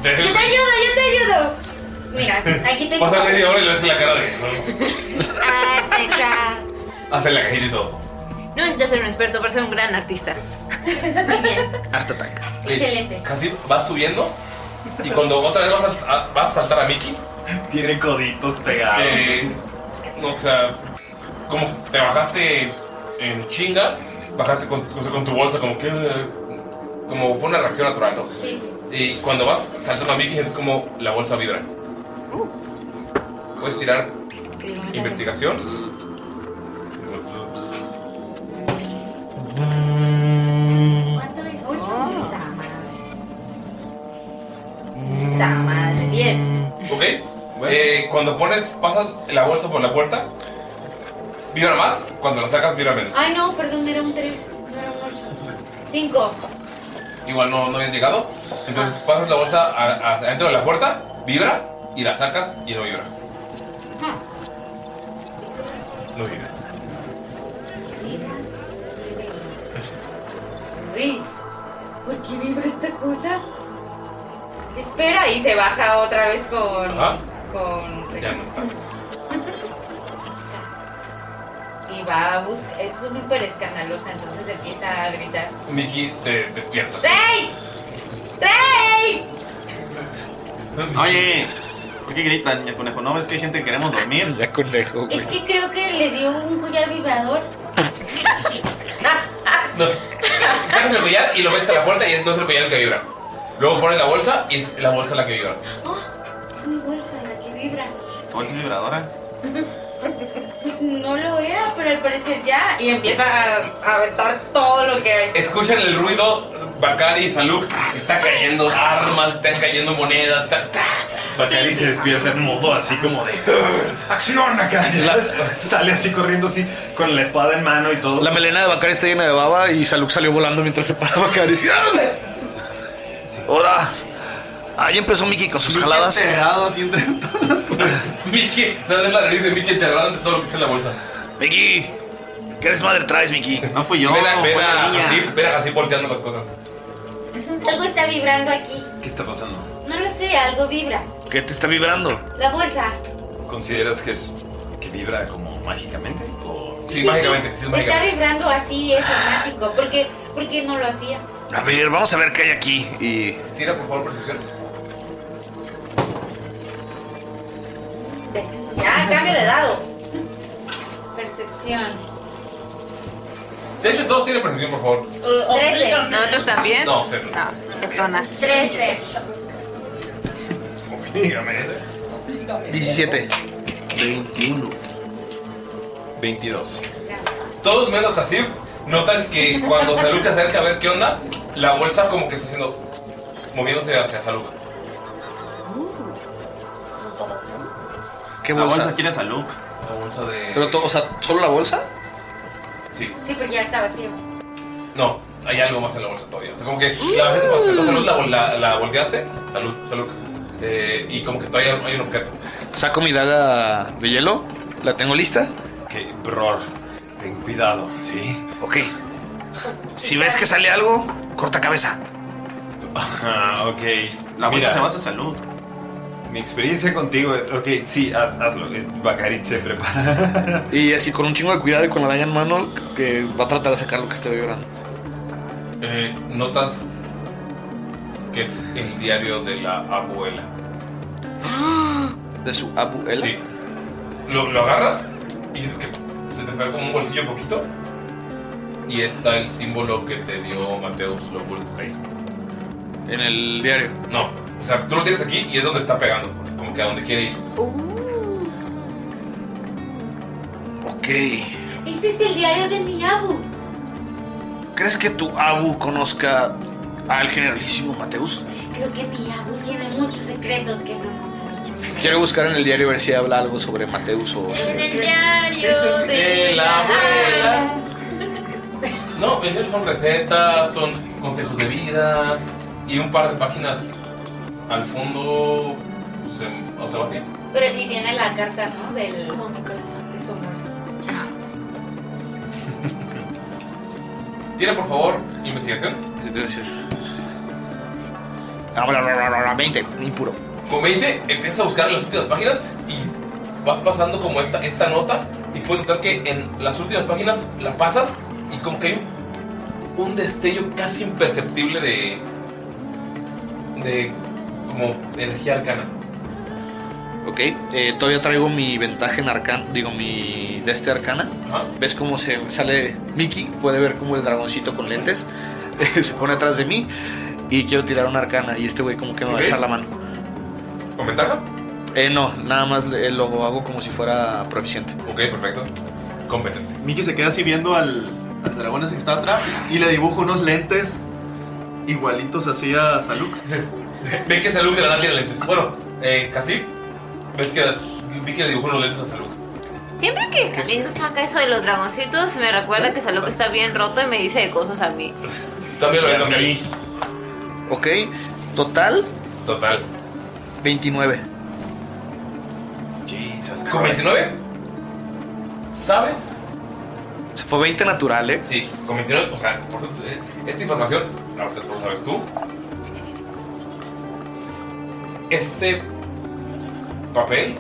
Deja-
Yo te ayudo, yo te ayudo. Mira, aquí tengo.
Pasa media hora y le hace la cara de.
Ah, checa.
Hace la cajita y todo.
No necesitas ser un experto para ser un gran artista.
Muy bien.
Art Attack.
Excelente.
Casi vas subiendo y cuando otra vez vas a, a- vas a saltar a Mickey. Tiene coditos pegados. o sea, como te bajaste en chinga, bajaste con, o sea, con tu bolsa, como que. eh, Como fue una reacción natural, ¿no?
Sí, sí.
Y cuando vas saltando a Mickey, sientes como la bolsa vibra. Puedes tirar investigación.
¿Cuánto es? Ocho.
Oh.
Ta madre. Ta madre. Diez.
Ok. Eh, cuando pones, pasas la bolsa por la puerta, vibra más. Cuando la sacas, vibra menos.
Ay, no, perdón, era un tres. No era un ocho. Cinco.
Igual no, no habías llegado. Entonces
Ah.
pasas la bolsa a- a- adentro de la puerta, vibra y la sacas y no vibra.
Hmm.
No vibra.
Uy, ¿por qué vibra esta cosa? Espera, y se baja otra vez con.
Ajá.
con
Ya no está.
y va a buscar. Es súper escandalosa, entonces empieza a gritar:
Mickey te despierta.
¡Rey! ¡Rey!
Oye, ¿por qué gritan, ya conejo? ¿No ves que hay gente que queremos dormir? Ya conejo,
Es que creo que le dio un collar vibrador.
Sacas el collar y lo metes a la puerta y es- no es el collar el que vibra. Luego pones la bolsa y es la bolsa la que vibra.
Es mi bolsa la que vibra.
¿Bolsa vibradora?
Pues no lo era, pero al parecer ya. Y empieza a- a aventar todo lo que hay.
Escuchan el ruido, Bacari y Saluk.
Ah,
Está cayendo armas, están cayendo monedas. Está...
Bacari se despierta en modo así como de. "Ah, ¡Acción acá! Y la- sale así corriendo así con la espada en mano y todo.
La melena de Bacari está llena de baba y Saluk salió volando mientras se paraba Bacari. y decía, "¡Dame!". ¡Hola! Ahí empezó Mickey con
Pues
sus jaladas.
Mickey, nada más la nariz de Mickey enterrada de todo lo que está en la bolsa.
Mickey, ¿qué desmadre traes, Mickey?
No fui
yo. Ven a, ven
fue
a
la niña.
Hasib- ven a Hasib volteando las cosas.
Algo está vibrando aquí.
¿Qué está pasando?
No lo sé, algo vibra.
¿Qué te está vibrando?
La bolsa.
¿Consideras que es que vibra como mágicamente? O...
Sí, mágicamente, sí,
Está vibrando así, es mágico. Porque, porque no lo hacía.
A ver, vamos a ver qué hay aquí. Y.
Tira por favor percepción.
Ya, cambio de dado. Percepción.
De hecho, todos tienen percepción, por favor.
Trece. ¿Nosotros también? Ah,
No, cero.
Petonas.
13.
Dígame.
17.
21.
22.
Todos menos Hasib notan que cuando Saluk se acerca a ver qué onda, la bolsa como que está haciendo. moviéndose hacia Saluk.
¿Qué
La
bolsa?
bolsa quiere salud.
La bolsa de.
Pero, to- o sea, ¿solo la bolsa?
Sí.
Sí, pero ya está vacío.
No, hay algo más en la bolsa todavía. O sea, como que la vez cuando sacó salud, la, la, la volteaste. Salud, salud. Eh, y como que todavía hay un objeto.
Saco mi daga de hielo. ¿La tengo lista?
Ok, Bror, ten cuidado, ¿sí?
Ok. Si ves que sale algo, corta cabeza.
Ajá, ok.
La bolsa se basa en
salud. Mi experiencia contigo, eh, ok, sí, haz- hazlo. Es, Bacari se prepara.
Y así con un chingo de cuidado y con la daga en mano, que va a tratar de sacar lo que esté vibrando.
Eh, notas que es el diario de la abuela.
¿De su abuela?
Sí. Lo, lo agarras y es que se te pega como un bolsillo poquito. Y está el símbolo que te dio Mateus Lobult ahí.
¿En el diario?
No. O sea, tú lo tienes aquí y es donde está pegando. Como que a donde quiere ir.
Uh,
Ok.
Ese es el diario de mi abu.
¿Crees que tu abu conozca al generalísimo Mateus?
Creo que mi abu tiene muchos secretos que no nos ha dicho.
Quiero buscar en el diario a ver si habla algo sobre Mateus o
En Pues el
sobre...
diario de la abuela.
No, en serio son recetas, son consejos de vida y un par de páginas al fondo. pues, en- o sea, vacías.
Pero y tiene la carta, ¿no? Del. Ah. Como mi corazón. De su amor.
Tira por favor investigación.
Sí, te voy a decir. Ah, bla, bla, bla, bla, bla, 20, impuro.
Con 20 empiezas a buscar en las últimas páginas y vas pasando como esta, esta nota y puedes estar que en las últimas páginas la pasas y como que hay un- un destello casi imperceptible de... de como energía arcana.
Ok, eh, todavía traigo mi ventaja en arcana, digo, mi de este arcana. ¿Ves cómo se sale Mickey? Puede ver como el dragoncito con lentes eh, se pone atrás de mí y quiero tirar una arcana y este güey como que me va
Ok.
a echar la mano.
¿Con ventaja?
Eh, no, nada más le- lo hago como si
Ah,
fuera proficiente.
Ok, perfecto. Competente.
Mickey se queda así viendo al, al dragón ese que está atrás y le dibujo unos lentes igualitos así a Saluk.
Ve que Salud de la nada tiene lentes. Bueno, eh, casi. Ves que vi que le dibujó unos lentes a Salud.
Siempre que Galindo saca eso de los dragoncitos, me recuerda que Saluk está bien roto y me dice de cosas a mí.
También lo voy a cambiar.
Ok, total.
Total.
29.
¿Con 29? ¿Sabes?
Se fue 20 natural, ¿eh?
Sí, con 29, o sea, por eso, eh, esta información, ahorita solo sabes tú. Este papel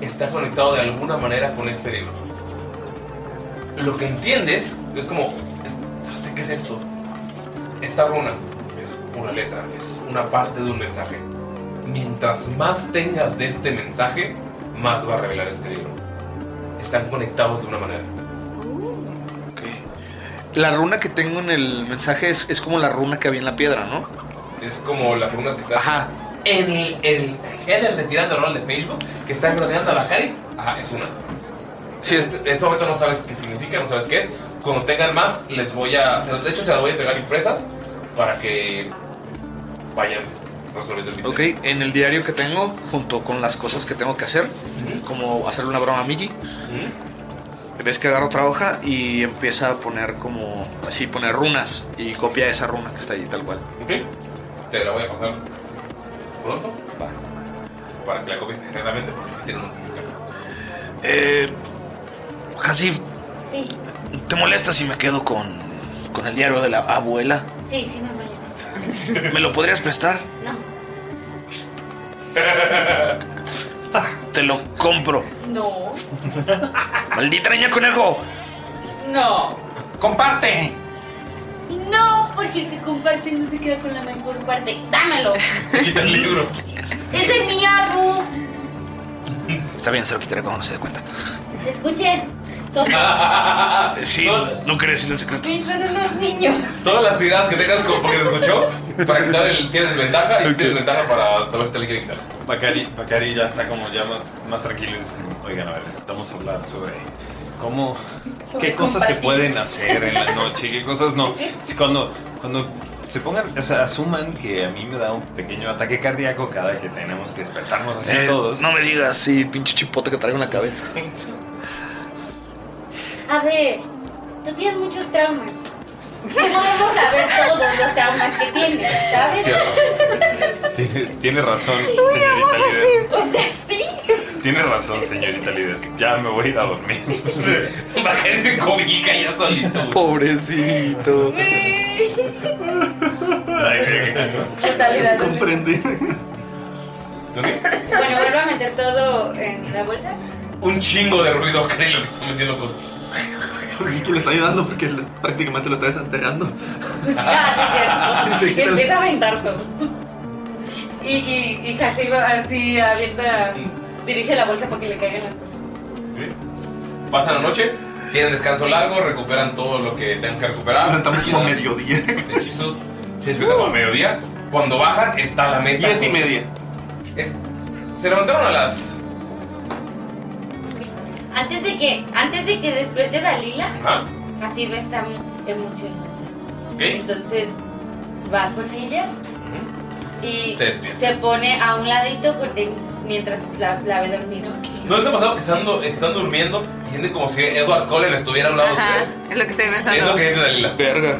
está conectado de alguna manera con este libro. Lo que entiendes es como, es- o sea, sé qué es esto. Esta runa es una letra, es una parte de un mensaje. Mientras más tengas de este mensaje, más va a revelar este libro. Están conectados de una manera.
La runa que tengo en el mensaje es, es como la runa que había en la piedra, ¿no?
Es como las runas que están en el, el header de Tirando Rol de Facebook que está rodeando a Bakari. Ajá, es una.
Sí,
en, este, en este momento no sabes qué significa, no sabes qué es. Cuando tengan más, les voy a. o sea, de hecho, se las voy a entregar impresas para que vayan resolviendo el misterio.
Ok, en el diario que tengo, junto con las cosas que tengo que hacer, como hacerle una broma a Mickey, ves que agarra otra hoja y empieza a poner como, así, poner runas y copia esa runa que está ahí tal cual.
Ok, te la voy a pasar pronto. Para que la copies directamente, porque sí tienen un significado.
Eh, Hasif,
Sí,
¿te molesta si me quedo con, con el diario de la abuela?
sí, sí me molesta.
¿Me lo podrías prestar?
No.
Te lo compro.
No.
¡Maldita niña conejo!
No.
¡Comparte!
No, porque el que comparte no se queda con la mejor parte. Dámelo.
Te quita el libro.
es de mi abu.
Está bien, se lo quitaré cuando se dé cuenta.
Escuchen. Todos
Eh, Sí, no quería decirle el secreto.
son unos niños.
Todas las tiradas que tengas con- porque te escuchó, para quitar el tienes desventaja y tienes ventaja para saber si te le quieren quitar.
Bacari, Bacari ya está como ya más, más tranquilo y dice, oigan, a ver, estamos a hablar sobre cómo,
Sobre
qué cosas se
compartir.
pueden hacer en la noche y qué cosas no. Es Cuando, cuando se pongan, o sea, asuman que a mí me da un pequeño ataque cardíaco cada que tenemos que despertarnos así
Eh,
todos.
No me digas, sí, pinche chipote que traigo en la cabeza.
A ver, tú tienes muchos traumas. Podemos saber todos los traumas que tienes,
Sí,
¿sabes?
es cierto. tiene, tiene razón, señorita líder.
O sea, sí.
Tiene razón, señorita líder. Ya me voy a ir a dormir.
Bacari se comica ya solito.
Pobrecito.
Totalidad.
Comprende.
Bueno, vuelvo a meter todo en la bolsa.
Un chingo de ruido, Bacari, lo que está metiendo cosas.
que le está ayudando porque le- prácticamente lo está desenterrando.
Ah, sí,
Sí,
cierto. Y
claro.
empieza a aventar todo. Y, y, y así, así avienta, dirige la bolsa para que le caigan las cosas.
Pasan la noche, tienen descanso largo, recuperan todo lo que tengan que recuperar. Estamos como
mediodía.
Hechizos. Se despiertan como a mediodía. Cuando bajan, está la mesa.
Diez y
con-
media.
Es- se levantaron a las.
Antes de que, antes de que despierte Dalila,
Ajá.
así va está muy emocionada.
Ok.
Entonces va con ella y
Te despierta.
se pone a un ladito porque mientras la, la ve dormir.
¿No les ha pasado que están, du- están durmiendo y sienten como si Edward Cullen estuviera a un lado de
Ajá,
ustedes?
es lo que se me
Es lo
sonó.
que dice Dalila. Verga.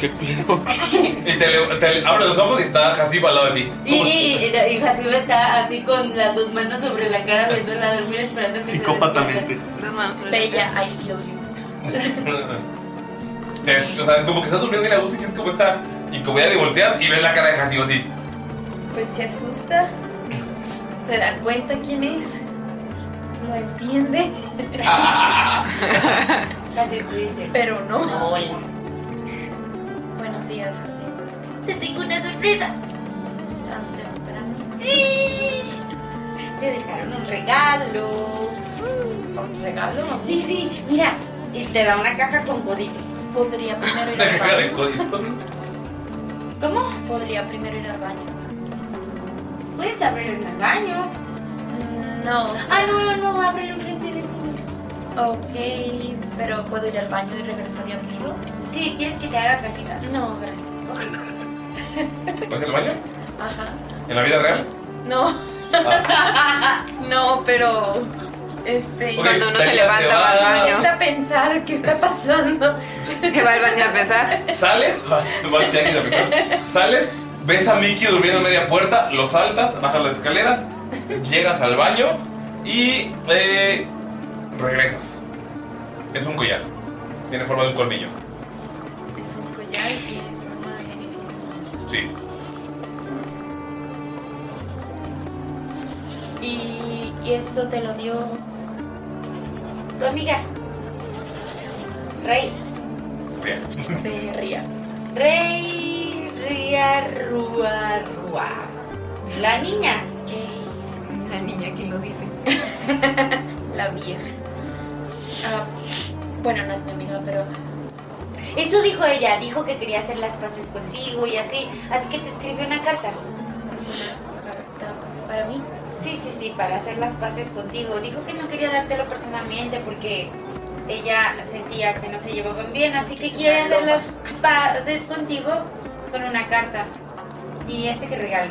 Qué culo. Y te, le- te le- abre los ojos y está Hasib al lado de ti.
Y, y, y, y Jaciba está así con las dos manos sobre la cara, viéndola dormir, esperando que se
Psicópatamente.
despierte. Bella, I feel you.
Te- o sea, como que estás durmiendo en la luz y sientes como está incomodidad y volteas y ves la cara de Hasib así.
Pues se asusta. Se da cuenta quién es. No entiende.
Casi dice.
Pero no.
Hola.
Buenos días, José.
Te tengo una sorpresa.
Tan temprano.
¡Sí! Te dejaron un regalo. ¿Un regalo? Sí, sí, mira. Y te da una caja con coditos.
Podría primero ir
La
al
caja
baño.
de código.
¿Cómo?
Podría primero ir al baño.
Puedes abrirlo en el baño.
No.
Ah, no, no, no, ábrelo enfrente de mí.
Ok, pero ¿puedo ir al baño y regresar y abrirlo?
Sí, ¿quieres que te haga casita?
No, gracias.
¿Vas al baño?
Ajá.
¿En la vida real?
No. no, pero. Este.
Ah. Ok, Cuando uno se Dalila levanta, se va va. al baño.
a pensar qué está pasando.
Te va al baño a pensar.
Sales, va- va- ya que la mitad. sales, ves a Mickey durmiendo en media puerta, lo saltas, bajas las escaleras, llegas al baño y eh, regresas. Es un collar. Tiene forma de un colmillo.
Es un collar y tiene forma
Sí.
de- Y, y esto te lo dio.
Tu amiga. Rey.
Bien.
Ría.
Rey. Ría. Rua. Rua. La niña.
La niña que lo dice. La vieja. Ah, bueno, no es mi amiga, pero.
Eso dijo ella. Dijo que quería hacer las paces contigo y así. Así que te escribió una carta.
¿Para mí?
Sí, sí, sí, para hacer las paces contigo. Dijo que no quería dártelo personalmente porque ella sentía que no se llevaban bien, así que quiere hacer las paces contigo con una carta. Y este que regalo.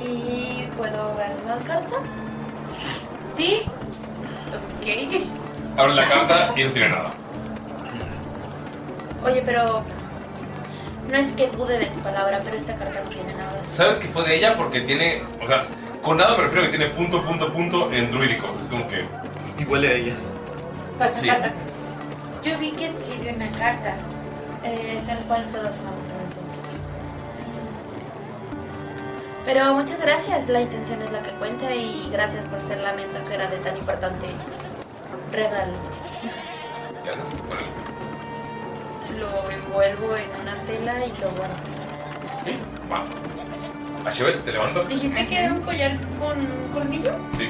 ¿Y puedo ver la carta?
¿Sí?
Ok.
Abres la carta y no tiene nada.
Oye, pero. No es que dude de tu palabra, pero esta carta no tiene nada.
Sabes que fue de ella porque tiene, o sea, con nada me refiero a que tiene punto, punto, punto en druídico. Es como que.
Y huele a ella.
Sí.
Yo vi que escribió una carta.
Eh, tal cual solo son puntos. Pero muchas gracias, la intención es la que cuenta y gracias por ser la mensajera de tan importante regalo.
¿Qué haces? Bueno,
lo envuelvo en una tela y lo guardo.
Va. Achebet, ¿te levantas?
¿Dijiste que era un collar con colmillo?
Sí.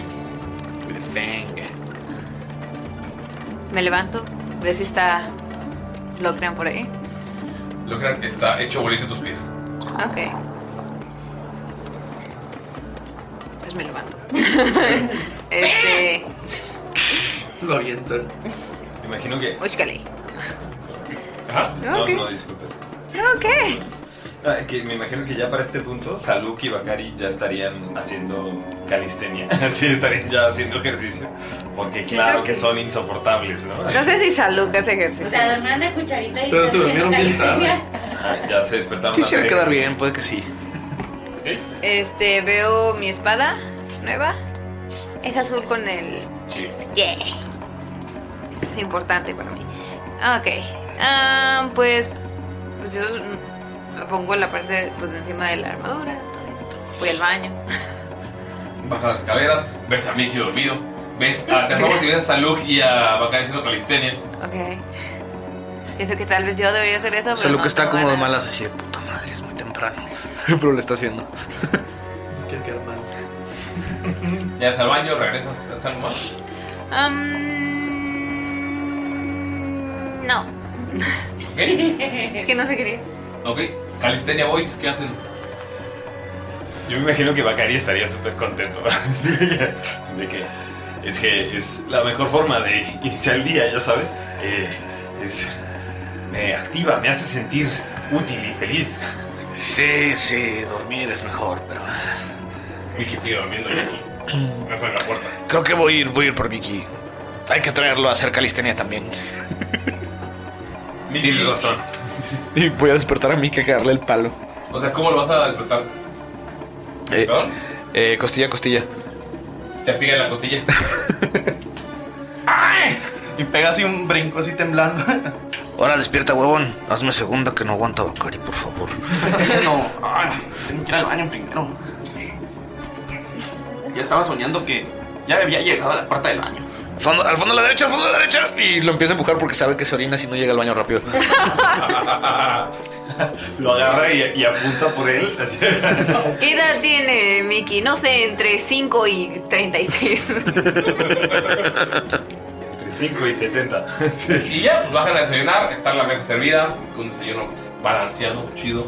Me levanto, veo si está. Lo crean por ahí.
Lo crean, está hecho bolita a tus pies.
Ah, Ok. Pues me levanto. este.
Lo avientan.
Imagino que.
Úchcale.
Ajá. No,
Ok.
no, disculpes.
Ok.
Ah, que me imagino que ya para este punto, Saluk y Bakari ya estarían haciendo calistenia. Sí, estarían ya haciendo ejercicio. Porque claro que son insoportables, ¿no?
No sé si Salud hace
O
ejercicio.
sea, adornar la cucharita y
Pero se
estar
durmieron
haciendo
bien tarde.
calistenia.
Ajá, ya se despertaron.
Quisiera
a hacer
quedar
ejercicio.
bien, puede que sí.
Este, veo mi espada nueva. Es azul con el. Yeah. Eso es importante para mí. Ok. Ah, pues. Pues yo mm, la pongo en la parte pues, de encima de la armadura. Voy al baño.
Bajas las escaleras, ves a Mickey dormido, ves a, te asomas y ves a Saluk y a Bakari haciendo calistenia.
Ok. Pienso que tal vez yo debería hacer eso, pero.
Solo
no,
que está
no
como
van
de
a-
malas así de puta madre, es muy temprano. Pero lo está haciendo.
Quiero quedar mal.
Ya hasta el baño, regresas, ¿haces algo más?
Am, no.
¿Ok?
es que no se quería.
Ok. Calistenia Boys, ¿qué hacen?
Yo me imagino que Bakari estaría súper contento. Sí, ya. de que es que es la mejor forma de iniciar el día, ya sabes. Eh, es, me activa, me hace sentir útil y feliz.
Sí, sí, dormir es mejor, pero. ah.
Mickey sigue durmiendo. No sale la puerta.
Creo que voy a ir, voy a ir por Vicky. Hay que traerlo a hacer calistenia también.
Tienes razón.
Y voy a despertar a mí que darle el palo.
O sea, ¿cómo lo vas a despertar?
Eh,
¿Perdón?
eh, costilla, costilla.
Te pega en la cotilla.
Y pega así un brinco así temblando.
Ahora despierta, huevón. Hazme segunda que no aguanta Bakari, por favor.
no, ah, tengo que ir al baño primero. Ya estaba soñando que ya había llegado a la puerta del baño.
Al fondo, al fondo a la derecha, al fondo a la derecha. Y lo empieza a empujar porque sabe que se orina si no llega al baño rápido.
Ah.
lo agarra y, y apunta por él.
¿Qué edad tiene Mickey? No sé, entre 5 y 36.
Entre 5 y 70.
Y ya, pues bajan a desayunar, está la mesa servida, con un desayuno balanceado, chido.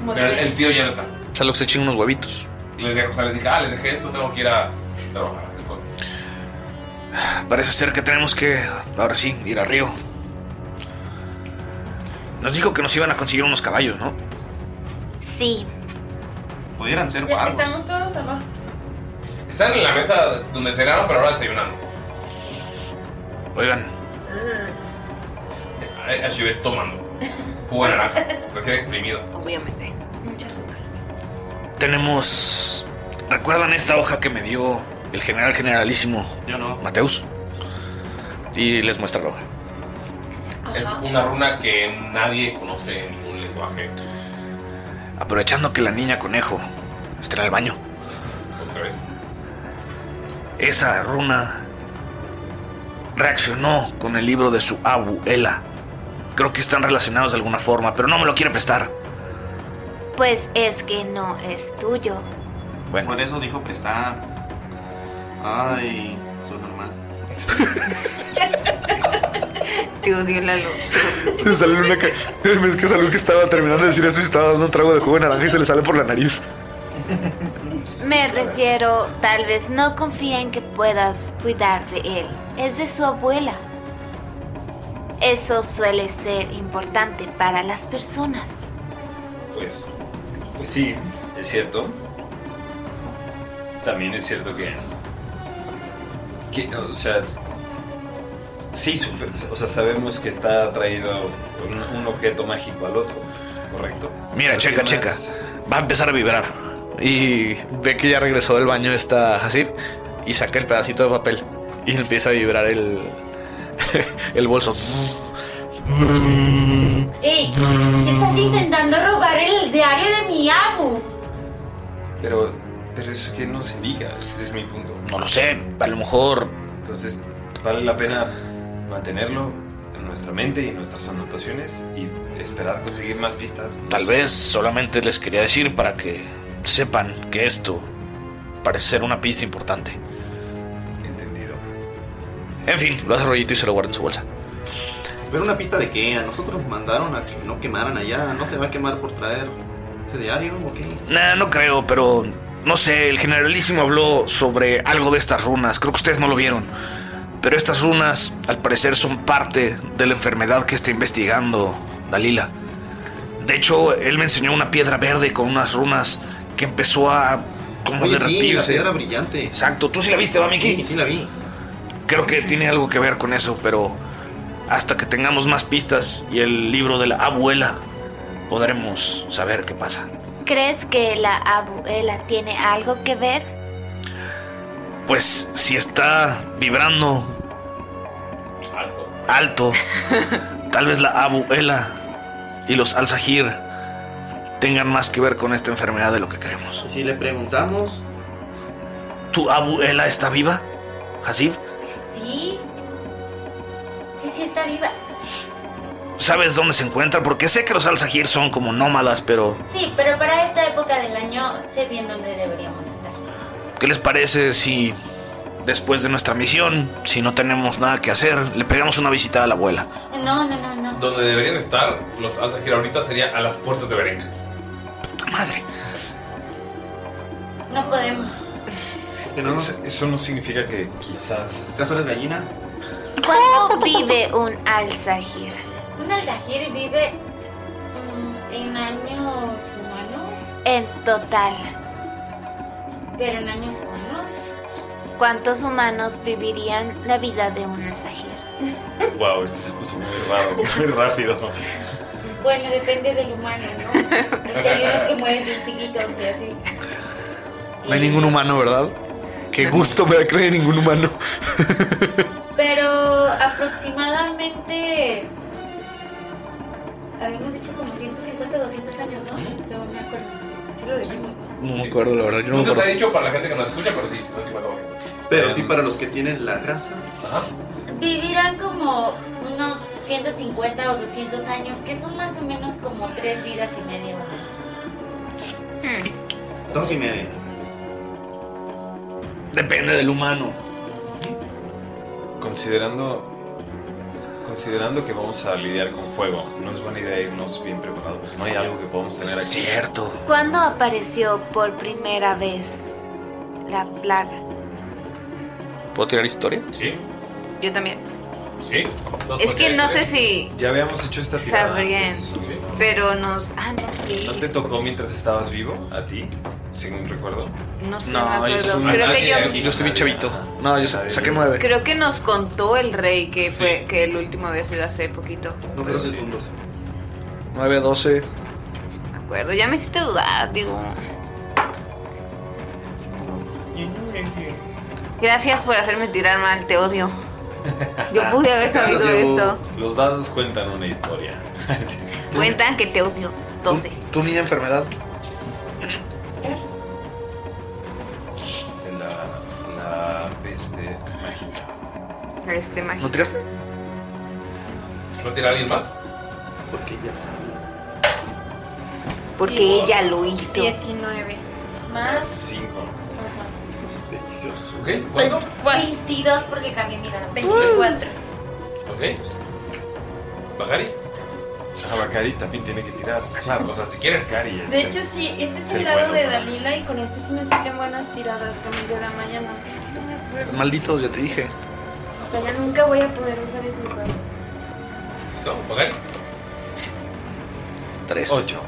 Como
Pero el,
debe
el tío ya no está.
Saluk se chinga unos huevitos.
Y les dejé, o sea, les dije, ah, les dejé esto, tengo que ir a trabajar, a hacer cosas.
Parece ser que tenemos que, ahora sí, ir a Río. Nos dijo que nos iban a conseguir unos caballos, ¿no?
Sí.
Pudieran ser
Ya, estamos todos abajo.
Están en la mesa donde cenaron, pero ahora desayunando.
Oigan.
A Shivet tomando. Jugo de naranja, recién exprimido.
Obviamente.
Mucha azúcar.
Tenemos... ¿Recuerdan esta hoja que me dio el general generalísimo? Yo no. Mateus. Y les muestra la hoja.
Es una runa que nadie conoce en ningún lenguaje.
Aprovechando que la niña conejo está en el baño.
Otra vez.
Esa runa reaccionó con el libro de su abuela. Creo que están relacionados de alguna forma, pero no me lo quiere prestar.
Pues es que no es tuyo.
Bueno.
Por eso dijo prestar. Ay, soy normal.
Tío, dio la luz.
Se le sale una que. Es que Salud que estaba terminando de decir eso y se estaba dando un trago de jugo de naranja y se le sale por la nariz.
Me refiero, tal vez no confía en que puedas cuidar de él. Es de su abuela. Eso suele ser importante para las personas.
Pues, pues sí, es cierto. También es cierto que. que, o sea. Sí, supe- o sea, sabemos que está atraído un, un objeto mágico al otro, correcto.
Mira, checa,
¿Qué
checa.
más?
Va a empezar a vibrar.
Y ve que ya regresó del baño esta Hasif y saca el pedacito de papel y empieza a vibrar el. el bolso.
Ey, estás intentando robar el diario de mi abu.
Pero, pero eso que nos indica, es, es mi punto.
No lo sé, a lo mejor.
Entonces, ¿vale la pena mantenerlo? en nuestra mente y en nuestras anotaciones y esperar conseguir más pistas.
Tal vez solamente les quería decir para que sepan que esto parece ser una pista importante.
Entendido.
En fin, lo hace rollito y se lo guarda en su bolsa.
Pero una pista de que a nosotros nos mandaron a que no quemaran allá. No se va a quemar por traer ese diario o qué.
Nah, no creo, pero no sé, el generalísimo habló sobre algo de estas runas. Creo que ustedes no lo vieron. Pero estas runas, al parecer, son parte de la enfermedad que está investigando Dalila. De hecho, él me enseñó una piedra verde con unas runas que empezó a como
Oye, sí,
derretirse.
la piedra brillante.
Exacto, tú sí la viste, va, Miki.
Sí, sí la vi.
Creo que tiene algo que ver con eso, pero hasta que tengamos más pistas y el libro de la abuela, podremos saber qué pasa.
¿Crees que la abuela tiene algo que ver?
Pues si está vibrando
alto,
tal vez la abuela y los alzajir tengan más que ver con esta enfermedad de lo que creemos.
Si le preguntamos,
¿Tu abuela está viva, Hasib?
Sí. Sí, sí, está viva.
¿Sabes dónde se encuentra? Porque sé que los alzajir son como nómadas, pero
Sí, pero para esta época del año sé bien dónde deberíamos estar.
¿Qué les parece si después de nuestra misión, si no tenemos nada que hacer, le pegamos una visita a la abuela?
No, no, no, no.
Donde deberían estar los Alzajir ahorita sería a las puertas de Berenca.
No podemos.
Eso, eso no significa que quizás.
¿Acaso eres gallina?
¿Cuándo vive un alzajir?
Un alzajir vive mm, en años humanos,
En total,
pero en años humanos.
¿cuántos humanos vivirían la vida de un alzajir?
Wow, esto este se puso muy raro, muy rápido.
Bueno, depende del humano, ¿no? Porque hay unos que mueren bien chiquitos y así.
No hay ningún humano, ¿verdad? Qué gusto me da creer en ningún humano.
Pero aproximadamente. Habíamos dicho como 150, 200 años, ¿no? Yo me acuerdo. Sí lo dijimos.
No me acuerdo, la verdad. Yo no me
Nunca se ha
acuerdo.
dicho para la gente que nos escucha, pero sí, se lo digo a todos.
Pero sí para los que tienen la raza.
Vivirán como unos 150 o 200 años, que son más o menos como tres vidas y media humanas.
Dos y media.
Depende del humano.
Considerando. Considerando que vamos a lidiar con fuego, no es buena idea irnos bien preparados. No hay algo que podamos tener aquí.
Cierto.
¿Cuándo apareció por primera vez la plaga?
¿Puedo tirar historia?
Sí.
Yo también.
Sí.
Es que no sé si
Ya habíamos hecho esta tirada.
sabrían,
antes, ¿o sí?
pero nos... Ah, no, sí.
¿No te tocó mientras estabas vivo a ti? Según recuerdo.
No sé, No, me yo acuerdo. estoy- Creo que yo-
Yo estoy bien chavito. No, yo sa- saqué nueve.
Creo que nos contó el rey que fue que el último había sido hace poquito.
No creo segundos.
9, 12.
Me acuerdo, ya me hiciste dudar, digo. Gracias por hacerme tirar mal, te odio. Yo pude haber sabido esto.
Los dados cuentan una historia.
Cuentan que te odio. 12.
¿Tu niña enfermedad?
La, la peste mágica.
Este mágico.
tiraste?
¿No tira alguien más?
Porque ya sabe.
Porque ella lo hizo.
19. Más.
5.
¿Ok?
¿Cuánto?
22 porque cambié mi edad.
24.
¿Ok? ¿Bacari?
Ah, Bacari también tiene que tirar. Claro, o sea, si quieren Bacari. es
De
el-
hecho, sí, este es
el
el lado
bueno,
de
¿no?
Dalila y con este sí me salen buenas tiradas con el de la mañana. Es que no me acuerdo.
Malditos, ya te dije.
O sea, ya nunca voy a poder usar esos dados.
No, Bacari.
3.
8.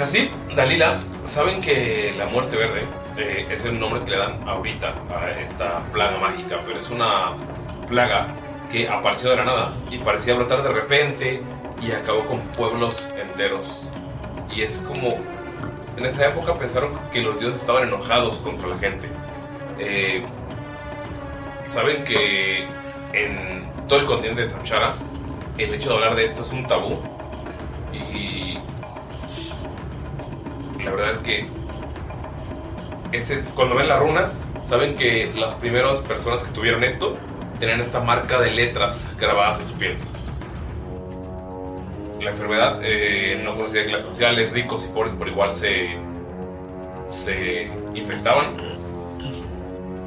Hasib, Dalila, saben que la muerte verde eh, es el nombre que le dan ahorita a esta plaga mágica, pero es una plaga que apareció de la nada y parecía brotar de repente y acabó con pueblos enteros. Y es como, en esa época pensaron que los dioses estaban enojados contra la gente. Eh, Saben que en todo el continente de Samshara el hecho de hablar de esto es un tabú y la verdad es que este, cuando ven la runa, saben que las primeras personas que tuvieron esto tenían esta marca de letras grabadas en su piel. La enfermedad eh, no conocía clases sociales, ricos y pobres por igual se, se infectaban.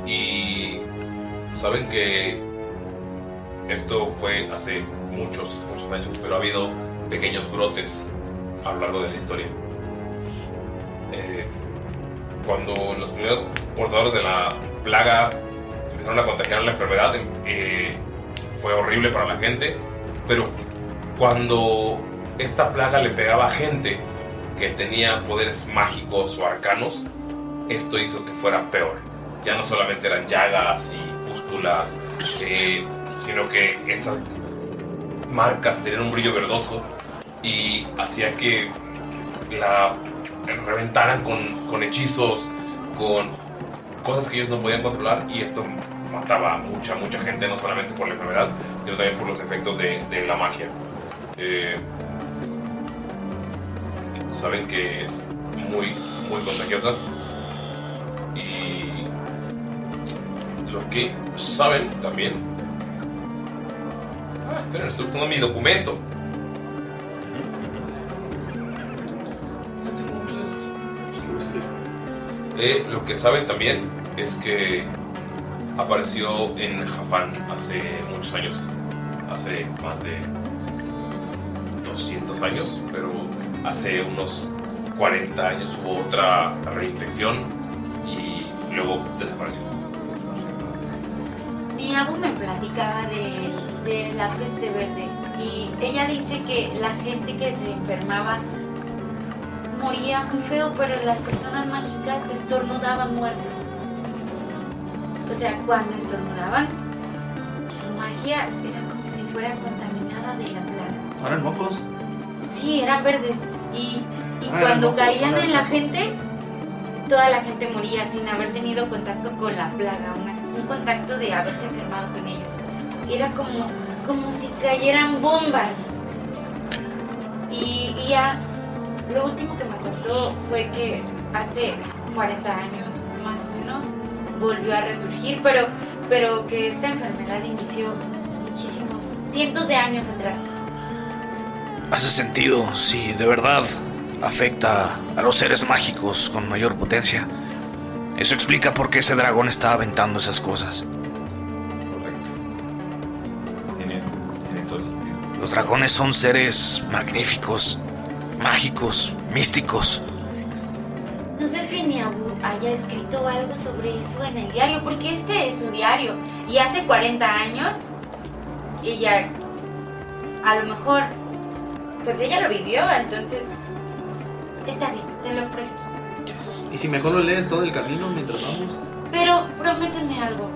Y saben que esto fue hace muchos, muchos años, pero ha habido pequeños brotes a lo largo de la historia. Eh, cuando los primeros portadores de la plaga empezaron a contagiar la enfermedad, eh, fue horrible para la gente, pero cuando esta plaga le pegaba a gente que tenía poderes mágicos o arcanos, esto hizo que fuera peor. Ya no solamente eran llagas y pústulas, eh, sino que estas marcas tenían un brillo verdoso y hacía que la reventaran con, con hechizos, con cosas que ellos no podían controlar y esto mataba a mucha, mucha gente, no solamente por la enfermedad, sino también por los efectos de, de la magia. Eh, saben que es muy, muy contagiosa y lo que saben también... Ah, esperen, estoy buscando mi documento. Eh, lo que saben también es que apareció en Jafán hace muchos años, hace más de 200 años, pero hace unos 40 años hubo otra reinfección y luego desapareció.
Mi abu me platicaba de, de la peste verde y ella dice que la gente que se enfermaba moría muy feo, pero las personas mágicas estornudaban muerto. O sea, cuando estornudaban, su magia era como si fuera contaminada de la plaga.
¿Paran mocos?
pues.
Sí, eran verdes. Y, y
Ah,
cuando
no,
caían
ahora
en la
eso.
gente, toda la gente moría sin haber tenido contacto con la plaga, una- un contacto de haberse enfermado con ellos. Era como, como si cayeran bombas. Y, y ya, lo último que me contó fue que hace 40 años más o menos volvió a resurgir, pero, pero que esta enfermedad inició muchísimos, cientos de años atrás.
Hace sentido si de verdad afecta a los seres mágicos con mayor potencia. Eso explica por qué ese dragón está aventando esas cosas.
Tiene, tiene todo el sentido.
Los dragones son seres magníficos, mágicos, místicos.
No sé si mi abu haya escrito algo sobre eso en el diario, porque este es su diario. Y hace 40 años, ella, a lo mejor, pues ella lo vivió, entonces, está bien, te lo presto.
Y si mejor lo lees todo el camino mientras vamos.
Pero prométeme algo,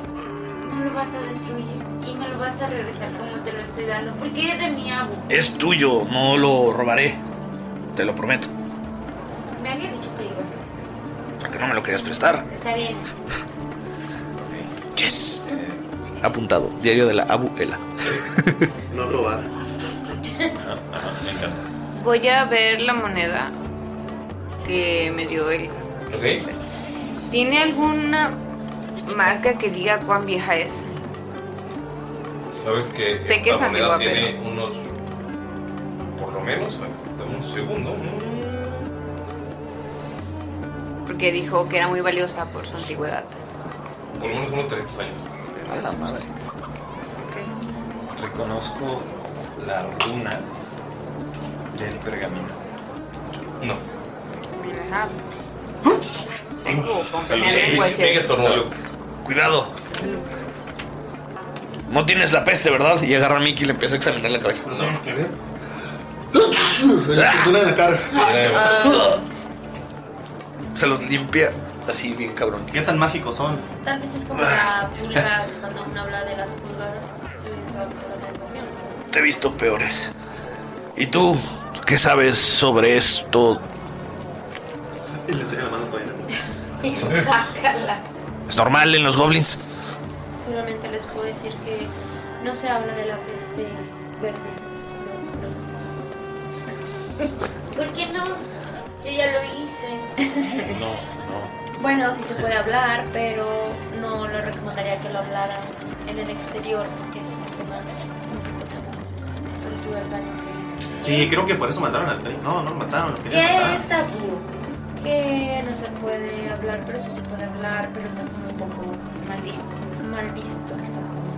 no lo vas a destruir y me lo vas a regresar como te lo estoy dando, porque es de mi abu.
Es tuyo, no lo robaré. Te lo prometo,
Me habías dicho que lo ibas a dar.
porque no me lo querías prestar.
Está bien.
Yes.
Eh,
Apuntado, diario de la abuela.
No robar.
Me encanta.
Voy a ver la moneda que me dio él.
Ok.
¿Tiene alguna marca que diga cuán vieja es?
Sabes que
Sé
esta
que es
moneda
antigua,
tiene unos. Por lo menos, eh, dame un segundo.
Porque dijo que era muy valiosa por su antigüedad.
Por lo menos unos 300 años.
A la madre.
Reconozco la runa del pergamino.
No.
Ajá. Tengo
Salud.
confianza en cualquier.
Cuidado. No tienes la peste, ¿verdad? Y agarra a Mickey y le empieza a examinar la cabeza. Ah.
la cara.
Ah.
Se los limpia así bien cabrón.
¿Qué tan mágicos son?
Tal vez es como la pulga, cuando uno habla de las pulgas, es la, la sensación.
Te he visto peores. ¿Y tú qué sabes sobre esto?
Y le enseña la mano todavía.
Y sácala.
¿Es normal en los goblins?
Solamente les puedo decir que no se habla de la peste verde.
¿Por qué no? Yo ya lo hice.
Bueno, sí se puede hablar, pero no lo recomendaría que
lo hablara en el exterior, porque es un tema un órgano que hizo.
Sí, creo que por eso mataron al tren. No, no lo mataron, lo querían
¿Qué
matar.
es tabú? Que no se puede hablar, pero sí se puede hablar, pero está como un poco mal visto. Mal visto, exactamente.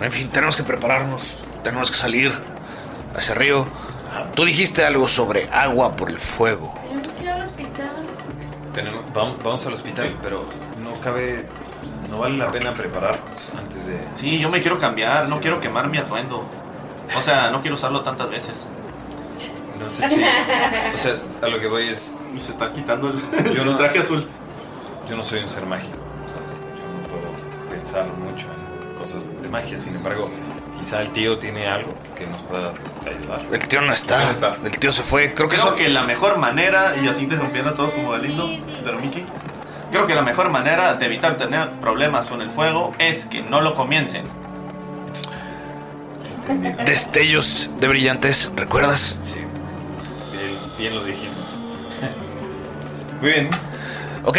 En fin, tenemos que prepararnos. Tenemos que salir hacia el río. Tú dijiste algo sobre agua por el fuego.
Tenemos que ir al hospital.
Tenemos- vamos, vamos al hospital, pero no cabe. No vale la pena prepararnos antes de.
Sí, yo me quiero cambiar, no quiero quemar mi atuendo. O sea, no quiero usarlo tantas veces.
No sé si. O sea, a lo que voy es.
Se está quitando el,
Yo no
traje azul.
Yo no soy un ser mágico, ¿sabes? Yo no puedo pensar mucho en cosas de magia. Sin embargo, quizá el tío tiene algo que nos pueda ayudar.
El tío no está. El tío se fue. Creo que
Creo que la mejor manera, y así interrumpiendo a todos como de lindo, pero Mickey, creo que la mejor manera de evitar tener problemas con el fuego es que no lo comiencen.
Destellos de brillantes, ¿recuerdas?
Sí. Bien, bien lo dijimos.
Muy bien. Ok,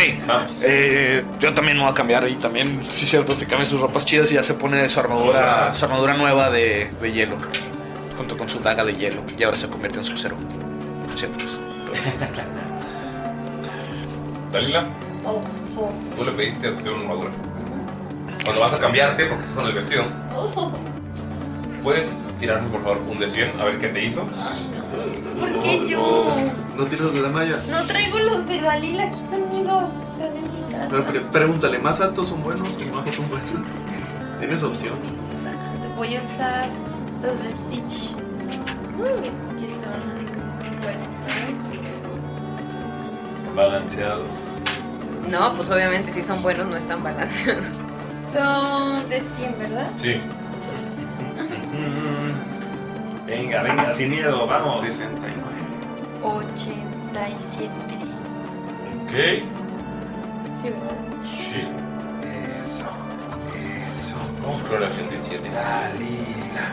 eh, yo también me voy a cambiar y también, si es cierto, se cambian sus ropas chidas y ya se pone su armadura, su armadura nueva de, de hielo, junto con su daga de hielo, y ahora se convierte en su cero. Lo siento, pues, pero-
Dalila,
Oh, fu.
tú le pediste a tu tío una armadura. Cuando vas a cambiarte, porque estás con el vestido, puedes tirarme por favor un de 100 a ver qué te hizo.
¿Por qué yo?
No tienes los de Damaya.
No traigo los de Dalila aquí conmigo. Están en mi casa.
Pero pre- pregúntale, ¿más altos son buenos o bajos son buenos? Tienes opción.
Voy a usar los de Stitch. Que son buenos.
Balanceados.
No, pues obviamente si son buenos no están balanceados.
Son de 100, ¿verdad?
Sí.
Mm.
venga, venga, sin miedo, vamos. 69.
87.
Ok.
Sí, ¿verdad?
Sí. Eso. Eso. Flora 77. Dalila.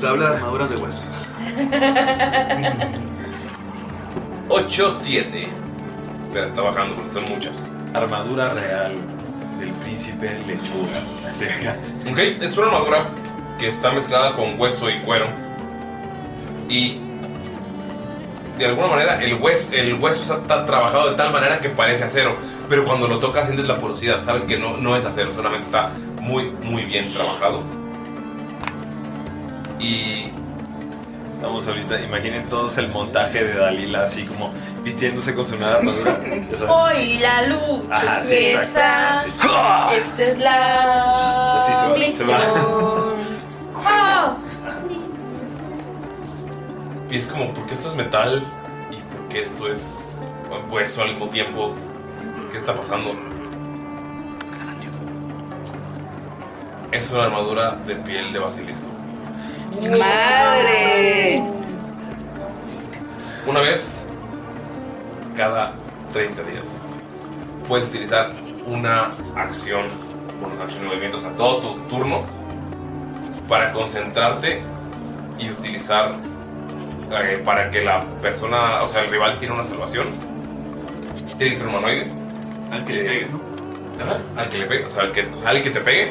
Tabla de armaduras de hueso.
8-7. Espera, está bajando porque son muchas.
Armadura real del príncipe lechuga. Así acá.
Ok, es una armadura que está mezclada con hueso y cuero. Y de alguna manera el hueso, el hueso está tan trabajado de tal manera que parece acero. Pero cuando lo tocas sientes la porosidad. Sabes que no, no es acero, solamente está muy, muy bien trabajado.
Y estamos ahorita, imaginen todos el montaje de Dalila así como vistiéndose con su nueva armadura. ya sabes.
Hoy la lucha
Ajá, sí,
empieza.
exacto, sí.
Esta es la
Así se va, se va.
misión. ¡Wow!
Y es como, ¿por qué esto es metal? ¿Y por qué esto es hueso al mismo tiempo? ¿Qué está pasando? Es una armadura de piel de basilisco.
¡Madre!
Una vez cada 30 días. Puedes utilizar una acción, una acción de movimientos a todo tu turno para concentrarte y utilizar eh, para que la persona, o sea, el rival tiene una salvación. Tiene que ser humanoide. Al que le pegue, Al que le pegue, o sea, al que, al que te pegue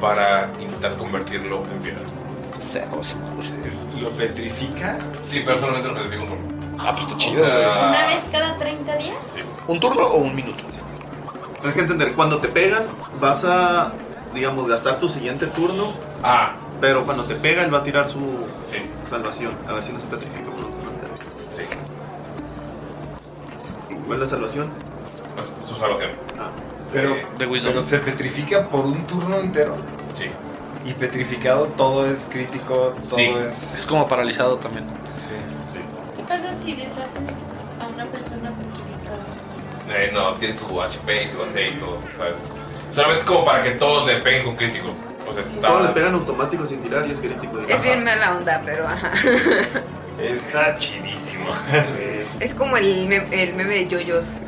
para intentar convertirlo en piedra.
¿Lo petrifica?
Sí, pero solamente lo petrifica un turno.
Ah, pues está
chido. Ah.
¿Una vez cada 30 días?
¿Un turno o un minuto? Tienes que entender, cuando te pegan, vas a, digamos, gastar tu siguiente turno.
Ah.
Pero cuando te pega, él va a tirar su salvación. A ver si no se petrifica por otro lado.
Sí.
¿Cuál es la salvación?
Su salvación.
Pero,
De Wisdom.
pero se petrifica por un turno entero.
Sí.
Y petrificado todo es crítico, todo
Sí.
es.
Es como paralizado también.
Sí, sí.
¿Qué pasa si deshaces a una persona petrificada?
Eh, no, tiene su HP y su AC y todo, ¿sabes? Solamente es como para que todos le peguen con crítico. O sea, está.
Todos le pegan automático sin tirar y es crítico.
Es bien mala onda, pero ajá.
Está chidísimo.
Es como el, me- el meme de yoyos.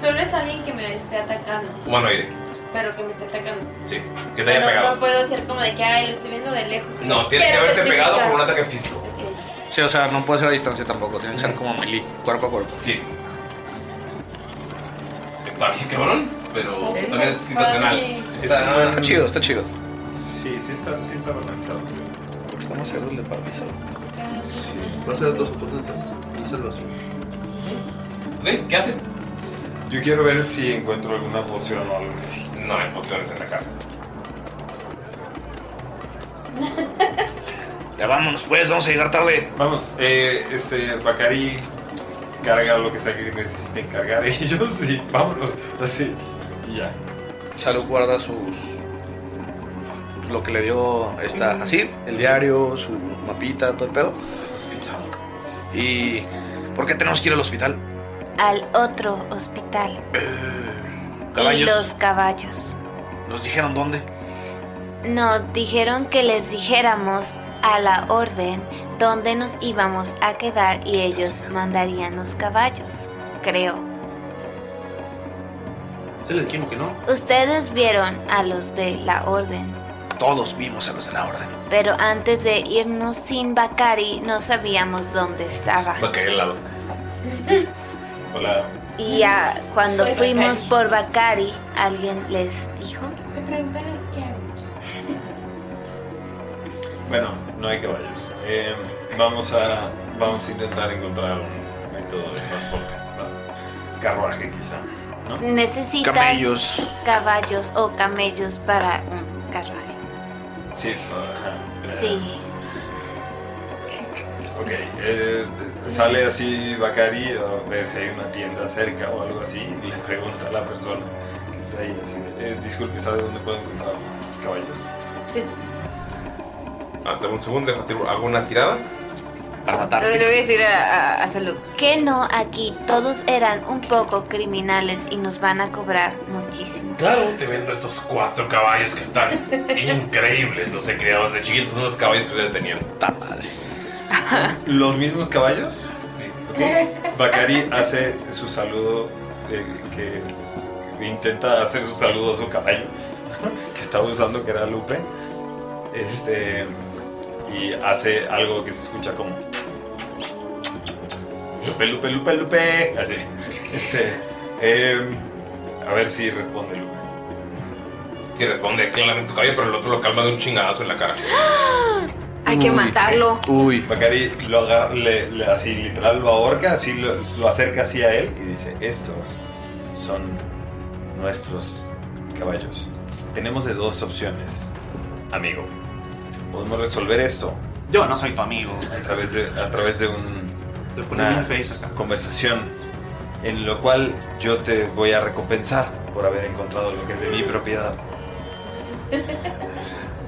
Solo es alguien que me esté atacando,
Humanoide,
pero que me esté atacando.
sí. Que te haya
Pero
pegado.
no puedo ser como de que, ay, lo estoy viendo de lejos. y
No, tiene que
quiero
haberte pegado
petrificar.
por un ataque físico.
Sí, o sea, no puede ser a distancia tampoco, tiene que ser como melee, cuerpo a cuerpo.
Sí.
Está bien, cabrón, pero también es situacional.
Está, está chido, está chido.
Sí, sí está, sí está balanceado.
Porque estamos cerdos de parmesado.
Va a ser dos oportunidades y salvación.
¿Qué hace?
Yo quiero ver si encuentro alguna poción o algo así. No hay pociones en la casa.
Ya vámonos pues, vamos a llegar tarde.
Vamos, eh, este, Bacari carga lo que sea que necesiten cargar ellos y vámonos, así, y ya.
Salud guarda sus. Lo que le dio esta así, el diario, su mapita, todo el pedo. Hospital. ¿Y por qué tenemos que ir al hospital?
al otro hospital. Y
Caballos.
los caballos.
¿Nos dijeron dónde?
No, dijeron que les dijéramos a la orden dónde nos íbamos a quedar y ellos mandarían los caballos, creo.
Se le dijimos que no.
Ustedes vieron a los de la orden,
Todos vimos a los de la orden.
pero antes de irnos sin Bakari no sabíamos dónde estaba.
Va a caer al lado.
Hola.
Y ah, cuando
Soy
fuimos por Bakari, alguien les dijo.
Te preguntaron si quieren.
Bueno, no hay caballos. Eh, vamos, a, vamos a intentar encontrar un método de transporte. ¿no? Carruaje quizá. ¿no?
Necesitas caballos o camellos para un carruaje.
Sí, ajá.
Sí.
Ok, eh, sale así Bacari a ver si hay una tienda cerca o algo así y le pregunta a la persona que está ahí así, de, eh, disculpe, ¿sabe dónde puedo encontrar caballos?
Ah, dame un segundo, déjate, hago una tirada.
Para
Le voy a decir a, a- a Salud.
Que no aquí todos eran un poco criminales y nos van a cobrar muchísimo.
Claro, te vendo estos cuatro caballos que están increíbles. Los he criado de chiquitos, son los caballos que ustedes tenían.
Está padre.
¿Los mismos caballos? Sí. Bacari hace su saludo, eh, que intenta hacer su saludo a su caballo, que estaba usando, que era Lupe. Este, y hace algo que se escucha como... Lupe, Lupe, Lupe, Lupe. Así. Este, em, a ver si responde Lupe.
Sí, responde claramente tu caballo, pero el otro lo calma de un chingadazo en la cara.
Hay que matarlo.
Uy.
Bacari lo agarra, le, le- así literal lo ahorca, así lo, lo acerca así a él y dice, estos son nuestros caballos. Tenemos de dos opciones, amigo. Podemos resolver esto.
Yo no soy tu amigo.
A través de, a través de un,
ponemos un face
conversación en lo cual yo te voy a recompensar por haber encontrado lo que es de mi propiedad.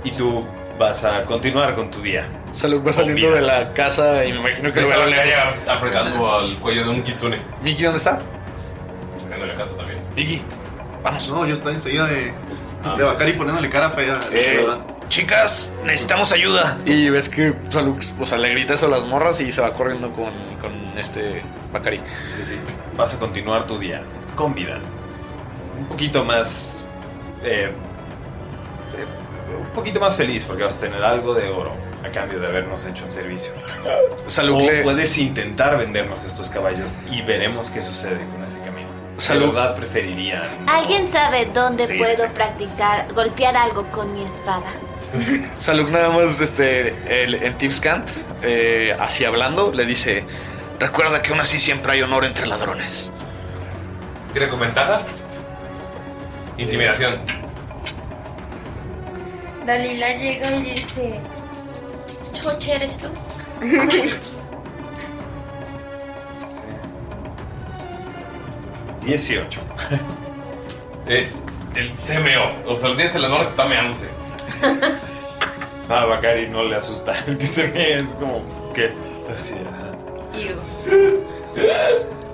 Y tú vas a continuar con tu día.
Salud va saliendo de la casa y me imagino que
Ves
lo
a
veo a lo
Bacari
lejos.
a- apretando al cuello de un kitsune.
¿Miki dónde está?
Saliendo de la casa también.
Iggy,
vamos. No, yo estoy enseguida de, de Bacari poniéndole cara fea.
Eh, chicas, necesitamos ayuda. Y ves que Salud, o sea, le grita eso a las morras y se va corriendo con, con este Bacari.
Sí, sí. Vas a continuar tu día con vida. Un poquito más. eh, eh, un poquito más feliz porque vas a tener algo de oro a cambio de habernos hecho un servicio.
Salud
o
le-
puedes intentar vendernos estos caballos y veremos qué sucede con ese camino.
Salud.
De verdad preferiría.
¿Alguien sabe dónde
Sí,
puedo
sí.
practicar golpear algo con mi espada?
Salud nada más este, el, en Tifscant, eh, así hablando, le dice, recuerda que aún así siempre hay honor entre ladrones.
¿Tiene con ventaja? Intimidación.
Dalila llega y dice: Choche, ¿eres tú?
Sí. 18.
Eh, el CMO. O sea, el 10 de la noche está meándose.
A Ah, Bacari no le asusta que se me es como, pues, ¿qué? Así, ajá.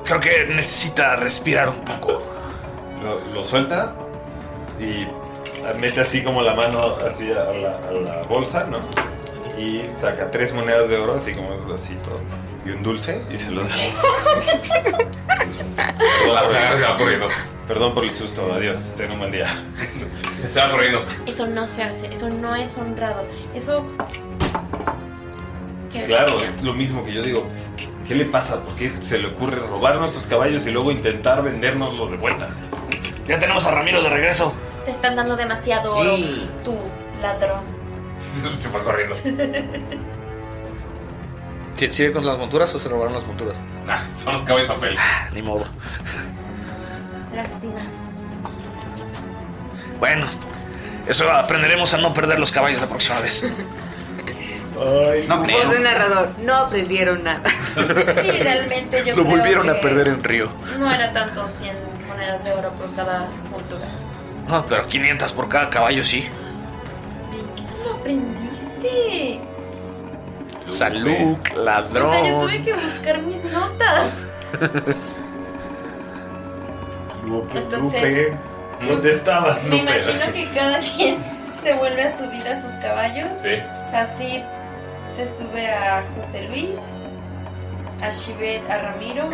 Creo que necesita respirar un poco.
Lo, lo suelta y mete así como la mano así a la, a la bolsa, ¿no? Y saca tres monedas de oro, así como así todo. Y un dulce y se lo da.
Las agarra y se va corriendo.
Perdón por el susto, adiós, ten un mal día.
Se va corriendo.
Eso no se hace, eso no es honrado. Eso. ¿Qué
Claro, es lo mismo que yo digo. ¿Qué le pasa? ¿Por qué se le ocurre robar nuestros caballos y luego intentar vendérnoslos de vuelta?
Ya tenemos a Ramiro de regreso.
Te están dando demasiado
Sí.
oro, tú, ladrón.
Se fue corriendo.
¿Sí- ¿Sigue con las monturas o se robaron las monturas?
Ah, son los cabezas peli.
Ah,
Ni modo.
Lástima.
Bueno, eso aprenderemos a no perder los caballos la próxima vez.
no Voz de narrador, no aprendieron nada.
Sí, realmente yo
Lo
creo
volvieron a
que
perder en Río.
No era tanto 100 monedas de oro por cada cultura.
No, pero 500 por cada caballo, sí.
¿Lo aprendiste?
Salud,
O sea, yo tuve
ladrón.
que buscar mis notas.
Lupe,
Entonces, pues,
Lupe, ¿dónde estabas,
Me
Lupe?
imagino que cada quien se vuelve a subir a sus caballos.
Sí.
Así se sube a José Luis, a Shivet, a Ramiro,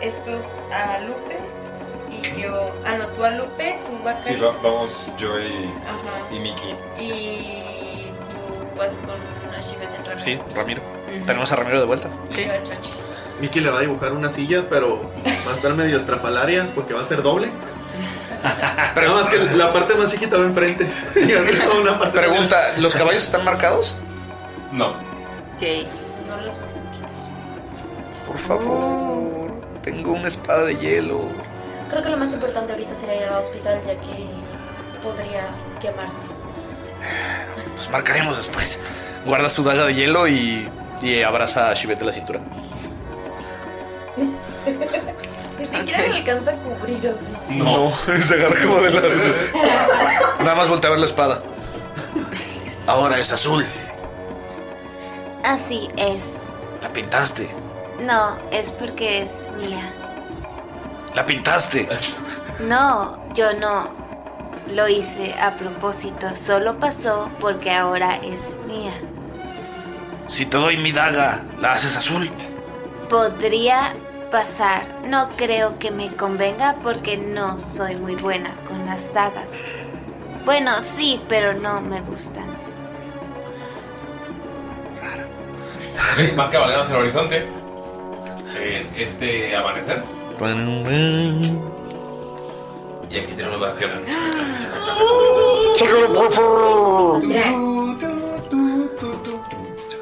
estos a Lupe y yo. Ah, no, tú a Lupe, tú a
Sí,
Cari
va- vamos yo y,
Ajá.
y Miki.
y tú vas con a Shivet en Ramiro.
Sí,
Ramiro.
Ujú.
Tenemos a Ramiro de vuelta.
Y yo a Chochi.
Miki le va a dibujar una silla, pero va a estar medio estrafalaria porque va a ser doble. Pero nada más que la parte más chiquita va enfrente. Y arriba una parte
Pregunta, ¿los caballos están marcados?
No.
No los vas a
Por favor, tengo una espada de hielo.
Creo que lo más importante ahorita sería ir al hospital, ya que podría quemarse.
Los Pues marcaremos después. Guarda su daga de hielo y, y abraza a Shivet de la cintura.
Ni siquiera le alcanza a cubrir o sí.
No, se agarra como de la. Nada más voltea a ver la espada. Ahora es azul.
Así es.
La pintaste.
No, es porque es mía.
La pintaste.
No, yo no lo hice a propósito. Solo pasó porque ahora es mía.
Si te doy mi daga, la haces azul.
Podría pasar. No creo que me convenga porque no soy muy buena con las dagas. Bueno, sí, pero no me gustan.
Ok, van cabalgando hacia el horizonte. Eh, este amanecer. Y aquí tenemos la tierra.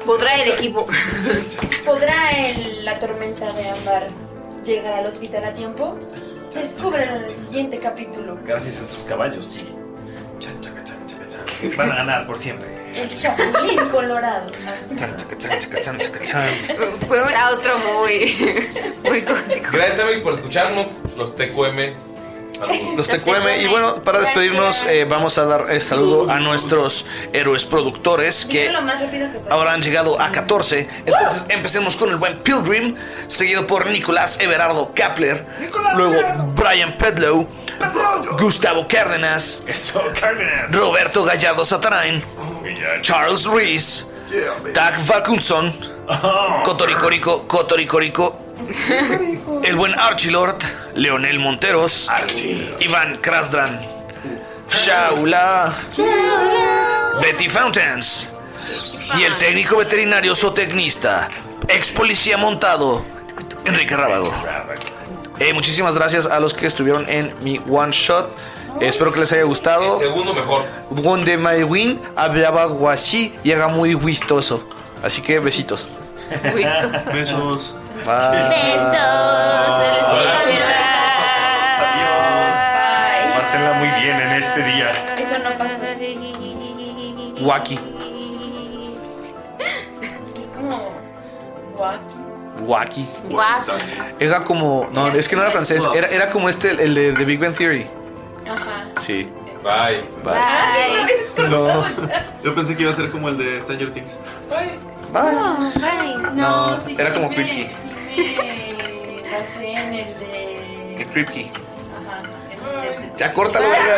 Podrá el equipo. ¿Podrá el- la tormenta de ámbar llegar al hospital a tiempo? Descúbrelo en el siguiente capítulo.
Gracias a sus caballos, sí. Chan, chaca, chan, chaca, chan. Van a ganar por siempre.
El chapulín colorado.
Fue un outro muy.
Gracias, amigos, por escucharnos. Los TQM. Saludos.
Los TQM. Y bueno, para despedirnos, eh, vamos a dar el saludo a nuestros héroes productores que
Dímelo lo más rápido que puedas.
ahora han llegado a 14. Entonces empecemos con el buen Pilgrim, seguido por Nicolás Everardo Kapler, luego Brian Pedlow, Gustavo Cárdenas, Roberto Gallardo Satarain, Charles Reese, Doug Vacunson, Cotoricorico, Cotoricorico, el buen Archilord, Leonel Monteros, Iván Krasdran, Shaula, Betty Fountains y el técnico veterinario zootecnista, ex policía montado, Enrique Rábago. Eh, muchísimas gracias a los que estuvieron en mi one shot. Espero que les haya gustado.
Segundo mejor.
Donde my win hablaba guachi y era muy guistoso. Así que besitos.
Guistoso. Besos.
Bye.
Pásenla muy bien en este día.
Ah. Eso no pasó.
Guaki.
Es como guaki.
Wacky. Era como. No, es que no era francés. Era, era como este, el de, de Big Bang Theory.
Ajá. Ah,
Sí.
Bye.
No. Yo pensé que iba a ser como el de Stranger Things.
No, bye. No,
No,
sí,
era como
sí me-
creepy.
sí me basé en el de.
El Kripke.
Ajá. en el de
Ya corta la verga.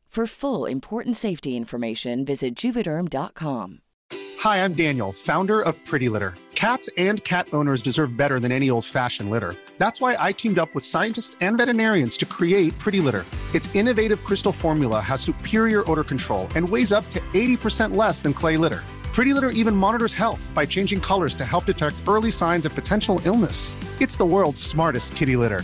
For full important safety information, visit juvederm.com.
Hi, I'm Daniel, founder of Pretty Litter. Cats and cat owners deserve better than any old fashioned litter. That's why I teamed up with scientists and veterinarians to create Pretty Litter. Its innovative crystal formula has superior odor control and weighs up to 80% less than clay litter. Pretty Litter even monitors health by changing colors to help detect early signs of potential illness. It's the world's smartest kitty litter.